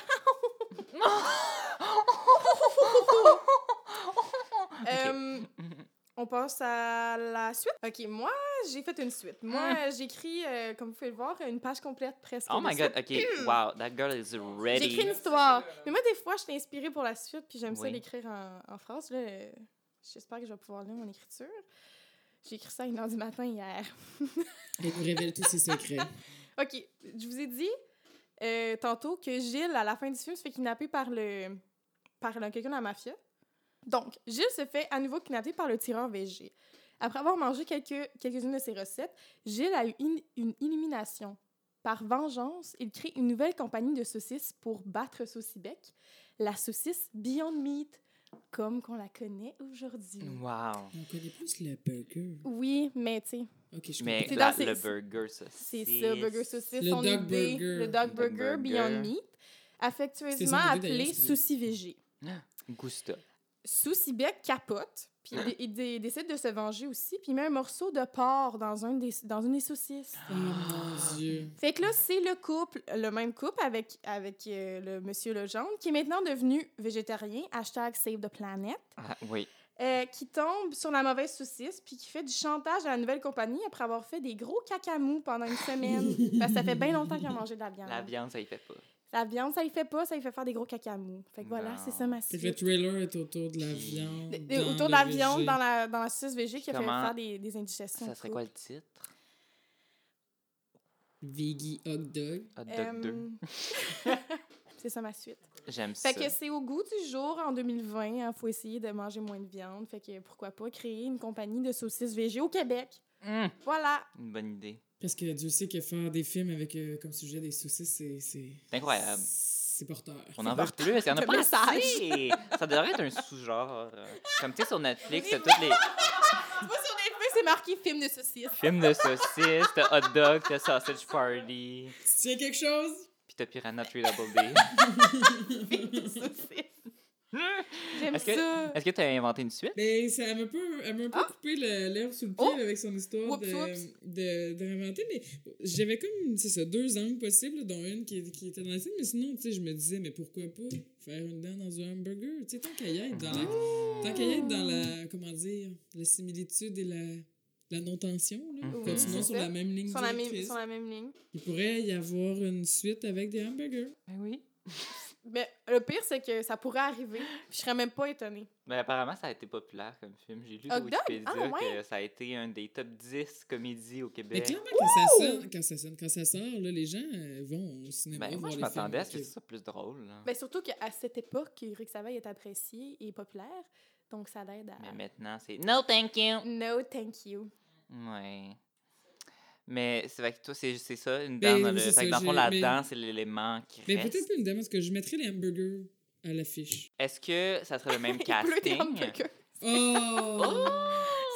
Speaker 2: Euh, on passe à la suite. OK, moi, j'ai fait une suite. Moi, j'écris, euh, comme vous pouvez le voir, une page complète presque.
Speaker 1: Oh
Speaker 2: de
Speaker 1: my god, ok, wow, that girl is
Speaker 2: J'écris une
Speaker 1: ready.
Speaker 2: histoire. Mais moi, des fois, je suis inspirée pour la suite, puis j'aime ça
Speaker 1: Oui.
Speaker 2: l'écrire en, en France. là. Euh, J'espère que je vais pouvoir lire mon écriture. J'ai écrit ça à 1h du matin hier.
Speaker 3: Elle nous révèle tous ses secrets.
Speaker 2: OK, je vous ai dit euh, tantôt que Gilles, à la fin du film, se fait kidnapper par le par le- quelqu'un de la mafia. Donc, Gilles se fait à nouveau kidnapper par le tireur VG. Après avoir mangé quelques- quelques-unes de ses recettes, Gilles a eu in- une illumination. Par vengeance, il crée une nouvelle compagnie de saucisses pour battre Saucibec, la saucisse Beyond Meat, comme qu'on la connaît aujourd'hui.
Speaker 1: Wow.
Speaker 3: On connaît plus le burger.
Speaker 2: Oui, mais tu sais,
Speaker 3: Ok, je
Speaker 1: Mais
Speaker 2: C'est
Speaker 1: la-
Speaker 2: dans ses-
Speaker 1: le burger saucisse.
Speaker 2: C'est ça, Burger Saucisse,
Speaker 3: Le
Speaker 2: son
Speaker 3: Dog
Speaker 2: idée,
Speaker 3: Burger.
Speaker 2: le
Speaker 1: Le
Speaker 2: Dog
Speaker 1: Dog
Speaker 2: Burger
Speaker 1: Burger.
Speaker 2: Beyond Meat,
Speaker 3: C'est son
Speaker 2: affectueusement
Speaker 3: idée, d'ailleurs,
Speaker 2: appelé
Speaker 3: c'est-
Speaker 2: Souci VG.
Speaker 1: Gusta.
Speaker 2: Souci Bec capote, puis il, dé- il dé- décide de se venger aussi, puis il met un morceau de porc dans, un des, dans une des saucisses.
Speaker 3: Oh mon dieu.
Speaker 2: Fait que là, c'est le couple, le même couple avec, avec euh, le monsieur Legendre, qui est maintenant devenu végétarien, hashtag Save the Planet,
Speaker 1: Ah, oui.
Speaker 2: euh, qui tombe sur la mauvaise saucisse, puis qui fait du chantage à la nouvelle compagnie après avoir fait des gros cacamous pendant une semaine, parce que ça fait bien longtemps qu'il a mangé de la viande.
Speaker 1: La viande, ça y fait pas.
Speaker 2: La viande, ça lui fait pas, ça lui fait faire des gros cacamous. Fait que voilà,
Speaker 1: Non.
Speaker 2: c'est ça ma
Speaker 3: Fait que le
Speaker 2: suite.
Speaker 3: trailer est autour de la viande.
Speaker 2: De- de-
Speaker 3: dans
Speaker 2: autour de
Speaker 3: le
Speaker 2: la
Speaker 3: VG.
Speaker 2: viande dans la, dans la sauce végé qui a fait
Speaker 1: Comment-
Speaker 2: faire des, des indigestions.
Speaker 1: Ça serait
Speaker 2: au
Speaker 1: quoi
Speaker 2: couple.
Speaker 1: le titre?
Speaker 3: Veggie hot dog.
Speaker 1: Hot Dog 2.
Speaker 2: Euh, c'est ça ma suite.
Speaker 1: J'aime ça.
Speaker 2: Fait que c'est au goût du jour en 2020. Il hein, faut essayer de manger moins de viande. Fait que pourquoi pas créer une compagnie de saucisses végé au Québec.
Speaker 1: Mm,
Speaker 2: Voilà.
Speaker 1: Une bonne idée.
Speaker 3: Parce que Dieu sait que faire des films avec euh, comme sujet des saucisses, c'est. C'est
Speaker 1: C'est incroyable.
Speaker 3: C'est porteur.
Speaker 1: On en veut plus, il y en a
Speaker 2: Le
Speaker 1: pas
Speaker 2: message.
Speaker 1: assez. Ça devrait être un sous-genre. euh, Comme tu sais, sur Netflix, t'as tous les
Speaker 2: Moi, sur Netflix, c'est marqué film de saucisses.
Speaker 1: films de saucisses, t'as Hot Dog, t'as Sausage Party,
Speaker 3: Tu tiens quelque chose?
Speaker 1: puis t'as Piranha 3 Double D.
Speaker 2: Film de saucisses.
Speaker 3: Hmm.
Speaker 2: J'aime
Speaker 1: Est-ce que-
Speaker 2: ça.
Speaker 1: Est-ce que t'as inventé une suite?
Speaker 3: Mais Ben, ça elle m'a peu, elle m'a un peu coupé le- l'herbe sous le pied
Speaker 2: Ah! Oh!
Speaker 3: avec son histoire
Speaker 2: Whoops,
Speaker 3: de,
Speaker 2: whoops.
Speaker 3: de, de réinventer. Mais j'avais comme, c'est ça, deux angles possibles, dont une qui, qui était dans la scène. Mais sinon, tu sais, je me disais, mais pourquoi pas faire une dent dans un hamburger? Tu sais, tant qu'à y être dans la,
Speaker 2: Ah!
Speaker 3: tant qu'à y être dans la, comment dire, la similitude et la, la non-tension, là.
Speaker 1: Mhm.
Speaker 2: Oui,
Speaker 3: Continuons
Speaker 2: c'est
Speaker 3: sur
Speaker 2: ça.
Speaker 3: la même ligne
Speaker 2: Sur la, même,
Speaker 3: directrice.
Speaker 2: sur la même ligne.
Speaker 3: Il pourrait y avoir une suite avec des hamburgers.
Speaker 1: Oui.
Speaker 2: Mais le pire, c'est que ça pourrait arriver. puis Je serais même pas étonnée.
Speaker 1: Mais Ben, apparemment, ça a été populaire comme film. J'ai lu sur
Speaker 2: Hot Dog?
Speaker 1: Wikipédia
Speaker 2: Ah, ouais.
Speaker 1: que ça a été un des top 10 comédies au
Speaker 3: Mais
Speaker 1: Québec.
Speaker 3: clairement, quand ça, sonne, quand ça sonne, quand ça sort, là, les gens euh, vont au cinéma
Speaker 1: Ben,
Speaker 3: voir
Speaker 1: moi, je
Speaker 3: les films.
Speaker 1: m'attendais à ce que
Speaker 3: Ok.
Speaker 1: ce soit plus drôle. là.
Speaker 2: Mais Ben, surtout qu'à cette époque, Eric Savaille est apprécié et populaire. Donc, ça l'aide à.
Speaker 1: Mais maintenant, c'est No, thank you!
Speaker 2: No, thank you.
Speaker 1: Ouais. Mais c'est vrai que toi, c'est c'est ça, une
Speaker 3: Ben,
Speaker 1: dent dans le.
Speaker 3: oui, c'est
Speaker 1: Fait que
Speaker 3: ça,
Speaker 1: dans le fond,
Speaker 3: j'ai-
Speaker 1: la
Speaker 3: mais-
Speaker 1: dent, c'est l'élément qui
Speaker 3: Mais
Speaker 1: reste.
Speaker 3: peut-être pas une demande, parce que je mettrais les hamburgers à l'affiche.
Speaker 1: Est-ce que ça serait le même
Speaker 2: Il pleut des
Speaker 1: casting?
Speaker 2: hamburgers.
Speaker 3: Oh!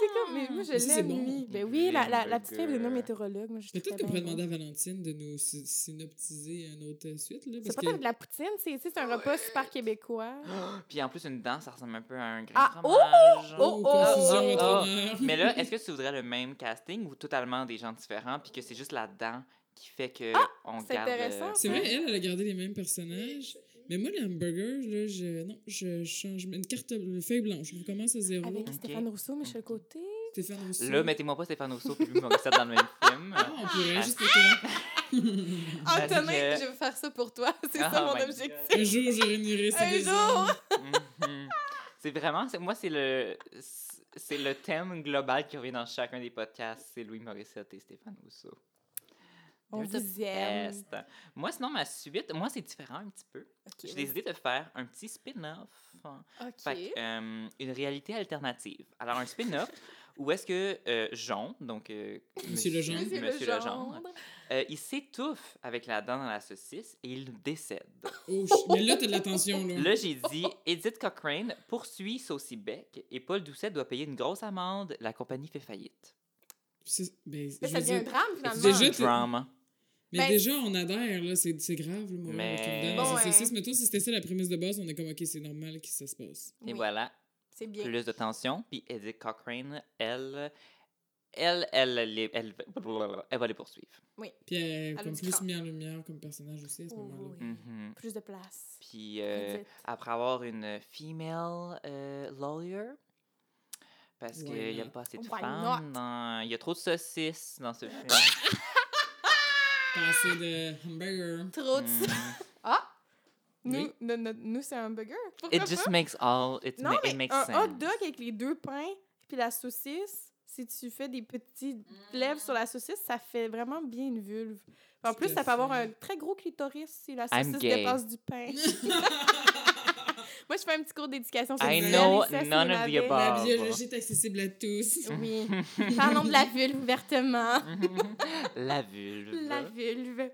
Speaker 2: C'est comme, mais moi, je
Speaker 3: Mais ça, c'est
Speaker 2: l'aime,
Speaker 3: bon.
Speaker 2: lui. Ben oui, la, la, la petite fille, elle est
Speaker 1: Hamburger.
Speaker 2: nommée météorologue. Moi, je trouve
Speaker 3: Peut-être
Speaker 2: ça
Speaker 3: qu'on pourrait
Speaker 2: bien
Speaker 3: demander à Valentine de nous sy- synoptiser une autre suite. Là,
Speaker 2: bon.
Speaker 3: parce
Speaker 2: C'est pas
Speaker 3: que... Ah,
Speaker 2: tant de la poutine, c'est c'est un repas super québécois.
Speaker 1: Puis en plus, une danse, ça ressemble un peu à un grand
Speaker 2: Ah, oh!
Speaker 1: fromage.
Speaker 2: Oh, oh,
Speaker 3: confusion
Speaker 1: oh,
Speaker 3: entre
Speaker 1: oh.
Speaker 3: honneurs.
Speaker 1: Mais là, est-ce que tu voudrais le même casting ou totalement des gens différents, puis que c'est juste là-dedans qui fait que on
Speaker 2: c'est
Speaker 1: garde... euh,
Speaker 2: intéressant.
Speaker 3: C'est vrai, elle, elle a gardé les mêmes personnages. Mais moi, les hamburgers, là, je... Non, je change. Une carte une feuille blanche. Je recommence à zéro.
Speaker 2: Avec
Speaker 1: Ok.
Speaker 2: Stéphane Rousseau, Michel Côté.
Speaker 3: Stéphane aussi.
Speaker 1: Là, mettez-moi pas Stéphane Rousseau puis Louis Morissette dans le même film.
Speaker 3: Ah, on pourrait juste mettre
Speaker 2: Ah!
Speaker 1: Parce
Speaker 2: Antonin,
Speaker 1: que-
Speaker 2: Ah, je vais faire ça pour toi. C'est
Speaker 1: Oh
Speaker 2: ça mon
Speaker 1: my
Speaker 2: objectif.
Speaker 3: un... un jour, je réunirai ces
Speaker 2: Un
Speaker 3: deux
Speaker 2: jour!
Speaker 3: hommes.
Speaker 1: Mhm. C'est vraiment... c'est- Moi, c'est le... C'est le thème global qui revient dans chacun des podcasts. C'est Louis Morissette et Stéphane Rousseau.
Speaker 2: On
Speaker 1: You're the
Speaker 2: vous aime.
Speaker 1: Est. Moi, sinon, ma suite... Moi, c'est différent un petit peu.
Speaker 2: Ok,
Speaker 1: J'ai décidé de faire un petit spin-off.
Speaker 2: OK.
Speaker 1: Fait que, euh, une réalité alternative. Alors, un spin-off où est-ce que euh, Jean, donc... euh,
Speaker 3: Monsieur Legendre.
Speaker 2: Monsieur
Speaker 1: Monsieur Legendre,
Speaker 2: Legendre.
Speaker 1: euh, il s'étouffe avec la dent dans la saucisse et il décède.
Speaker 3: Oh, ch- mais là, t'as de l'attention, là.
Speaker 1: Là, j'ai dit, Edith Cochrane poursuit Saucy Beck et Paul Doucet doit payer une grosse amende. La compagnie fait faillite.
Speaker 3: C'est- Ben,
Speaker 2: Mais
Speaker 3: je
Speaker 2: ça
Speaker 3: veux
Speaker 2: devient un
Speaker 3: dire-
Speaker 2: drame, finalement.
Speaker 3: Déjà, t'es-
Speaker 1: Drama.
Speaker 3: Mais
Speaker 2: Ben-
Speaker 3: déjà, on adhère, là. C'est c'est grave, le moment
Speaker 1: Mais-
Speaker 3: qui me donne
Speaker 2: Bon, hein.
Speaker 3: dans un saucisse. Mettons, si c'était ça la prémisse de base, on est comme, OK, c'est normal que ça se passe.
Speaker 1: Et
Speaker 2: Oui,
Speaker 1: voilà,
Speaker 2: C'est bien.
Speaker 1: plus de tension. Puis Edith Cochrane, elle... Elle, elle, elle, elle, elle va les poursuivre.
Speaker 3: Puis elle
Speaker 2: a
Speaker 3: est comme
Speaker 2: du
Speaker 3: plus
Speaker 2: cran.
Speaker 3: mise en lumière comme personnage aussi à ce
Speaker 2: Oui,
Speaker 3: moment-là.
Speaker 2: oui.
Speaker 1: Mhm.
Speaker 2: Plus de place.
Speaker 1: Puis euh,
Speaker 2: Edith.
Speaker 1: après avoir une female euh, lawyer, parce
Speaker 3: Why
Speaker 1: qu'il n'y a
Speaker 3: not?
Speaker 1: pas assez de
Speaker 2: Why
Speaker 1: femmes, dans- il y a trop de saucisses dans ce film.
Speaker 3: Passer de hamburger.
Speaker 2: Trop de
Speaker 1: Mm.
Speaker 2: ça. Ah! Nous,
Speaker 3: Oui.
Speaker 2: no- no- nous c'est un burger. Pourquoi
Speaker 1: It just
Speaker 2: pas?
Speaker 1: makes all it,
Speaker 2: Non,
Speaker 1: ma-
Speaker 2: mais
Speaker 1: it makes
Speaker 2: un
Speaker 1: sense.
Speaker 2: hot dog avec les deux pains puis la saucisse, si tu fais des petites lèvres sur
Speaker 1: Hmm.
Speaker 2: la saucisse, ça fait vraiment bien une vulve. En
Speaker 3: Tout
Speaker 2: plus,
Speaker 3: à
Speaker 2: ça peut avoir
Speaker 3: fait.
Speaker 2: un très gros clitoris si la
Speaker 1: I'm
Speaker 2: saucisse
Speaker 1: gay.
Speaker 2: dépasse du pain. Moi, je fais un petit cours d'éducation sur
Speaker 1: I
Speaker 2: les
Speaker 1: know
Speaker 2: fesses et
Speaker 1: none
Speaker 2: les
Speaker 1: of the
Speaker 2: navets.
Speaker 1: above. Ah,
Speaker 3: la
Speaker 1: bah.
Speaker 3: biologie est accessible à tous.
Speaker 2: Oui. Parlons de la vulve ouvertement.
Speaker 1: Mhm. La vulve.
Speaker 2: La vulve.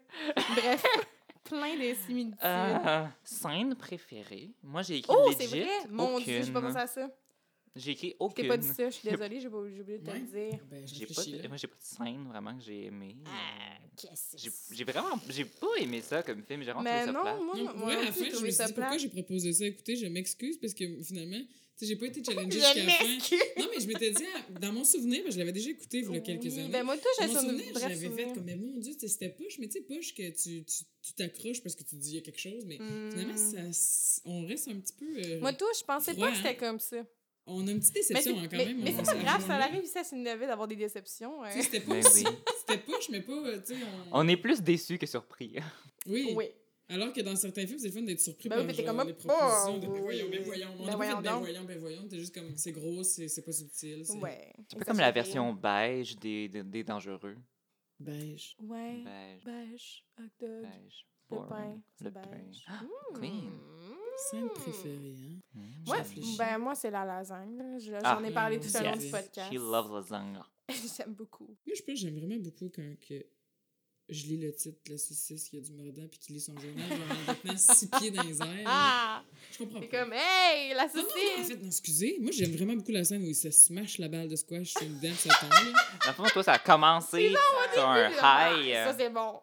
Speaker 2: Bref, plein de similitudes.
Speaker 1: Euh, scène préférée. Moi, j'ai écrit
Speaker 2: oh, c'est
Speaker 1: legit
Speaker 2: vrai! Mon Dieu, j'ai pas
Speaker 1: aucune.
Speaker 2: pensé à ça.
Speaker 1: J'ai écrit
Speaker 2: Je t'ai pas dit
Speaker 1: aucune. Hein?
Speaker 2: ça, je suis désolée, j'ai pas- j'ai oublié de te le dire.
Speaker 3: Ben, je
Speaker 1: J'ai pas,
Speaker 3: réfléchis
Speaker 1: de-
Speaker 3: là.
Speaker 1: moi, j'ai pas de scène vraiment que j'ai aimée.
Speaker 2: Ah, Qu'est-ce
Speaker 1: J'ai j'ai vraiment... J'ai pas aimé ça comme film. J'ai vraiment
Speaker 2: Mais
Speaker 1: trouvé ça
Speaker 2: non,
Speaker 1: plate.
Speaker 2: moi,
Speaker 3: Non,
Speaker 2: moi
Speaker 3: ouais, à la
Speaker 2: aussi, j'ai
Speaker 3: fin, je me
Speaker 2: trouvé
Speaker 3: suis
Speaker 2: ça
Speaker 3: dit pourquoi
Speaker 2: plate.
Speaker 3: j'ai proposé ça. Écoutez, je m'excuse parce que finalement, tu sais, j'ai pas été challengée
Speaker 2: Je
Speaker 3: jusqu'à la fin.
Speaker 2: m'excuse.
Speaker 3: Non, mais je m'étais dit, ah, dans mon souvenir, parce que je l'avais déjà écouté il y a quelques
Speaker 2: Oui,
Speaker 3: années.
Speaker 2: Ben moi, tout, j'ai
Speaker 3: Dans
Speaker 2: sur
Speaker 3: mon
Speaker 2: une
Speaker 3: souvenir, je
Speaker 2: bref
Speaker 3: l'avais fait
Speaker 2: souvenir.
Speaker 3: comme, mais mon Dieu, tu sais, c'était poche, mais tu sais, poche que tu tu- tu t'accroches parce que tu te dis il y a quelque chose, mais finalement,
Speaker 2: Hmm.
Speaker 3: ça, s- on reste un petit peu. euh,
Speaker 2: Moi, tout, je pensais
Speaker 3: Froid,
Speaker 2: pas que c'était
Speaker 3: hein.
Speaker 2: comme ça.
Speaker 3: on a une petite
Speaker 2: Mais c'est
Speaker 3: déception hein, quand
Speaker 2: mais-
Speaker 3: même.
Speaker 2: mais
Speaker 3: on-
Speaker 2: c'est pas
Speaker 3: on-
Speaker 2: grave, ça
Speaker 3: on-
Speaker 2: l'arrive ici à Cinéville d'avoir des déceptions. hein.
Speaker 3: Tu sais, C'était pas
Speaker 1: Ben
Speaker 3: aussi.
Speaker 1: oui.
Speaker 3: C'était poche, mais pas. euh, tu sais, on...
Speaker 1: On est plus déçus que surpris.
Speaker 3: Oui.
Speaker 2: Oui.
Speaker 3: Alors que dans certains films, c'est le fun d'être surpris
Speaker 2: Ben oui,
Speaker 3: par
Speaker 2: puis t'es
Speaker 3: genre,
Speaker 2: comme,
Speaker 3: les
Speaker 2: oh,
Speaker 3: propositions de
Speaker 2: oui.
Speaker 3: ben voyons, ben voyons, on
Speaker 2: Ben
Speaker 3: a pas fait
Speaker 2: voyons
Speaker 3: de ben
Speaker 2: donc.
Speaker 3: voyons, ben voyons, t'es juste comme c'est gros, c'est c'est pas subtil. c'est-
Speaker 2: Ouais.
Speaker 1: C'est un peu comme la version beige des, des, des dangereux.
Speaker 3: Beige.
Speaker 2: Ouais.
Speaker 1: Beige,
Speaker 2: Beige, hot dog,
Speaker 1: beige,
Speaker 2: le
Speaker 1: boring,
Speaker 2: pain,
Speaker 1: le
Speaker 2: c'est beige.
Speaker 1: pain. Ah,
Speaker 2: Mmh.
Speaker 1: Queen.
Speaker 2: Hmm.
Speaker 3: Scène préférée, hein.
Speaker 1: Mm.
Speaker 2: Ouais,
Speaker 3: Réfléchis.
Speaker 2: ben moi, c'est la lasagne. là. Je- J'en
Speaker 1: Ah.
Speaker 2: ai parlé tout au long
Speaker 1: Yes.
Speaker 2: du podcast.
Speaker 1: She loves lasagna.
Speaker 2: J'aime beaucoup.
Speaker 3: Moi, je pense que j'aime vraiment beaucoup quand que je lis le titre, la saucisse qui a du mordant, puis qu'il lit son journal, genre en maintenant six pieds dans les airs.
Speaker 2: Ah!
Speaker 3: Je comprends
Speaker 2: C'est
Speaker 3: pas.
Speaker 2: comme, hey, la
Speaker 3: Non, non, non, en
Speaker 2: saucisse!
Speaker 3: fait, non, excusez. Moi, j'aime vraiment beaucoup la scène où il se smash la balle de squash sur une dent, ça tombe. là.
Speaker 1: Dans le fond, toi, ça a commencé sur un
Speaker 2: Ah,
Speaker 1: high. euh,
Speaker 2: Ça, c'est bon.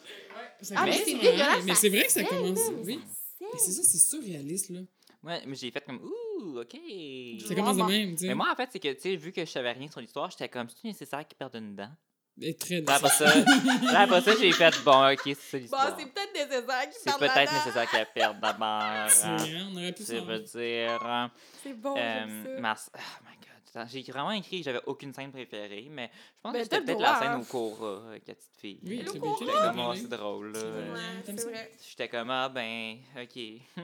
Speaker 3: Ça
Speaker 2: Ah, mais
Speaker 3: commence
Speaker 2: c'est
Speaker 3: sur un
Speaker 2: dégueulasse,
Speaker 3: high, Mais
Speaker 2: ça
Speaker 3: c'est vrai que ça
Speaker 2: saigne,
Speaker 3: commence.
Speaker 2: Mais
Speaker 3: Oui.
Speaker 2: ça
Speaker 3: Mais c'est ça, c'est surréaliste, là.
Speaker 1: Ouais, mais j'ai fait comme, ouh, OK.
Speaker 3: Ça commence de
Speaker 2: Vraiment.
Speaker 3: même, tu sais.
Speaker 1: Mais moi, en fait, c'est que, tu sais, vu que je savais rien sur l'histoire, j'étais comme, c'est nécessaire qu'il perde une dent.
Speaker 3: Et
Speaker 1: Là,
Speaker 3: très
Speaker 1: Ben, après ça, là, après ça j'ai fait, bon, OK, c'est ça
Speaker 2: Bon,
Speaker 1: l'histoire.
Speaker 2: Bah, c'est peut-être nécessaire qu'il
Speaker 1: c'est
Speaker 2: parle là-dedans.
Speaker 1: peut-être nécessaire qu'elle perde d'abord. hein.
Speaker 3: on aurait pu
Speaker 1: Ça
Speaker 3: s'en...
Speaker 1: veut dire. hein,
Speaker 2: C'est bon, Oh, j'aime
Speaker 1: Euh,
Speaker 2: ça.
Speaker 1: ma s- oh my god. attends, J'ai vraiment écrit que j'avais aucune scène préférée, mais je pense
Speaker 2: Ben,
Speaker 1: que c'était
Speaker 2: t'as le
Speaker 1: peut-être
Speaker 2: droit,
Speaker 1: la scène
Speaker 2: hein.
Speaker 1: au Cora avec la petite fille.
Speaker 3: Oui,
Speaker 2: c'est
Speaker 1: J'étais
Speaker 2: Cora.
Speaker 1: comme, Ah, c'est drôle. là.
Speaker 3: C'est vrai.
Speaker 1: Euh,
Speaker 2: Ouais,
Speaker 3: t'aimes
Speaker 2: c'est
Speaker 3: ça?
Speaker 2: vrai.
Speaker 1: J'étais comme, ah ben, ok.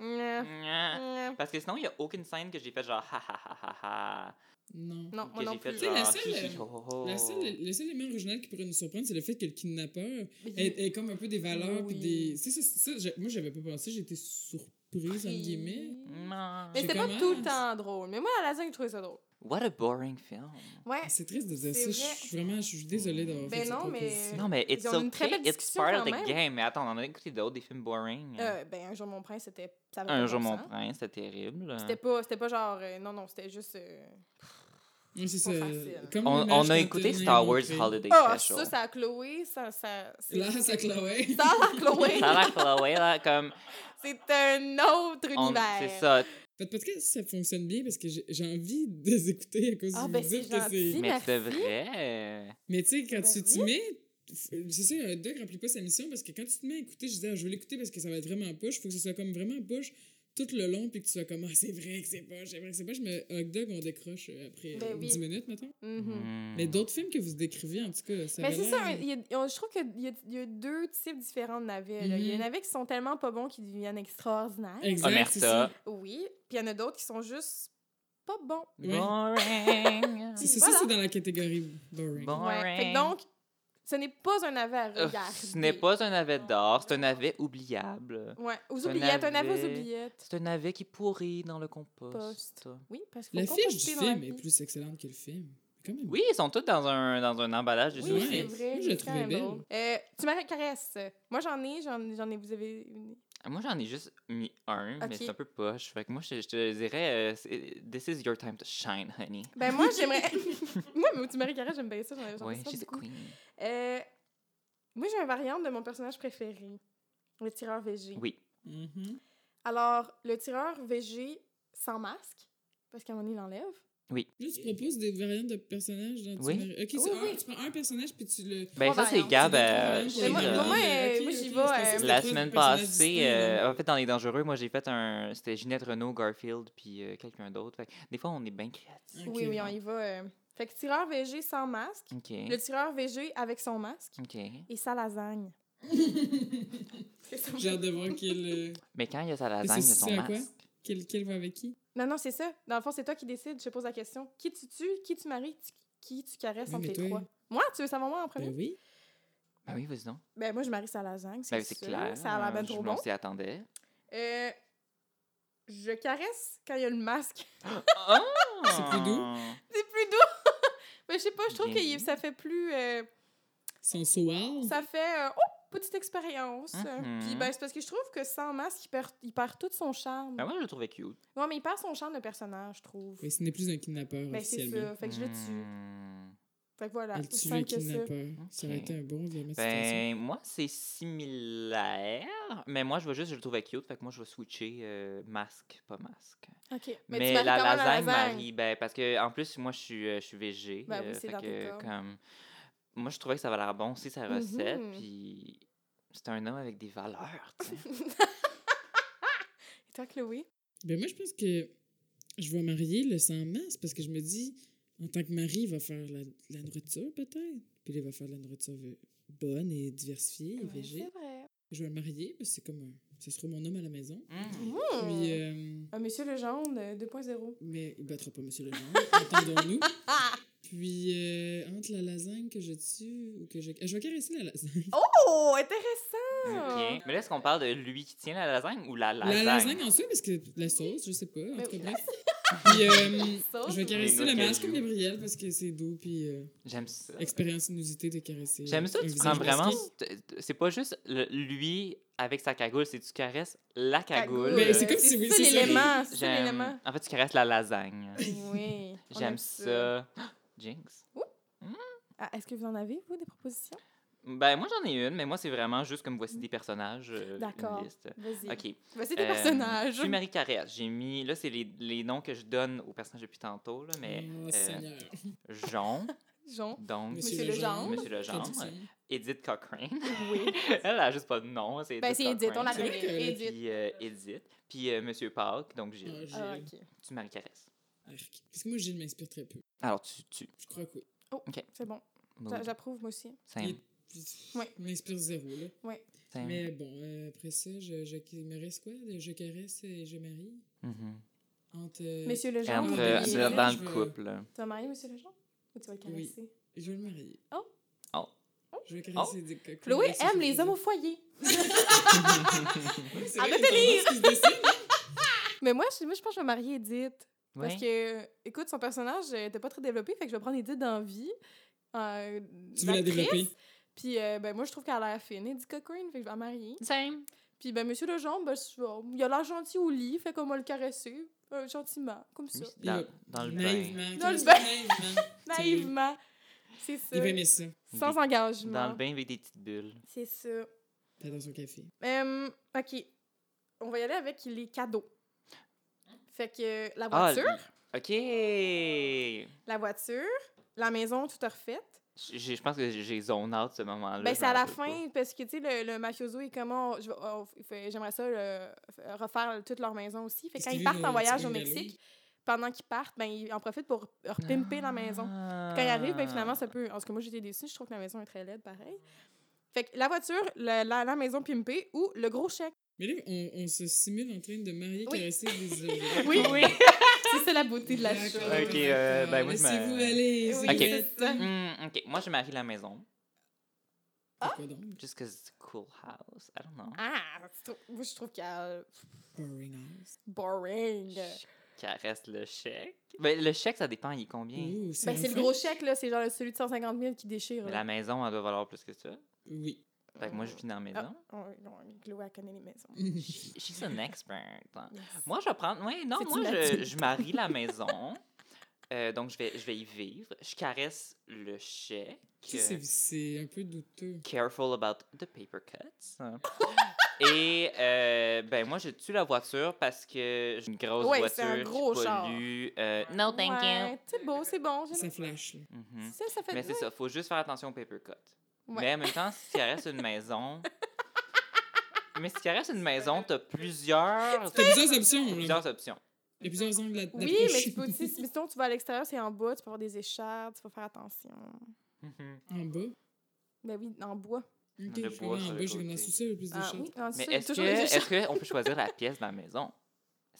Speaker 2: Nya, nya.
Speaker 1: Parce que sinon, il n'y a aucune scène que j'ai faite genre ha ha ha ha ha.
Speaker 3: Non.
Speaker 2: Non,
Speaker 1: Que
Speaker 2: moi non
Speaker 1: j'ai faite
Speaker 2: plus.
Speaker 3: Tu sais, la
Speaker 1: genre
Speaker 3: seule,
Speaker 1: hi, hi, ho, ho, ho.
Speaker 3: La seule,
Speaker 2: Oh.
Speaker 3: le seul élément original qui pourrait nous surprendre, c'est le fait que le kidnappeur est, est comme un peu des valeurs puis
Speaker 2: Ah Oui.
Speaker 3: des. C'est ça, c'est ça, j'ai- moi j'avais pas pensé, j'étais surprise entre guillemets.
Speaker 1: Non.
Speaker 2: Mais
Speaker 3: Je
Speaker 2: c'était pas
Speaker 3: commence.
Speaker 2: tout le temps drôle. Mais moi, la lasagne, je trouvais ça drôle.
Speaker 1: What a boring film.
Speaker 2: Ouais.
Speaker 3: Ah, C'est triste de dire ça.
Speaker 2: C'est vrai.
Speaker 3: Je suis vraiment, je suis désolée d'avoir
Speaker 2: Ben
Speaker 3: fait
Speaker 2: non,
Speaker 3: cette
Speaker 2: mais-
Speaker 3: proposition.
Speaker 1: Non, mais it's
Speaker 2: Ils ont une très
Speaker 1: okay,
Speaker 2: belle
Speaker 1: it's
Speaker 2: discussion
Speaker 1: part
Speaker 2: quand
Speaker 1: of the
Speaker 2: même.
Speaker 1: game. Mais attends, on en a écouté d'autres, des films boring.
Speaker 2: Euh, ben, un jour, mon prince, c'était. ça avait pas
Speaker 1: Un
Speaker 2: de
Speaker 1: jour,
Speaker 2: bon
Speaker 1: mon hein.
Speaker 2: sens.
Speaker 1: prince, c'était terrible.
Speaker 2: C'était pas, c'était pas genre. euh, non, non, c'était juste. euh,
Speaker 3: Oui, c'est
Speaker 2: Pas
Speaker 3: ça.
Speaker 2: facile.
Speaker 3: Comme
Speaker 1: On,
Speaker 3: l'image
Speaker 1: on a
Speaker 3: qu'on
Speaker 1: écouté
Speaker 3: tenait
Speaker 1: Star Wars
Speaker 3: montrée.
Speaker 1: Holiday
Speaker 2: Ah,
Speaker 1: Special.
Speaker 2: ça, ça à Chloé, ça. ça c'est-
Speaker 3: Là, ça Chloé.
Speaker 2: Ça, la Chloé.
Speaker 1: Ça a l'air Chloé, là, comme.
Speaker 2: C'est un autre
Speaker 1: on-
Speaker 2: univers.
Speaker 1: C'est ça.
Speaker 3: Votre podcast, ça fonctionne bien parce que j'ai j'ai envie de les écouter à cause
Speaker 2: Ah,
Speaker 3: de
Speaker 2: ben,
Speaker 3: vous
Speaker 2: c'est
Speaker 3: dites que
Speaker 2: gentil.
Speaker 3: c'est...
Speaker 2: Oui,
Speaker 1: Mais c'est
Speaker 2: merci.
Speaker 1: vrai.
Speaker 3: Mais tu sais, quand
Speaker 2: Ben
Speaker 3: tu t'y
Speaker 2: oui.
Speaker 3: mets, f- c'est ça, un doc remplit pas sa mission parce que quand tu te mets à écouter, je disais, Ah, je veux l'écouter parce que ça va être vraiment poche. Faut que ce soit comme vraiment poche tout le long puis que tu sois comme, ah, c'est vrai que c'est poche, c'est vrai que c'est poche. Mais Hot Dog, on décroche euh, après
Speaker 2: Ben
Speaker 3: euh,
Speaker 2: oui.
Speaker 3: 10 minutes, mettons.
Speaker 2: Mhm.
Speaker 1: Mm.
Speaker 3: Mais d'autres films que vous décrivez, en tout cas, ça
Speaker 2: Mais
Speaker 3: avait
Speaker 2: Ben, c'est ça,
Speaker 3: l'air-
Speaker 2: un- il y a- il y a- je trouve qu'il y, a- il y a deux types différents de navets. là. Il y a des
Speaker 3: Mhm.
Speaker 2: navets qui sont tellement pas bons qu'ils deviennent extraordinaires.
Speaker 3: Exact, c'est
Speaker 1: Omerta.
Speaker 3: ça.
Speaker 2: Oui. Puis il y en a d'autres qui sont juste pas bons.
Speaker 3: Ouais.
Speaker 1: Boring.
Speaker 3: C'est c'est
Speaker 2: Voilà.
Speaker 3: ça, c'est dans la catégorie boring.
Speaker 1: Bon.
Speaker 2: Ouais. Fait que donc, ce n'est pas un navet à
Speaker 1: Euh,
Speaker 2: regarder.
Speaker 1: Ce n'est pas un
Speaker 2: Ah,
Speaker 1: navet d'or, c'est un navet oubliable.
Speaker 2: Ouais, aux
Speaker 1: un
Speaker 2: oubliettes, un navet
Speaker 1: navet.
Speaker 2: aux oubliettes.
Speaker 1: C'est un navet qui pourrit dans le compost.
Speaker 2: Oui, parce qu'il
Speaker 3: La
Speaker 2: faut
Speaker 3: fiche du
Speaker 2: composter dans la
Speaker 3: film est
Speaker 2: vie.
Speaker 3: plus excellente que le film. Quand même.
Speaker 1: Oui, ils sont tous dans un, dans un emballage de
Speaker 2: Oui,
Speaker 3: Ouais.
Speaker 2: c'est
Speaker 1: soucis.
Speaker 2: vrai.
Speaker 3: Moi, je
Speaker 2: c'est
Speaker 3: la
Speaker 2: quand
Speaker 3: trouvais
Speaker 2: même
Speaker 3: belle.
Speaker 2: drôle. Euh, tu m'as caresse. Moi, j'en ai, j'en j'en ai, vous avez une.
Speaker 1: Ah, Moi, j'en ai juste mis un, mais
Speaker 2: Ok.
Speaker 1: c'est un peu poche. Fait que moi, je, je te dirais, euh, c'est- This is your time to shine, honey.
Speaker 2: Ben moi, j'aimerais... moi, mais tu m'as caresse, j'aime bien ça. J'en j'en
Speaker 1: Oui,
Speaker 2: ai pas
Speaker 1: she's a
Speaker 2: beaucoup.
Speaker 1: queen.
Speaker 2: Euh, moi, j'ai un variante de mon personnage préféré, le tireur VG.
Speaker 1: Oui.
Speaker 3: Mhm.
Speaker 2: Alors, le tireur VG sans masque, parce qu'à un moment donné, il l'enlève.
Speaker 3: Là, tu proposes des variantes de personnages dans
Speaker 1: Oui.
Speaker 3: tu mets- Ok, c'est
Speaker 2: Oui,
Speaker 3: un-
Speaker 2: oui.
Speaker 3: tu prends un personnage puis tu le.
Speaker 1: Ben, ça, c'est
Speaker 2: variantes.
Speaker 1: Gab.
Speaker 3: C'est
Speaker 1: euh,
Speaker 3: des
Speaker 1: chez
Speaker 2: Mais moi-
Speaker 1: le-
Speaker 2: moi, moi,
Speaker 3: Ok,
Speaker 2: moi,
Speaker 3: ok,
Speaker 2: j'y
Speaker 3: je
Speaker 2: vais,
Speaker 3: pensais que
Speaker 2: euh,
Speaker 3: c'était
Speaker 1: La
Speaker 3: trois
Speaker 1: semaine
Speaker 3: personnages
Speaker 1: passée,
Speaker 3: distincts,
Speaker 1: euh,
Speaker 3: non?
Speaker 1: en fait, dans Les Dangereux, moi, j'ai fait un. C'était Ginette Renault, Garfield, puis euh, quelqu'un d'autre. Fait que des fois, on est bien créatifs.
Speaker 3: Ok.
Speaker 2: Oui, oui, on y va. euh. Fait que tireur VG sans masque,
Speaker 1: OK.
Speaker 2: le tireur VG avec son masque
Speaker 1: OK.
Speaker 2: et sa lasagne. C'est ça.
Speaker 3: J'ai hâte de voir quel, euh,
Speaker 1: Mais quand il y a sa
Speaker 3: c'est-
Speaker 1: lasagne, il y a
Speaker 3: c'est
Speaker 1: son
Speaker 3: à quoi?
Speaker 1: masque.
Speaker 3: quel, quel va avec qui.
Speaker 2: Non, non, c'est ça. Dans le fond, c'est toi qui décides. Je te pose la question. Qui tu tues, qui tu maries, tu- qui tu caresses
Speaker 3: Oui,
Speaker 2: entre
Speaker 3: mais
Speaker 2: les
Speaker 3: toi-
Speaker 2: trois? Moi, tu veux savoir moi en premier?
Speaker 3: Ben
Speaker 2: Ben,
Speaker 3: oui.
Speaker 1: Ben oui, vas-y donc.
Speaker 2: moi, je marie sa lasagne, c'est
Speaker 1: Ben, c'est
Speaker 2: sûr.
Speaker 1: clair.
Speaker 2: Ça a l'air ben
Speaker 1: euh,
Speaker 2: trop
Speaker 1: je- On
Speaker 2: bon.
Speaker 1: s'y attendait.
Speaker 2: Euh, je caresse quand il y a le masque.
Speaker 3: C'est plus doux.
Speaker 1: Ah!
Speaker 2: C'est plus doux. Mais je sais pas, je trouve que
Speaker 1: Bien.
Speaker 2: il- ça fait plus. euh,
Speaker 3: Son soir.
Speaker 2: ça fait. euh, oh, petite expérience.
Speaker 1: Mhm.
Speaker 2: Puis ben, c'est parce que je trouve que sans masque, il perd, il perd tout son charme.
Speaker 1: Ben, moi, je le trouvais cute.
Speaker 2: Ouais, mais il perd son charme de personnage, je trouve.
Speaker 3: Mais ce n'est plus un kidnappeur
Speaker 2: Ben, c'est
Speaker 3: officiellement.
Speaker 2: ça. Fait que je le tue.
Speaker 1: Hmm.
Speaker 2: Fait que voilà.
Speaker 3: Elle
Speaker 2: aussi
Speaker 3: tue le
Speaker 2: simple que ça.
Speaker 3: kidnappeur. Ça aurait
Speaker 1: Ok.
Speaker 3: été un bon virement de situation.
Speaker 1: Ben, moi, c'est similaire, mais moi, je veux juste, je le trouvais cute, fait que moi, je vais switcher euh, masque, pas masque.
Speaker 2: OK.
Speaker 1: Mais,
Speaker 2: Mais, tu maries
Speaker 1: la
Speaker 2: quand même
Speaker 1: lasagne, Marie, ben, parce que en plus, moi, je suis, euh, je suis végé.
Speaker 2: Ben oui,
Speaker 1: euh,
Speaker 2: c'est
Speaker 1: fait
Speaker 2: dans tes
Speaker 1: que,
Speaker 2: cordes.
Speaker 1: comme, moi, je trouvais que ça avait l'air bon aussi, sa recette,
Speaker 2: Mhm.
Speaker 1: puis c'est un homme avec des valeurs, tu sais.
Speaker 2: Et toi, Chloé?
Speaker 3: Ben moi, je pense que je vais marier le sans masque parce que je me dis, en tant que mari, il va faire la, la nourriture peut-être. Puis là, il va faire de la nourriture euh, bonne et diversifiée et
Speaker 2: Ouais,
Speaker 3: végé.
Speaker 2: c'est vrai.
Speaker 3: Je vais le marier parce que c'est comme un... Ce sera mon homme à la maison.
Speaker 1: Hmm.
Speaker 3: Puis, euh,
Speaker 2: Un monsieur Legendre euh, 2.0.
Speaker 3: mais il battra pas Monsieur Legendre, entendons-nous. Puis, euh, entre la lasagne que je tue ou que je... euh, Je vais caresser la lasagne.
Speaker 2: Oh, intéressant!
Speaker 1: Ok. Mais là, est-ce qu'on parle de lui qui tient la lasagne ou la lasagne?
Speaker 3: La lasagne en soi, parce que la sauce, je sais pas. En
Speaker 2: Mais
Speaker 3: tout cas,
Speaker 2: oui.
Speaker 3: bref. Puis, euh,
Speaker 2: Sauce,
Speaker 3: je vais
Speaker 2: oui.
Speaker 1: Les
Speaker 3: caresser
Speaker 1: noix
Speaker 3: le
Speaker 1: de
Speaker 3: masque comme
Speaker 1: cajou.
Speaker 3: Gabriel parce que c'est doux, puis... euh,
Speaker 1: J'aime ça.
Speaker 3: Expérience inusitée de caresser.
Speaker 1: J'aime ça,
Speaker 3: un
Speaker 1: tu prends
Speaker 3: visage
Speaker 1: vraiment.
Speaker 3: masqué.
Speaker 1: c'est- C'est pas juste le- lui avec sa cagoule, c'est tu caresses la cagoule.
Speaker 3: Ben, c'est comme si- oui,
Speaker 2: C'est
Speaker 3: c'est ça.
Speaker 2: l'élément, c'est ça, l'élément.
Speaker 1: J'aime. En fait, tu caresses la lasagne.
Speaker 2: Oui. on aime
Speaker 1: J'aime ça. Jinx.
Speaker 2: Ah, Est-ce que vous en avez, vous, des propositions?
Speaker 1: Ben, moi, j'en ai une, mais moi, c'est vraiment juste comme voici des personnages. euh, une
Speaker 2: D'accord.
Speaker 1: liste.
Speaker 2: Vas-y.
Speaker 1: OK.
Speaker 2: Voici des
Speaker 1: Euh, Je
Speaker 2: personnages.
Speaker 1: suis Marie Caresse. J'ai mis. Là, c'est les, les noms que je donne aux personnages depuis tantôt, là, mais.
Speaker 3: Oh,
Speaker 1: euh,
Speaker 3: Seigneur.
Speaker 1: Jean,
Speaker 2: Jean.
Speaker 1: donc.
Speaker 2: Mm. Monsieur
Speaker 3: Monsieur Legendre.
Speaker 1: Monsieur Legendre.
Speaker 3: Traduction. Ah,
Speaker 1: Edith Cochrane.
Speaker 2: Oui.
Speaker 1: Elle a juste pas de nom. C'est
Speaker 2: Ben, c'est Edith, on la
Speaker 1: Cochrane.
Speaker 2: connaît.
Speaker 3: C'est vrai
Speaker 2: Edith.
Speaker 1: Puis euh, Edith. Puis euh, Monsieur Park, donc Gilles.
Speaker 3: Ah, Gilles.
Speaker 2: Ah, OK.
Speaker 1: Tu maries Caresse.
Speaker 3: Arc. Parce que moi, Gilles m'inspire très peu.
Speaker 1: Alors, tu. tu
Speaker 3: Je crois que oui.
Speaker 2: C'est bon.
Speaker 1: Maud,
Speaker 2: J'a- J'approuve, moi aussi.
Speaker 1: Sam,
Speaker 3: il-
Speaker 2: Oui.
Speaker 3: Il m'inspire zéro, là.
Speaker 1: Sam.
Speaker 3: Mais bon, euh, après ça, je, je, il me reste quoi? Je caresse et je marie?
Speaker 1: Mhm.
Speaker 3: Entre... euh,
Speaker 2: Monsieur
Speaker 1: Entre-
Speaker 2: Legendre,
Speaker 3: Entre-
Speaker 2: vous
Speaker 3: euh,
Speaker 2: voyez-
Speaker 3: c'est
Speaker 1: dans- dans
Speaker 3: je
Speaker 1: le
Speaker 3: veux-
Speaker 1: couple.
Speaker 2: tu vas marier Monsieur Legendre? Ou tu vas le
Speaker 3: Oui.
Speaker 2: caresser?
Speaker 3: Je vais le marier.
Speaker 2: Oh.
Speaker 1: Oh.
Speaker 3: Je vais caresser des coquilles.
Speaker 2: Chloé
Speaker 3: Avec
Speaker 2: aime
Speaker 3: ce
Speaker 2: les
Speaker 3: jeu.
Speaker 2: hommes au foyer.
Speaker 3: C'est
Speaker 2: Ah,
Speaker 3: vrai,
Speaker 2: ben, t'es
Speaker 3: il y a tendance qui se dessine.
Speaker 2: Mais moi, je, moi, je pense que je vais marier Edith.
Speaker 1: Ouais.
Speaker 2: Parce que, écoute, son personnage euh, était pas très développé, fait que je vais prendre Edith dans vie. euh,
Speaker 3: Tu veux la
Speaker 2: d'actrice.
Speaker 3: développer?
Speaker 2: Puis, euh, ben, moi, je trouve qu'elle a l'air fine, Edith Cochrane, fait que je vais la marier.
Speaker 1: Sam.
Speaker 2: Puis, ben, Monsieur Legendre, ben, je- oh, il a l'air gentil au lit, fait qu'on va le caresser. euh, gentiment, comme ça,
Speaker 3: Il
Speaker 1: Dans,
Speaker 3: va-
Speaker 1: dans le bain.
Speaker 3: Naïvement.
Speaker 2: Dans le
Speaker 3: Chris,
Speaker 2: bain.
Speaker 3: Naïvement.
Speaker 2: naïvement. C'est
Speaker 3: Il
Speaker 2: ça.
Speaker 3: va aimer ça.
Speaker 2: Sans engagement.
Speaker 1: Dans le bain avec des petites bulles.
Speaker 2: C'est ça.
Speaker 3: Pas dans son café.
Speaker 2: Hum, OK. On va y aller avec les cadeaux. Fait que la
Speaker 1: Ah,
Speaker 2: voiture,
Speaker 1: OK! Je,
Speaker 2: la voiture, la maison toute refaite.
Speaker 1: je- je pense que j'ai zone out ce moment-là.
Speaker 2: ben,
Speaker 1: je
Speaker 2: c'est à
Speaker 1: m'en
Speaker 2: la
Speaker 1: rappelle pas.
Speaker 2: fin, parce que, tu sais, le, le mafioso est oh, comment... J'aimerais ça le- f- refaire toute leur maison aussi. Fait que
Speaker 3: Est-ce
Speaker 2: quand
Speaker 3: qu'il
Speaker 2: ils
Speaker 3: vit
Speaker 2: partent
Speaker 3: dans
Speaker 2: en
Speaker 3: un
Speaker 2: voyage
Speaker 3: petit
Speaker 2: au
Speaker 3: bungalow?
Speaker 2: Mexique, pendant qu'ils partent, ben, ils en profitent pour repimper la maison. Quand ils arrivent, ben, finalement, ça peut. En tout cas, moi, j'étais déçue. Je trouve que la maison est très laide, pareil. Fait que la voiture, le- la, la maison pimpée ou le gros chèque.
Speaker 3: Mais là, on, on se simule en train de marier,
Speaker 2: Oui.
Speaker 3: caresser des objets.
Speaker 2: Oui, oui. Ça, c'est la beauté de la
Speaker 3: D'accord.
Speaker 2: chose.
Speaker 1: Ok, euh, ben moi, je me-
Speaker 3: Laissez-vous aller.
Speaker 2: Oui,
Speaker 1: Ok.
Speaker 2: c'est ça.
Speaker 1: Hmm, OK. Moi, je marie la maison.
Speaker 3: Ah? donc?
Speaker 1: Just because it's a cool house. I don't know.
Speaker 2: Ah, c'est trop- moi, je trouve qu'elle a
Speaker 3: Boring house.
Speaker 2: boring. Ben,
Speaker 1: Je caresse le chèque. Ben, le chèque, ça dépend. Il est combien?
Speaker 3: Ouh,
Speaker 2: Ben, c'est le
Speaker 3: enfin-
Speaker 2: gros chèque, là. C'est genre celui de 150 000 qui déchire.
Speaker 1: Mais
Speaker 2: là.
Speaker 1: la maison, elle doit valoir plus que ça.
Speaker 3: Oui.
Speaker 1: Fait que moi, je vis dans la maison.
Speaker 2: Oh, non, Glou, elle connaît les maisons.
Speaker 1: She's an expert. hein.
Speaker 2: Yes.
Speaker 1: Moi, je vais prendre. Ouais, non,
Speaker 3: C'est
Speaker 1: moi,
Speaker 3: une
Speaker 1: je,
Speaker 3: adulte.
Speaker 1: je marie la maison. Euh, donc, je vais, je vais y vivre. Je caresse le chèque.
Speaker 3: Ça, c'est- C'est un peu douteux.
Speaker 1: Careful about the paper cuts.
Speaker 2: Ah.
Speaker 1: Et, euh, ben, moi, je tue la voiture parce que j'ai une grosse
Speaker 2: Ouais, c'est
Speaker 1: voiture.
Speaker 2: un gros
Speaker 1: qui
Speaker 2: char.
Speaker 1: pollue. Euh, no, thank you.
Speaker 2: Ouais, C'est beau, c'est bon.
Speaker 3: Ça
Speaker 2: j'aime-
Speaker 3: flash. là.
Speaker 1: Mhm.
Speaker 2: Ça, ça fait
Speaker 1: Mais c'est ça, faut juste faire attention au paper cut.
Speaker 2: Ouais.
Speaker 1: Mais en même temps, si tu caresses une maison. Mais si tu caresses une maison, t'as plusieurs,
Speaker 3: T'as plusieurs options. Là.
Speaker 1: plusieurs options.
Speaker 3: Il y a plusieurs angles à-
Speaker 2: Oui, mais
Speaker 3: d'approche.
Speaker 2: tu peux aussi, si mettons, tu vas à l'extérieur, c'est en bas, tu peux avoir des échardes, tu peux faire attention.
Speaker 1: Mhm.
Speaker 3: En bas.
Speaker 2: Ben oui, en bois.
Speaker 3: Ok,
Speaker 1: Le
Speaker 3: je suis
Speaker 1: bois
Speaker 3: allée
Speaker 1: sur
Speaker 3: en
Speaker 1: le
Speaker 3: bas. J'ai comme dans le
Speaker 1: côté.
Speaker 3: sous-sol, le plus de
Speaker 2: Ah
Speaker 3: choses.
Speaker 2: oui, en
Speaker 1: Mais
Speaker 2: dessous, il y a
Speaker 1: est-ce
Speaker 2: toujours des échardes.
Speaker 1: qu'on peut choisir la pièce de la maison?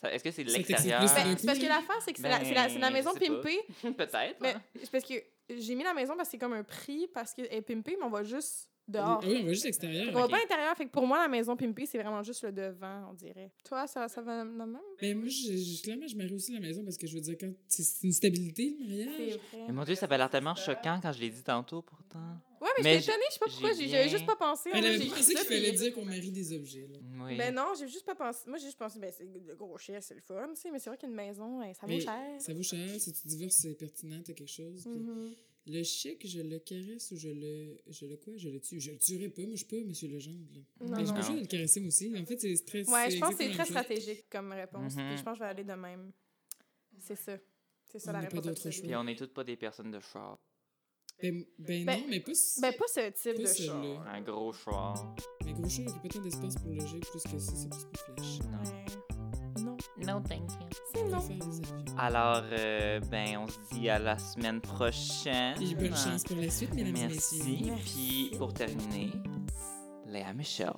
Speaker 1: Ça- Est-ce que c'est
Speaker 3: Ça t'explique
Speaker 1: l'extérieur?
Speaker 3: plus
Speaker 2: Ben, c'est parce que l'affaire, c'est que c'est la, c'est la- c'est la
Speaker 1: Ben,
Speaker 2: maison
Speaker 1: je sais pas.
Speaker 2: pimpée.
Speaker 1: Peut-être.
Speaker 2: Mais
Speaker 1: hein.
Speaker 2: c'est parce que j'ai mis la maison parce que c'est comme un prix, parce qu'elle est pimpée, mais on va juste
Speaker 3: Ah
Speaker 2: dehors.
Speaker 3: oui, on va juste
Speaker 2: On
Speaker 3: extérieur.
Speaker 2: va
Speaker 1: ok.
Speaker 2: pas à l'intérieur, fait que pour moi, la maison pimpée, c'est vraiment juste le devant, on dirait. Toi, ça, ça va de même?
Speaker 3: Mais moi, je, je- clairement, je marie aussi la maison parce que je veux dire, quand c'est- c'est une stabilité, le
Speaker 2: C'est
Speaker 3: mariage.
Speaker 2: vrai.
Speaker 1: Mais mon Dieu, ça avait l'air tellement choquant quand je l'ai dit tantôt, pourtant.
Speaker 2: Ouais, mais,
Speaker 1: Mais
Speaker 2: je suis étonnée, je sais pas
Speaker 1: j'ai
Speaker 2: pourquoi, j'ai-
Speaker 1: bien-
Speaker 2: j'avais juste pas pensé.
Speaker 3: Elle
Speaker 2: là,
Speaker 3: avait
Speaker 2: j'ai
Speaker 3: Ah, pas pensé
Speaker 2: écrit
Speaker 3: qu'il
Speaker 2: ça, puis-
Speaker 3: fallait dire qu'on marie des objets. Là.
Speaker 1: Oui.
Speaker 2: Ben non, j'ai juste pas pensé. Moi, j'ai juste pensé, ben c'est le gros chien, c'est le fun, tu sais, mais c'est vrai qu'une maison, hein, ça vaut
Speaker 3: Mais
Speaker 2: cher.
Speaker 3: Ça vaut cher. Si tu divorces, c'est pertinent, t'as quelque chose. puis-
Speaker 2: Mhm.
Speaker 3: Le chèque, je le caresse ou je le. Je le quoi Je le tue. Je le tuerai pas. Moi, je suis pas Monsieur Legendre. Là.
Speaker 2: Non,
Speaker 3: Mais je
Speaker 2: non.
Speaker 3: peux juste le caresser, moi aussi. En fait, c'est très.
Speaker 2: Ouais, je pense que c'est très
Speaker 3: exactement la même chose.
Speaker 2: stratégique comme réponse.
Speaker 1: Mhm.
Speaker 2: Puis je pense que je vais aller de même. C'est ça. C'est ça
Speaker 3: On
Speaker 2: la
Speaker 3: n'a pas
Speaker 2: réponse.
Speaker 3: d'autre
Speaker 2: absolue.
Speaker 1: Puis on est toutes pas des personnes de char.
Speaker 3: Ben, ben
Speaker 2: Ben-
Speaker 3: non, mais pas. si-
Speaker 2: Ben, pas ce type
Speaker 3: Pas
Speaker 2: de
Speaker 3: celui-là.
Speaker 2: char.
Speaker 1: Un gros char.
Speaker 3: Mais gros chat, il n'y a pas tant d'espace pour loger plus que ça, c'est plus pour flash.
Speaker 1: Non.
Speaker 2: Ouais. Non.
Speaker 1: Eh, No, thank you.
Speaker 2: C'est
Speaker 3: On va
Speaker 2: non.
Speaker 3: faire des avions.
Speaker 1: Alors, euh, ben, on se dit à la semaine prochaine.
Speaker 3: Et bonne chance pour la suite, mesdames et messieurs.
Speaker 1: Merci.
Speaker 2: Merci.
Speaker 1: Puis, pour terminer, Léa Michel.